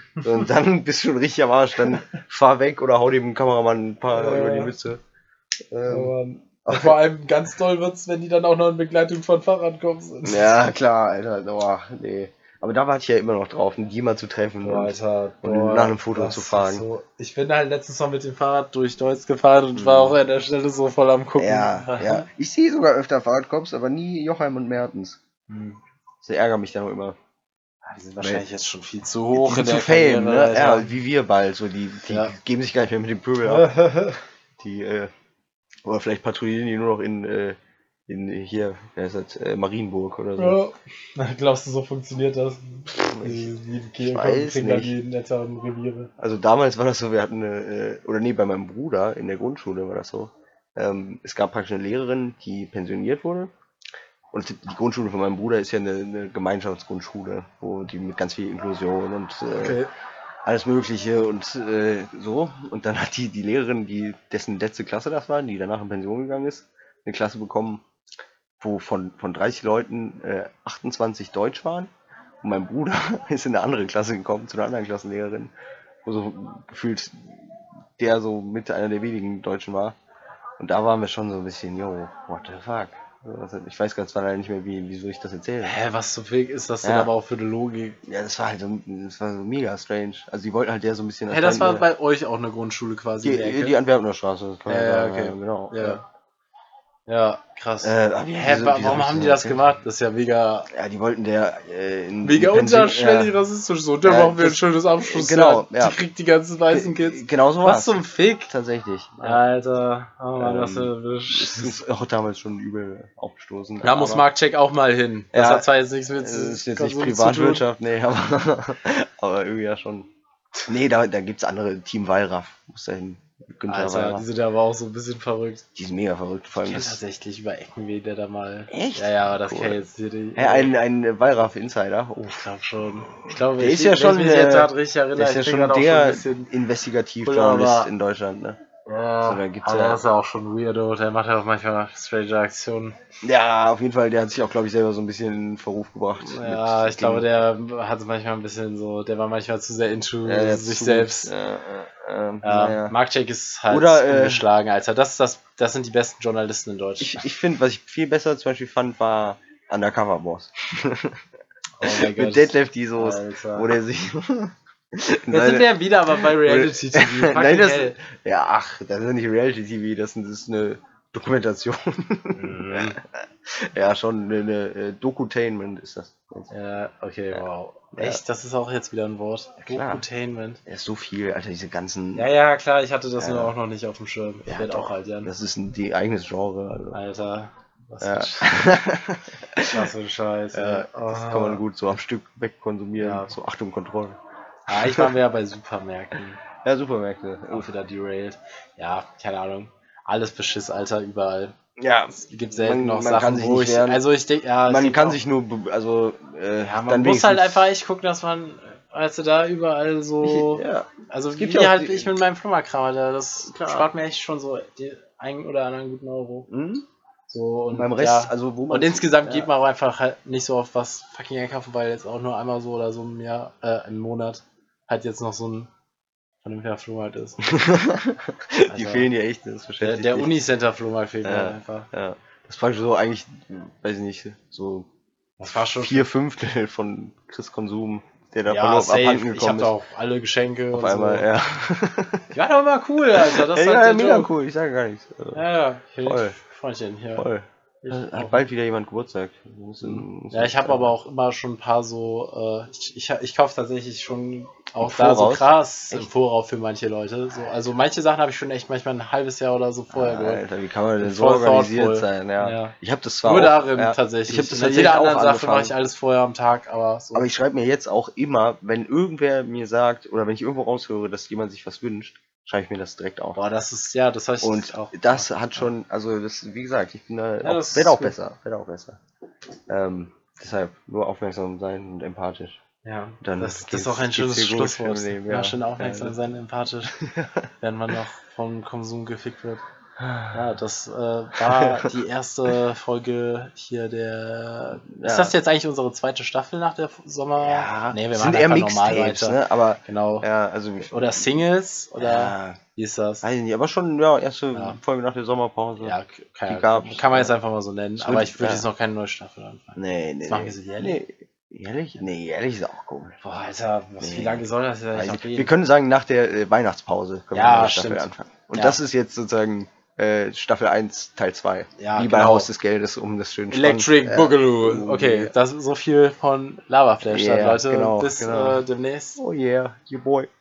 Speaker 1: *laughs*
Speaker 2: Und dann bist du schon richtig am Arsch. Dann fahr weg oder hau dem Kameramann ein paar
Speaker 1: Ja.
Speaker 2: über die Mütze. Ähm,
Speaker 1: Aber
Speaker 2: *laughs*
Speaker 1: vor allem ganz toll wird's, wenn die dann auch noch in Begleitung von Fahrrad kommen sind.
Speaker 2: ja, klar, Alter. Boah, nee. Aber da warte ich ja immer noch drauf, jemand zu treffen.
Speaker 1: Boah,
Speaker 2: Und
Speaker 1: Alter,
Speaker 2: und Um nach einem Foto
Speaker 1: das
Speaker 2: zu fragen.
Speaker 1: ist So, ich bin halt letztens mal mit dem Fahrrad durch Deutsch gefahren und war auch an der Stelle so voll am Gucken. *laughs*
Speaker 2: Mhm. ja, ja. Ich sehe sogar öfter Fahrradcops, aber nie Jochheim und Mertens.
Speaker 1: Hm.
Speaker 2: Sie ärgern mich dann auch immer.
Speaker 1: Ah, Die sind wahrscheinlich jetzt schon viel zu hoch
Speaker 2: Die
Speaker 1: in
Speaker 2: sind
Speaker 1: der
Speaker 2: zu Fame,
Speaker 1: Karriere,
Speaker 2: ne? Ja,
Speaker 1: Alter.
Speaker 2: wie wir bald. So, die die
Speaker 1: Ja.
Speaker 2: geben sich gar nicht mehr mit dem Pöbel ab. Die, äh, oder vielleicht patrouillieren die nur noch in, äh, in hier, wer ist das, äh, Marienburg oder
Speaker 1: *laughs*
Speaker 2: so.
Speaker 1: Ja. Na, Glaubst du, so funktioniert das?
Speaker 2: Ich,
Speaker 1: Die
Speaker 2: weiß
Speaker 1: kriegen dann
Speaker 2: nicht.
Speaker 1: jeden netter und Reviere.
Speaker 2: also damals war das so, wir hatten eine, äh, oder nee, bei meinem Bruder in der Grundschule war das so. Ähm, es gab praktisch eine Lehrerin, die pensioniert wurde. Und die Grundschule von meinem Bruder ist ja eine, eine Gemeinschaftsgrundschule, wo die mit ganz viel Inklusion und äh, alles Mögliche und äh, so. Und dann hat die, die Lehrerin, die dessen letzte Klasse das war, die danach in Pension gegangen ist, eine Klasse bekommen, wo von, von 30 Leuten äh, 28 Deutsch waren. Und mein Bruder *laughs* ist in eine andere Klasse gekommen, zu einer anderen Klassenlehrerin, wo so gefühlt der so mit einer der wenigen Deutschen war. Und da waren wir schon so ein bisschen, yo, what the fuck. So, was- Ich weiß ganz leider nicht mehr, wie, wieso ich das erzähle.
Speaker 1: Hä, was zum Fick ist das denn
Speaker 2: Ja.
Speaker 1: aber auch für eine Logik?
Speaker 2: Ja, das war halt so, das war so mega strange. Also die wollten halt der so ein bisschen...
Speaker 1: Hä, das war
Speaker 2: Fremde-
Speaker 1: bei euch auch eine Grundschule quasi. in der
Speaker 2: die,
Speaker 1: Ecke?
Speaker 2: die Antwerpener Straße. das kann man
Speaker 1: Ja, ja,
Speaker 2: sagen,
Speaker 1: okay.
Speaker 2: genau.
Speaker 1: ja. ja, krass.
Speaker 2: Äh, aber
Speaker 1: Hä,
Speaker 2: wieso-
Speaker 1: wa-
Speaker 2: wieso
Speaker 1: warum
Speaker 2: hab ich
Speaker 1: haben die
Speaker 2: denn
Speaker 1: das
Speaker 2: erzählt?
Speaker 1: gemacht? Das ist ja mega
Speaker 2: Ja, die wollten der äh, in
Speaker 1: Mega
Speaker 2: in Pensil-
Speaker 1: unterschwellig
Speaker 2: ja.
Speaker 1: rassistisch so. Da
Speaker 2: Ja,
Speaker 1: machen wir ein
Speaker 2: das-
Speaker 1: schönes Abschluss.
Speaker 2: genau, ja.
Speaker 1: Die kriegt die ganzen weißen Kids.
Speaker 2: Genau so
Speaker 1: Was
Speaker 2: war's.
Speaker 1: zum Fick?
Speaker 2: Tatsächlich. Ja.
Speaker 1: Alter, oh Mann,
Speaker 2: Ähm,
Speaker 1: was für
Speaker 2: Das ist auch damals schon übel aufgestoßen.
Speaker 1: Da muss
Speaker 2: aber-
Speaker 1: Markcheck auch mal hin. Das
Speaker 2: Ja,
Speaker 1: hat zwar jetzt äh, nichts mit
Speaker 2: Es ist jetzt nicht
Speaker 1: Konsum
Speaker 2: Privatwirtschaft, nee, aber, *laughs* aber irgendwie ja schon. Nee, da, da gibt's andere. Team Wallraff muss da hin.
Speaker 1: zu tun.
Speaker 2: Günther
Speaker 1: Alter, die
Speaker 2: Wallraff.
Speaker 1: sind aber auch so ein bisschen verrückt.
Speaker 2: Die sind mega verrückt. Vor
Speaker 1: Ich
Speaker 2: allem
Speaker 1: kenne
Speaker 2: das,
Speaker 1: tatsächlich über Eckenweh, der da mal.
Speaker 2: Echt?
Speaker 1: Ja, ja, aber das
Speaker 2: Cool.
Speaker 1: kann jetzt hier die.
Speaker 2: Hä, ein, ein Wallraff-Insider. Oh,
Speaker 1: ich glaube schon. Ich glaube,
Speaker 2: Der
Speaker 1: ich,
Speaker 2: ist ja
Speaker 1: wenn
Speaker 2: schon,
Speaker 1: Ich mich jetzt
Speaker 2: äh,
Speaker 1: gerade richtig erinnere,
Speaker 2: der ist ja
Speaker 1: ich bin
Speaker 2: schon
Speaker 1: grad auch
Speaker 2: der
Speaker 1: bisschen-
Speaker 2: Investigativjournalist
Speaker 1: aber-
Speaker 2: in Deutschland, ne?
Speaker 1: Ja,
Speaker 2: So, da gibt's
Speaker 1: aber
Speaker 2: ja-
Speaker 1: der ist ja auch schon weirdo. Der macht ja auch manchmal strange Aktionen.
Speaker 2: Ja, auf jeden Fall, der hat sich auch, glaube ich, selber so ein bisschen in Verruf gebracht.
Speaker 1: Ja,
Speaker 2: mit
Speaker 1: ich glaube,
Speaker 2: dem-
Speaker 1: der hatte manchmal ein bisschen so, der war manchmal zu sehr into
Speaker 2: Ja, äh, der
Speaker 1: sich
Speaker 2: Zug,
Speaker 1: selbst.
Speaker 2: Äh, äh, ähm,
Speaker 1: Ja,
Speaker 2: naja.
Speaker 1: Mark Jack ist halt
Speaker 2: Oder, äh,
Speaker 1: ungeschlagen, Alter. Das, ist das, das sind die besten Journalisten in
Speaker 2: Ich,
Speaker 1: Deutschland.
Speaker 2: ich finde, was ich viel besser zum Beispiel fand, war Undercover Boss.
Speaker 1: Oh mein
Speaker 2: mit Deadlift die so, wo
Speaker 1: Alter.
Speaker 2: der sich. *laughs*
Speaker 1: Jetzt sind wir ja wieder aber bei Reality TV. Fucking
Speaker 2: Nein, das,
Speaker 1: hell.
Speaker 2: ja, ach, das ist ja nicht Reality TV, das ist, das ist eine Dokumentation. *laughs* Mhm. ja, schon eine, eine äh, Dokutainment ist das.
Speaker 1: ja, okay, wow.
Speaker 2: Ja.
Speaker 1: Echt, das ist auch jetzt wieder ein Wort.
Speaker 2: klar.
Speaker 1: Dokutainment.
Speaker 2: Ja, ist so viel, Alter, diese ganzen.
Speaker 1: Ja, ja, klar, ich hatte das
Speaker 2: Ja.
Speaker 1: nur auch noch nicht auf dem Schirm. Ich
Speaker 2: Ja,
Speaker 1: werde
Speaker 2: doch.
Speaker 1: auch alt, Jan.
Speaker 2: Das ist ein die eigenes Genre. Also.
Speaker 1: Alter. Was
Speaker 2: Ja.
Speaker 1: für was für ein Scheiß.
Speaker 2: Ja,
Speaker 1: ey.
Speaker 2: Äh, das
Speaker 1: Oh.
Speaker 2: kann man gut so am Stück wegkonsumieren.
Speaker 1: Ja.
Speaker 2: So Achtung, Kontrolle.
Speaker 1: Ah, ich war mehr bei
Speaker 2: *laughs*
Speaker 1: Supermärkten.
Speaker 2: Ja, Supermärkte.
Speaker 1: Auch wieder derailed. Ja, keine Ahnung. Alles Beschiss, Alter, überall.
Speaker 2: Ja,
Speaker 1: Es gibt selten
Speaker 2: Man-
Speaker 1: noch
Speaker 2: man
Speaker 1: Sachen,
Speaker 2: kann sich
Speaker 1: wo
Speaker 2: nicht
Speaker 1: ich.
Speaker 2: wehren.
Speaker 1: Also ich denke, ja. es
Speaker 2: man
Speaker 1: gibt
Speaker 2: kann
Speaker 1: auch-
Speaker 2: sich nur, be- also, äh,
Speaker 1: Ja, man
Speaker 2: dann
Speaker 1: muss halt
Speaker 2: wenigstens-
Speaker 1: einfach echt gucken, dass man, weißt du, da überall so.
Speaker 2: *laughs* Ja,
Speaker 1: also
Speaker 2: es gibt
Speaker 1: wie
Speaker 2: ja auch
Speaker 1: halt
Speaker 2: die-
Speaker 1: ich mit meinem Flimmerkram, Alter. Das
Speaker 2: Klar.
Speaker 1: spart mir echt schon so den einen oder anderen guten Euro.
Speaker 2: hm?
Speaker 1: So und
Speaker 2: und beim Rest,
Speaker 1: ja.
Speaker 2: also wo man.
Speaker 1: und insgesamt
Speaker 2: ja.
Speaker 1: geht man auch einfach halt nicht so auf was fucking einkaufen, weil jetzt auch nur einmal so oder so im Jahr, äh, im Monat halt jetzt noch so ein vernünftiger Flohmarkt ist.
Speaker 2: *laughs* Die
Speaker 1: Alter.
Speaker 2: fehlen ja echt, das
Speaker 1: Der,
Speaker 2: beschäftigt
Speaker 1: der
Speaker 2: mich.
Speaker 1: Unicenter Flohmarkt fehlt mir
Speaker 2: Ja.
Speaker 1: einfach.
Speaker 2: Ja. Das ist praktisch so eigentlich, hm, weiß ich nicht, so
Speaker 1: Das war schon
Speaker 2: vier Fünftel von Chris Konsum, der da
Speaker 1: ja,
Speaker 2: verloren abhanden
Speaker 1: safe. Ich hab
Speaker 2: gekommen
Speaker 1: da
Speaker 2: ist.
Speaker 1: auch alle Geschenke
Speaker 2: Auf
Speaker 1: und
Speaker 2: einmal,
Speaker 1: so.
Speaker 2: ja.
Speaker 1: Die war doch immer cool, Alter.
Speaker 2: *laughs*
Speaker 1: Das
Speaker 2: ja, halt
Speaker 1: hat
Speaker 2: ja,
Speaker 1: der
Speaker 2: mega
Speaker 1: Joke.
Speaker 2: cool, ich sage gar nichts. Also,
Speaker 1: Ja, ja. Hier,
Speaker 2: Voll.
Speaker 1: Freundchen, hier.
Speaker 2: Voll.
Speaker 1: Ich,
Speaker 2: Äh, Hat
Speaker 1: auch. Mhm.
Speaker 2: bald wieder jemand Geburtstag. Wir müssen-
Speaker 1: ja, ich habe aber auch immer schon ein paar so. Äh, ich, ich, ich kaufe tatsächlich schon Auch
Speaker 2: Im
Speaker 1: da so
Speaker 2: Voraus?
Speaker 1: krass im
Speaker 2: Echt?
Speaker 1: Voraus für manche Leute. So, also manche Sachen habe ich schon echt manchmal ein halbes Jahr oder so vorher gehört.
Speaker 2: Alter, wie kann man denn so
Speaker 1: Voll
Speaker 2: organisiert
Speaker 1: thoughtful.
Speaker 2: sein? Ja.
Speaker 1: Ja.
Speaker 2: Ich habe das zwar
Speaker 1: Nur
Speaker 2: auch,
Speaker 1: darin
Speaker 2: ja,
Speaker 1: tatsächlich.
Speaker 2: Ich habe das
Speaker 1: In
Speaker 2: tatsächlich
Speaker 1: jeder
Speaker 2: auch
Speaker 1: anderen Sache
Speaker 2: angefangen.
Speaker 1: mache ich alles vorher am Tag, aber so.
Speaker 2: Aber ich schreibe mir jetzt auch immer, wenn irgendwer mir sagt oder wenn ich irgendwo raushöre, dass jemand sich was wünscht, schreibe ich mir das direkt auf.
Speaker 1: Boah, das ist, ja, das habe ich
Speaker 2: Und
Speaker 1: auch.
Speaker 2: das hat schon, also das, wie gesagt, ich bin da,
Speaker 1: Ja, das
Speaker 2: auch, werd
Speaker 1: ist
Speaker 2: auch
Speaker 1: gut.
Speaker 2: besser, werde auch besser. Ähm, deshalb nur aufmerksam sein und empathisch.
Speaker 1: Ja,
Speaker 2: Dann
Speaker 1: das, das
Speaker 2: geht's-
Speaker 1: ist auch ein
Speaker 2: geht's
Speaker 1: schönes
Speaker 2: dir gut im
Speaker 1: Schlusswort.
Speaker 2: Leben,
Speaker 1: ja.
Speaker 2: ja.
Speaker 1: schön aufmerksam
Speaker 2: Ja.
Speaker 1: sein,
Speaker 2: *laughs*
Speaker 1: empathisch, wenn man noch vom Konsum gefickt wird. Ja, das äh, *laughs* war die erste Folge hier der.
Speaker 2: Ja.
Speaker 1: Ist das jetzt eigentlich unsere zweite Staffel nach der F- Sommer? nee, wir machen einfach normal weiter.
Speaker 2: ne? Aber
Speaker 1: Genau.
Speaker 2: ja, also wie-
Speaker 1: Oder Singles oder
Speaker 2: ja,
Speaker 1: wie ist das?
Speaker 2: weiß ich nicht, aber schon, ja, erste
Speaker 1: Ja.
Speaker 2: Folge nach der Sommerpause.
Speaker 1: Ja, k-
Speaker 2: Die
Speaker 1: kann,
Speaker 2: gab's.
Speaker 1: kann man jetzt einfach mal so nennen,
Speaker 2: Es
Speaker 1: aber
Speaker 2: wird-
Speaker 1: ich würde
Speaker 2: ja.
Speaker 1: jetzt noch keine neue Staffel anfangen.
Speaker 2: Nee, nee.
Speaker 1: Das machen
Speaker 2: nee.
Speaker 1: wir so jährlich.
Speaker 2: Nee, jährlich? Nee, jährlich ist auch komisch.
Speaker 1: Boah, Alter, was,
Speaker 2: Nee.
Speaker 1: wie lange soll das denn
Speaker 2: Also,
Speaker 1: noch
Speaker 2: wir
Speaker 1: gehen?
Speaker 2: können sagen, nach der äh, Weihnachtspause können
Speaker 1: Ja,
Speaker 2: wir mit der Staffel
Speaker 1: stimmt.
Speaker 2: anfangen. Und
Speaker 1: Ja.
Speaker 2: das ist jetzt sozusagen äh, Staffel 1, Teil 2.
Speaker 1: Ja,
Speaker 2: Wie bei
Speaker 1: genau.
Speaker 2: Haus des Geldes, um das schön
Speaker 1: Electric
Speaker 2: spannend-
Speaker 1: Boogaloo. Okay,
Speaker 2: Yeah.
Speaker 1: das ist so viel von Lava Flash dann,
Speaker 2: Yeah,
Speaker 1: Leute.
Speaker 2: genau,
Speaker 1: Bis
Speaker 2: genau.
Speaker 1: Äh, demnächst.
Speaker 2: Oh yeah, your boy.